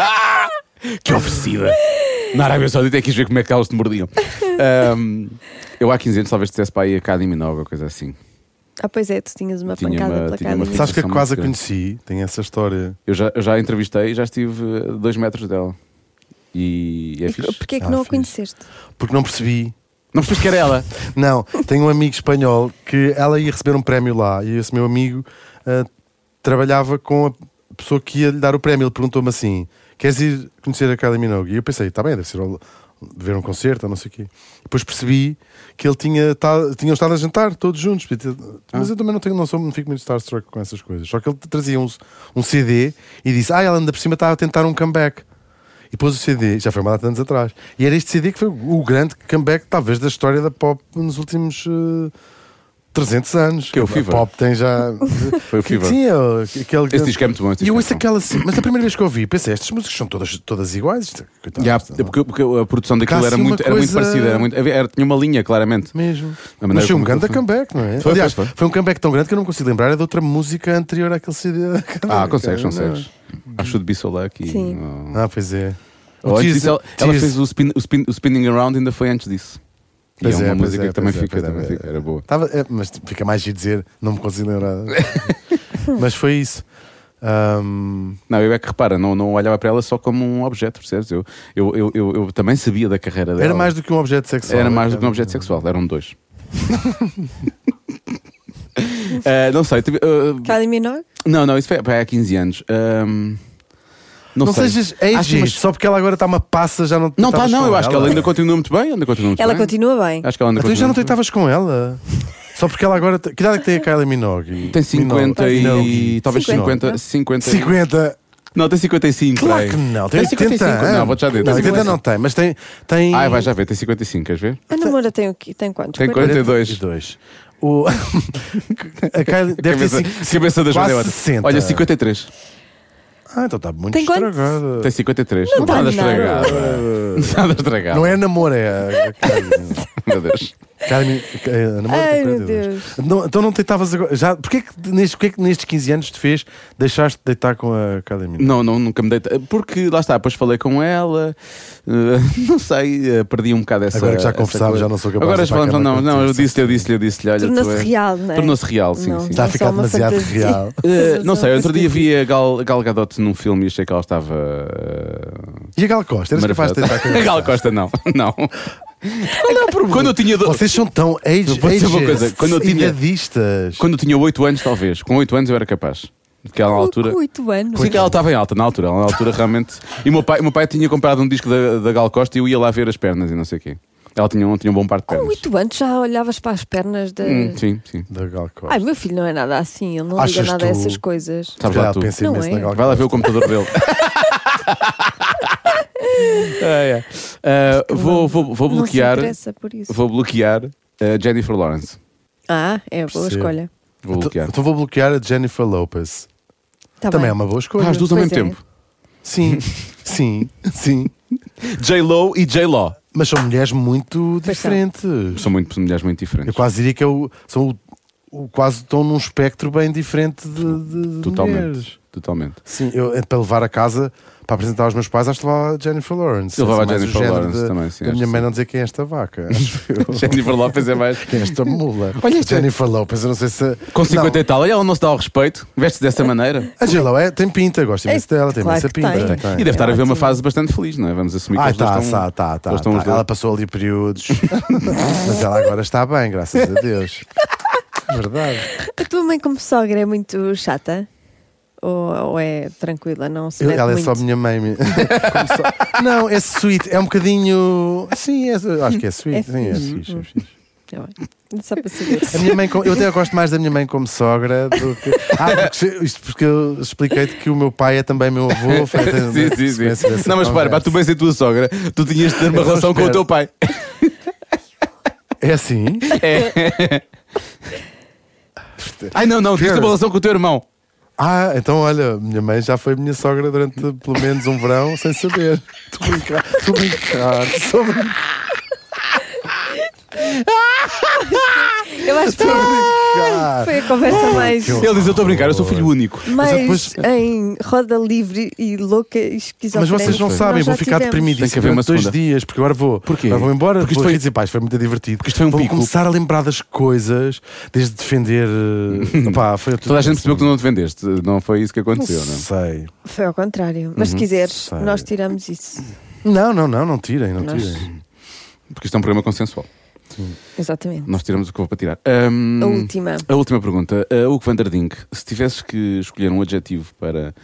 Speaker 3: que oferecida! Na Arábia Saudita é que quis ver como é que elas te mordiam. Ahm, eu há 15 anos talvez dissesse para aí a Cade Minogue ou coisa assim.
Speaker 2: Ah, pois é, tu tinhas uma
Speaker 3: Tinha
Speaker 2: pancada
Speaker 3: uma-
Speaker 2: pela
Speaker 3: tinha
Speaker 2: cara.
Speaker 3: uma
Speaker 2: não é?
Speaker 5: Sabes que eu
Speaker 3: São
Speaker 5: quase a
Speaker 3: muito
Speaker 5: conheci, tem essa história.
Speaker 3: Eu já, eu já a entrevistei e já estive eh, a 2 metros dela. E é
Speaker 2: E
Speaker 3: fixe.
Speaker 2: Porquê é que
Speaker 5: Ah,
Speaker 2: não a
Speaker 5: fixe.
Speaker 2: conheceste?
Speaker 5: Porque não percebi.
Speaker 3: Não percebes que era ela?
Speaker 5: Não, tenho um amigo espanhol que ela ia receber um prémio lá e esse meu amigo ah, trabalhava com a pessoa que ia lhe dar o prémio. Ele perguntou-me assim: Queres ir conhecer a Kylie Minogue? E eu pensei: Está bem, deve ser ao- de ver um concerto ou não sei o quê. Depois percebi que ele tinha ta- tinham estado a jantar todos juntos.
Speaker 3: Ah.
Speaker 5: Mas eu também não, tenho, não, sou, não fico muito starstruck com essas coisas. Só que ele trazia um, um CD e disse: Ah, ela ainda por cima está a tentar um comeback. E pôs o CD, já foi uma data de anos atrás. E era este CD que foi o grande comeback, talvez, da história da pop nos últimos eh, 300 anos.
Speaker 3: Que é o
Speaker 5: A
Speaker 3: Fever.
Speaker 5: Pop tem já.
Speaker 3: [LAUGHS] Foi o
Speaker 5: Que-
Speaker 3: Fever.
Speaker 5: Sim, é, aquele.
Speaker 3: Esse disco é muito bom, esse
Speaker 5: E eu
Speaker 3: disco é muito
Speaker 5: ouço aquela. assim, Mas a primeira vez que eu ouvi, pensei, estas músicas são todas, todas iguais. Isto- coitado,
Speaker 3: Yeah,
Speaker 5: isto
Speaker 3: é
Speaker 5: não-
Speaker 3: porque, porque a produção daquilo
Speaker 5: Cá
Speaker 3: era
Speaker 5: assim
Speaker 3: muito,
Speaker 5: uma
Speaker 3: era muito
Speaker 5: coisa-
Speaker 3: parecida, era muito, havia- era- tinha uma linha, claramente.
Speaker 5: Mesmo.
Speaker 3: Da
Speaker 5: Mas
Speaker 3: maneira
Speaker 5: foi um
Speaker 3: como
Speaker 5: grande
Speaker 3: aquilo
Speaker 5: comeback, não é?
Speaker 3: Foi,
Speaker 5: Aliás,
Speaker 3: foi,
Speaker 5: foi,
Speaker 3: foi.
Speaker 5: um comeback tão grande que eu não consigo lembrar. É de outra música anterior àquele CD.
Speaker 3: Ah, consegues,
Speaker 5: Não.
Speaker 3: consegues. I should be so lucky.
Speaker 2: Sim.
Speaker 3: Oh.
Speaker 5: [LAUGHS] Ah, pois é.
Speaker 3: Ou antes disso, ela, Oh, então, ela
Speaker 5: Tears-
Speaker 3: fez o, spin- o spin- o Spinning Around, ainda foi antes disso. E é
Speaker 5: Pois
Speaker 3: uma
Speaker 5: pois
Speaker 3: música que também
Speaker 5: pois
Speaker 3: fica,
Speaker 5: pois é,
Speaker 3: também
Speaker 5: pois
Speaker 3: fica, era boa.
Speaker 5: Tava- é, mas fica mais de dizer, não me consigo
Speaker 3: [LAUGHS]
Speaker 5: lembrar. mas foi isso. Ahm,
Speaker 3: Não, eu é que repara, não, não olhava para ela só como um objeto, percebes? Eu, eu, eu, eu, eu também sabia da carreira dela.
Speaker 5: era mais do que um objeto sexual.
Speaker 3: Era mais
Speaker 5: né,
Speaker 3: do que um
Speaker 5: cara?
Speaker 3: objeto sexual, eram dois. [LAUGHS] Eh, não sei, tive- eh,
Speaker 2: Kylie Minogue?
Speaker 3: não, não, isso foi, foi há 15 anos. Ahm,
Speaker 5: Não,
Speaker 3: não, sei.
Speaker 5: sejas
Speaker 3: Acho
Speaker 5: ageist,
Speaker 3: umas-
Speaker 5: só porque ela agora está uma passa, já não
Speaker 3: Não está,
Speaker 5: tentavas
Speaker 3: não,
Speaker 5: com
Speaker 3: eu acho que ela ainda continua muito bem. Ainda continua muito
Speaker 2: Ela
Speaker 3: bem.
Speaker 2: continua bem.
Speaker 3: Acho que ela ainda
Speaker 5: Então
Speaker 3: continua.
Speaker 5: já não
Speaker 3: muito bem.
Speaker 5: tentavas com ela? Só porque ela agora. Que idade é que tem a Kylie Minogue?
Speaker 3: Tem 50
Speaker 5: Minogue.
Speaker 3: e. Talvez 50.
Speaker 2: Cinquenta.
Speaker 3: 50.
Speaker 5: 50.
Speaker 3: Não, tem 55.
Speaker 5: Claro
Speaker 3: aí.
Speaker 5: que não, tem
Speaker 3: 55.
Speaker 5: 80 anos.
Speaker 3: Não, vou já dizer.
Speaker 5: Não,
Speaker 3: tem
Speaker 5: 80 não tem, mas tem. tem...
Speaker 3: Ai, Ah, vai já ver, tem 55, queres ver?
Speaker 2: A namora tem o quê? Tem quantos?
Speaker 3: Tem
Speaker 2: 40?
Speaker 3: 42.
Speaker 5: 42. O... [LAUGHS] a Kylie deve ter
Speaker 3: [LAUGHS] cabeça,
Speaker 5: cinco-
Speaker 3: cabeça das
Speaker 5: quase
Speaker 3: mulheres.
Speaker 5: 60.
Speaker 3: Olha, 53.
Speaker 5: Ah, então está muito
Speaker 2: Tem quanto?
Speaker 5: estragada.
Speaker 3: Tem 53.
Speaker 2: Não
Speaker 3: está nada
Speaker 2: tem nada.
Speaker 3: estragado. [LAUGHS] Nada estragado.
Speaker 5: Não é namoro, é. a Kylie.
Speaker 3: Meu Deus.
Speaker 5: Carmen, eh, namoro
Speaker 2: Ai,
Speaker 5: tem
Speaker 2: meu
Speaker 5: 42. Não, então não tentavas agora. Já, porquê, que nestes, porquê que nestes 15 anos te fez deixaste de deitar com a Carmen?
Speaker 3: Não, não, nunca me deita. Porque lá está, depois falei com ela, eh, [LAUGHS] não sei, eh, perdi um bocado essa.
Speaker 5: Agora que já
Speaker 3: essa
Speaker 5: conversámos,
Speaker 3: coisa.
Speaker 5: já não sou capaz
Speaker 3: Agora
Speaker 5: de
Speaker 3: já falamos,
Speaker 5: estar cá
Speaker 3: não,
Speaker 5: na
Speaker 3: não, eu
Speaker 5: conversa.
Speaker 3: disse-lhe, eu disse-lhe, eu disse-lhe. olha, tu
Speaker 2: Tornou-se
Speaker 3: é-
Speaker 2: real, não é?
Speaker 3: Tornou-se real, sim,
Speaker 2: Não.
Speaker 3: sim.
Speaker 5: Está a
Speaker 2: Não,
Speaker 5: ficar
Speaker 2: só uma
Speaker 5: demasiado
Speaker 2: fantasia.
Speaker 5: real.
Speaker 3: [LAUGHS] Eh,
Speaker 2: Mas
Speaker 3: não
Speaker 2: eu
Speaker 3: sei,
Speaker 2: sou
Speaker 3: outro dia
Speaker 2: esquisita.
Speaker 3: vi a Gal, Gal Gadot num filme e achei que ela estava. eh,
Speaker 5: E a Gal Costa? Eras capaz
Speaker 3: maravilhosa.
Speaker 5: de
Speaker 3: [LAUGHS]
Speaker 5: deitar com
Speaker 3: a
Speaker 5: ela?
Speaker 3: Gal Costa, não, não.
Speaker 2: é
Speaker 3: Quando eu tinha. do-
Speaker 5: Vocês são tão age,
Speaker 3: Vou dizer uma coisa, quando eu tinha-
Speaker 5: idadistas.
Speaker 3: Quando eu tinha 8 anos, talvez. Com 8 anos eu era capaz. Porque ela na altura.
Speaker 2: Com oito anos.
Speaker 3: Sim, que ela estava em alta na altura, ela na altura realmente. E o meu pai, o meu pai tinha comprado um disco da, da Gal Costa e eu ia lá ver as pernas e não sei o quê. Ela tinha, um- tinha um bom par de
Speaker 2: Com
Speaker 3: pernas.
Speaker 2: oito anos já olhavas para as pernas da.
Speaker 3: Hum, sim, sim.
Speaker 5: Da Gal Costa.
Speaker 2: Ai, meu filho não é nada assim, ele não
Speaker 5: Achas
Speaker 2: liga nada a
Speaker 5: tu?
Speaker 2: essas coisas.
Speaker 3: Sabes Tá lá
Speaker 5: Já
Speaker 3: tu.
Speaker 5: pensei
Speaker 2: Não
Speaker 5: imenso
Speaker 2: é?
Speaker 5: na Gal
Speaker 3: Vai lá ver o
Speaker 5: Costa.
Speaker 3: computador
Speaker 2: [LAUGHS]
Speaker 3: dele. Ah, é. Ah, vou, vou, vou
Speaker 2: Não se
Speaker 3: bloquear.
Speaker 2: interessa por isso.
Speaker 3: Vou bloquear ah, Jennifer Lawrence.
Speaker 2: Ah, é boa
Speaker 5: Percebo.
Speaker 2: escolha.
Speaker 3: Vou bloquear.
Speaker 5: Então, então vou bloquear a Jennifer Lopez.
Speaker 2: Tá
Speaker 5: Também
Speaker 2: bem.
Speaker 5: é uma boa
Speaker 3: Ah,
Speaker 5: escolha.
Speaker 3: as duas ao
Speaker 2: Pois
Speaker 3: mesmo
Speaker 2: é.
Speaker 3: tempo.
Speaker 5: Sim,
Speaker 3: [LAUGHS]
Speaker 5: sim, sim. então,
Speaker 3: J-Lo e J-Law.
Speaker 5: Mas são mulheres muito diferentes.
Speaker 3: São muito, mulheres muito
Speaker 5: Eu
Speaker 3: diferentes.
Speaker 5: quase diria que é o- são o, o- quase estão num espectro bem diferente de, de- de
Speaker 3: Totalmente.
Speaker 5: mulheres.
Speaker 3: Totalmente.
Speaker 5: Sim, eu, eh, para levar a casa, para apresentar aos meus pais, acho que levava a Jennifer Lawrence.
Speaker 3: Eu levava a
Speaker 5: Esse é mais o
Speaker 3: Jennifer
Speaker 5: género
Speaker 3: Lawrence
Speaker 5: da-
Speaker 3: também, sim,
Speaker 5: Da
Speaker 3: acho
Speaker 5: minha
Speaker 3: que
Speaker 5: mãe
Speaker 3: sim.
Speaker 5: não dizer quem é
Speaker 3: [LAUGHS]
Speaker 5: esta vaca. acho eu.
Speaker 3: Jennifer Lopez é mais.
Speaker 5: Quem é esta mula?
Speaker 3: Olha,
Speaker 5: A Jennifer Lopez, eu não sei se.
Speaker 3: Com 50
Speaker 5: Não,
Speaker 3: e tal, olha, ela não se dá ao respeito. Veste dessa maneira.
Speaker 5: A Gelo é, tem pinta, gosto imenso
Speaker 2: É,
Speaker 5: dela, tem
Speaker 2: claro
Speaker 5: imensa
Speaker 2: que
Speaker 5: pinta.
Speaker 2: tem.
Speaker 3: E deve estar a ver uma
Speaker 2: ótimo.
Speaker 3: fase bastante feliz, não é? Vamos assumir que
Speaker 5: Ah,
Speaker 3: eles dois
Speaker 5: tá,
Speaker 3: estão,
Speaker 5: tá, tá, tá,
Speaker 3: eles estão
Speaker 5: tá.
Speaker 3: os dois- [LAUGHS]
Speaker 5: Ela passou ali períodos, mas ela agora está bem, graças a
Speaker 2: [LAUGHS]
Speaker 5: Deus. Verdade.
Speaker 2: A tua mãe, como sogra, é muito chata? Ou, ou é tranquila? Não se
Speaker 5: Eu-
Speaker 2: mete
Speaker 5: ela é
Speaker 2: muito?
Speaker 5: só minha mãe. me- [LAUGHS] Como só- Não, é sweet. É um bocadinho. Sim, é- eu acho que é sweet.
Speaker 2: É
Speaker 5: sim, é
Speaker 2: fixe.
Speaker 5: fixe, é fixe.
Speaker 2: Tá bem.
Speaker 5: [LAUGHS]
Speaker 2: Só para saber.
Speaker 5: A minha mãe, com- eu até gosto mais da minha mãe como sogra do que. Ah, porque, se- isto porque eu expliquei-te que o meu pai é também meu avô.
Speaker 3: [LAUGHS]
Speaker 5: foi-
Speaker 3: sim, sim, sim.
Speaker 5: sequência dessa
Speaker 3: Não, mas para, para
Speaker 5: conversa.
Speaker 3: tu bem ser tua sogra, tu tinhas de ter uma
Speaker 5: Eu
Speaker 3: relação com o
Speaker 5: espero.
Speaker 3: teu pai.
Speaker 5: É assim?
Speaker 3: Ai, não, não, tinhas de ter uma relação com o teu irmão.
Speaker 5: Ah, então olha, minha mãe já foi minha sogra durante pelo menos um verão sem saber. Tu brincar, tu brincar, só brincar.
Speaker 2: Eu
Speaker 5: é
Speaker 2: acho que
Speaker 5: Ah.
Speaker 2: foi a conversa mais.
Speaker 3: Ele diz: Eu estou a brincar, eu sou filho único.
Speaker 2: mais
Speaker 5: depois-
Speaker 2: em roda livre e louca e
Speaker 5: Mas
Speaker 2: esquizofrénica.
Speaker 5: vocês não
Speaker 2: que
Speaker 5: sabem,
Speaker 2: nós
Speaker 5: vou
Speaker 2: já
Speaker 5: ficar
Speaker 2: tivemos.
Speaker 5: deprimidíssimo
Speaker 3: Tem que haver uma
Speaker 5: durante dois
Speaker 3: segunda.
Speaker 5: dias, porque agora vou.
Speaker 3: Porquê?
Speaker 5: Agora vou
Speaker 3: Porque
Speaker 5: embora, porque
Speaker 3: isto
Speaker 5: vou
Speaker 3: foi-
Speaker 5: foi... dizer, pá, isto foi muito divertido. Porque
Speaker 3: isto foi um
Speaker 5: vou
Speaker 3: pico.
Speaker 5: começar a lembrar das coisas, desde
Speaker 3: [LAUGHS]
Speaker 5: defender. eh, opá, foi
Speaker 3: Toda a gente percebeu que tu não te vendeste. Não foi isso que
Speaker 5: Não
Speaker 3: aconteceu, não é?
Speaker 5: sei.
Speaker 2: Foi ao contrário. Mas se quiseres,
Speaker 5: Uhum. Sei.
Speaker 2: nós tiramos isso.
Speaker 5: Não, não, não, não tirem, não
Speaker 2: Nós-
Speaker 5: tirem.
Speaker 3: Porque isto é um programa consensual.
Speaker 2: Exatamente.
Speaker 3: Nós tiramos o que houve para tirar. Hum, Ahm,
Speaker 5: Hum.
Speaker 2: A última.
Speaker 3: A última pergunta. Uh, Hugo van der Dink, se tivesses que escolher um adjetivo para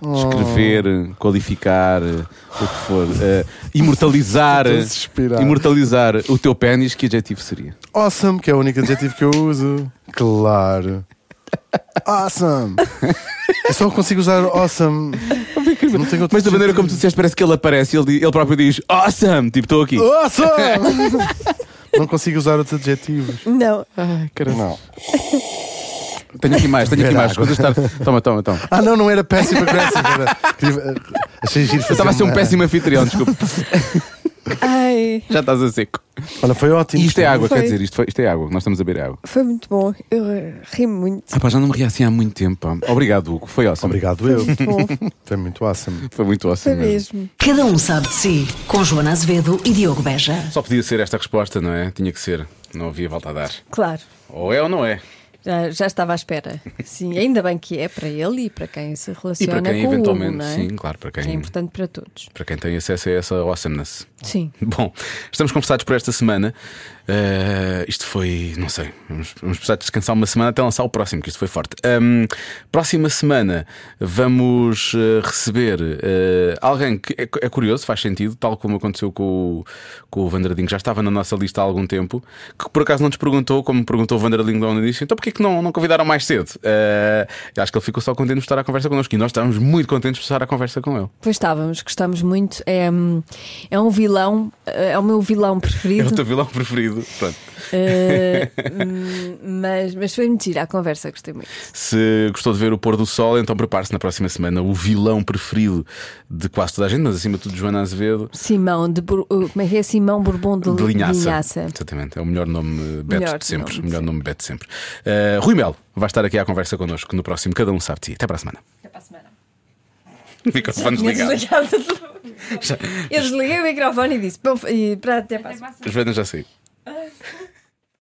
Speaker 5: Oh.
Speaker 3: escrever, qualificar, uh, o que for, uh, imortalizar,
Speaker 5: Estou desesperado.
Speaker 3: imortalizar o teu pênis, que adjetivo seria?
Speaker 5: Awesome, que é o único adjetivo que eu uso. Claro. Awesome. Eu só consigo usar awesome. Não tenho outro
Speaker 3: Mas da maneira
Speaker 5: adjetivo.
Speaker 3: como
Speaker 5: Oh.
Speaker 3: tu disseste, parece que ele aparece e ele, di- ele próprio diz Awesome! Tipo, estou aqui.
Speaker 5: Awesome! Não consigo usar outros adjetivos.
Speaker 2: Não.
Speaker 5: Não.
Speaker 3: Tenho aqui mais, tenho aqui mais.
Speaker 5: Verá.
Speaker 3: Coisas estar... Toma, toma, toma.
Speaker 5: Ah, não, não era péssimo agressivo. Era...
Speaker 3: [LAUGHS]
Speaker 5: Achei giro
Speaker 3: Eu estava a ser um
Speaker 5: uma-
Speaker 3: péssimo anfitrião, desculpa.
Speaker 2: Ai,
Speaker 3: Já estás a seco.
Speaker 5: Olha, foi ótimo.
Speaker 3: E isto é água,
Speaker 2: Foi.
Speaker 3: quer dizer, isto, foi- isto é água, nós estamos a beber água.
Speaker 2: foi muito bom. Eu eh, ri muito.
Speaker 3: Ah, pá, já não me ri assim há muito tempo. pá. Obrigado, Hugo. Foi ótimo.
Speaker 5: Obrigado, eu.
Speaker 2: Bom,
Speaker 5: Foi muito awesome.
Speaker 3: Foi muito ótimo.
Speaker 2: foi
Speaker 3: mesmo.
Speaker 2: mesmo.
Speaker 1: Cada um sabe de si, com Joana Azevedo e Diogo Beja.
Speaker 3: Só podia ser esta resposta, não é? Tinha que ser. Não havia volta a dar.
Speaker 2: Claro.
Speaker 3: Ou é ou não é.
Speaker 2: Já, já estava à espera. Sim, ainda bem que é para ele e para quem se
Speaker 3: E
Speaker 2: relaciona
Speaker 3: para quem
Speaker 2: com
Speaker 3: eventualmente,
Speaker 2: o Hugo, não é?
Speaker 3: sim, claro, para
Speaker 2: É
Speaker 3: quem,
Speaker 2: importante para todos.
Speaker 3: para quem tem acesso a essa awesomeness.
Speaker 2: Sim.
Speaker 3: [LAUGHS] Bom, estamos conversados por esta semana. Eh, isto foi, não sei, vamos, vamos precisar descansar uma semana até lançar o próximo, que isto foi forte. Ahm, próxima semana vamos eh, receber eh, alguém que é, cu- é curioso, faz sentido, tal como aconteceu com o, com o Vandradinho, que já estava na nossa lista há algum tempo, que por acaso não nos perguntou, como perguntou o Vandradinho lá no início, então porquê que não, não convidaram mais cedo? Eh, eu acho que ele ficou só contente de estar à conversa connosco e nós estávamos muito contentes de estar à conversa com ele.
Speaker 2: Pois estávamos, gostamos muito. É, hum, é um vilão, eh, é o meu vilão
Speaker 3: É o
Speaker 2: preferido.
Speaker 3: teu vilão preferido. Pronto.
Speaker 2: eh, [LAUGHS] hum, mas, mas foi mentira, a conversa gostei muito.
Speaker 3: Se gostou de ver o pôr do sol, então prepare-se na próxima semana o vilão preferido de quase toda a gente, mas acima de tudo Joana Azevedo.
Speaker 2: Simão de Bur- uh, como é que é Simão Bourbon de,
Speaker 3: De linhaça.
Speaker 2: Linhaça.
Speaker 3: Exatamente, é o melhor nome eh, Beto
Speaker 2: Melhor
Speaker 3: de sempre.
Speaker 2: nome,
Speaker 3: o melhor
Speaker 2: sim.
Speaker 3: nome Beto de sempre. Eh, Rui Melo vai estar aqui à conversa connosco no próximo Cada Um Sabe de Ti. Até para a semana.
Speaker 7: Até para a semana.
Speaker 3: [LAUGHS] Microfone desligado.
Speaker 2: [LAUGHS] Eu desliguei o microfone e disse: "Bom, e para até para a semana."
Speaker 3: As vendas já saíram.